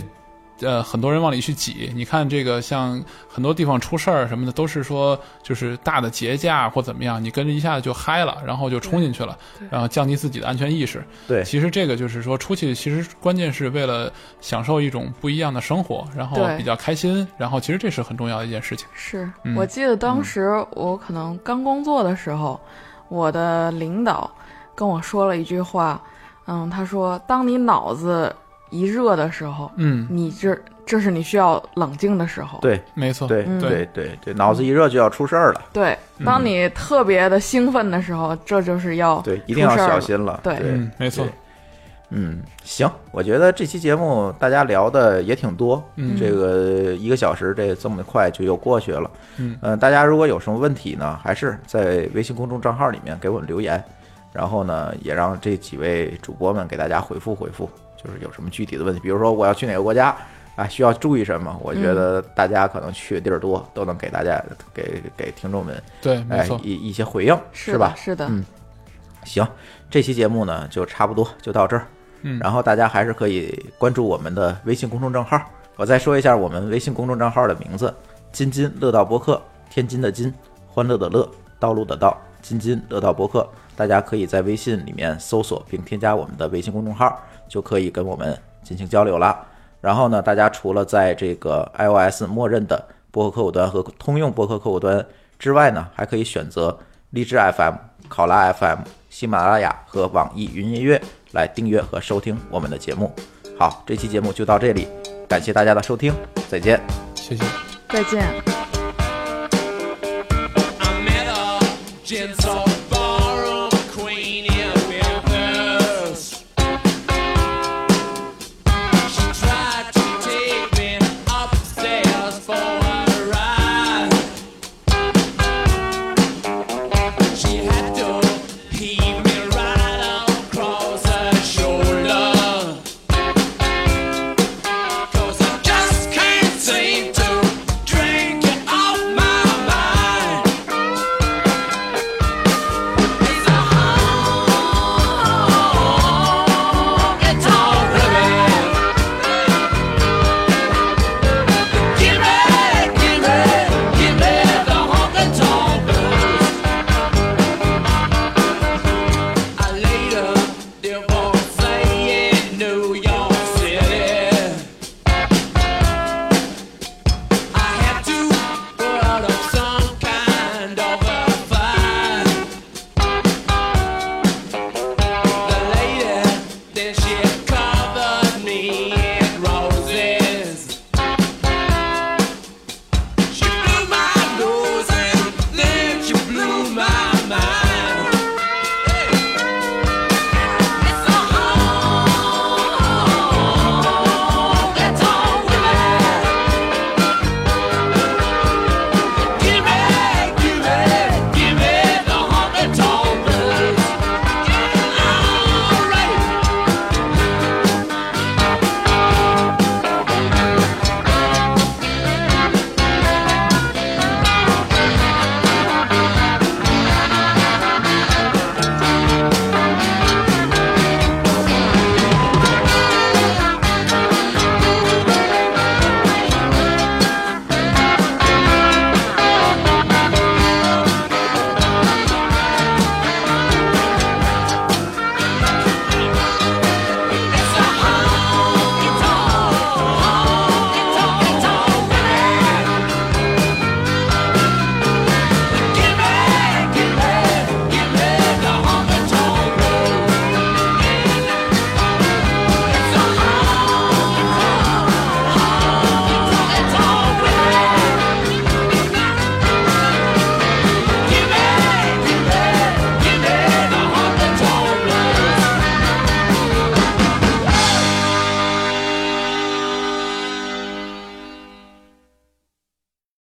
[SPEAKER 4] 呃很多人往里去挤。你看这个像很多地方出事儿什么的，都是说就是大的节假或怎么样，你跟着一下子就嗨了，然后就冲进去了，然后降低自己的安全意识。
[SPEAKER 3] 对
[SPEAKER 4] 其实这个就是说出去，其实关键是为了享受一种不一样的生活，然后
[SPEAKER 7] 对
[SPEAKER 4] 比较开心，然后其实这是很重要的一件事情。
[SPEAKER 7] 是
[SPEAKER 4] 嗯
[SPEAKER 7] 我记得当时我可能刚工作的时候，我的领导跟我说了一句话，嗯，他说：“当你脑子一热的时候，
[SPEAKER 4] 嗯，
[SPEAKER 7] 你这这是你需要冷静的时候。
[SPEAKER 3] 对
[SPEAKER 4] 没错，
[SPEAKER 3] 对
[SPEAKER 7] 嗯
[SPEAKER 3] 对对对，脑子一热就要出事儿了，
[SPEAKER 7] 对当你特别的兴奋的时候，这就是要
[SPEAKER 3] 对，一定要
[SPEAKER 7] 哦出事儿
[SPEAKER 3] 小
[SPEAKER 7] 了
[SPEAKER 3] 心了。
[SPEAKER 7] 对
[SPEAKER 4] 嗯，没错
[SPEAKER 3] 对，嗯，行，我觉得这期节目大家聊的也挺多，
[SPEAKER 4] 嗯
[SPEAKER 3] 这个一个小时这这么快就又过去了，
[SPEAKER 4] 嗯
[SPEAKER 3] 呃大家如果有什么问题呢，还是在微信公众账号里面给我们留言，然后呢，也让这几位主播们给大家回复回复，就是有什么具体的问题，比如说我要去哪个国家。啊，需要注意什么？我觉得
[SPEAKER 7] 嗯
[SPEAKER 3] 大家可能去的地儿多，都能给大家给给听众们
[SPEAKER 4] 对，没
[SPEAKER 3] 哎
[SPEAKER 4] 错，
[SPEAKER 3] 一一些回应，
[SPEAKER 7] 是
[SPEAKER 3] 吧
[SPEAKER 7] 的，？是的，
[SPEAKER 3] 嗯行，这期节目呢就差不多就到这儿。
[SPEAKER 4] 嗯
[SPEAKER 3] 然后大家还是可以关注我们的微信公众账号。我再说一下我们微信公众账号的名字：津津乐道播客，天津的津，欢乐的乐，道路的道，津津乐道播客。大家可以在微信里面搜索并添加我们的微信公众号，就可以跟我们进行交流啦。然后呢，大家除了在这个 iOS 默认的播客客户端和通用播客客户端之外呢，还可以选择荔枝 FM、考拉 FM、喜马拉雅和网易云音乐来订阅和收听我们的节目。好，这期节目就到这里，感谢大家的收听，再见。
[SPEAKER 4] 谢谢。
[SPEAKER 7] 再见。
[SPEAKER 8] I met a gentle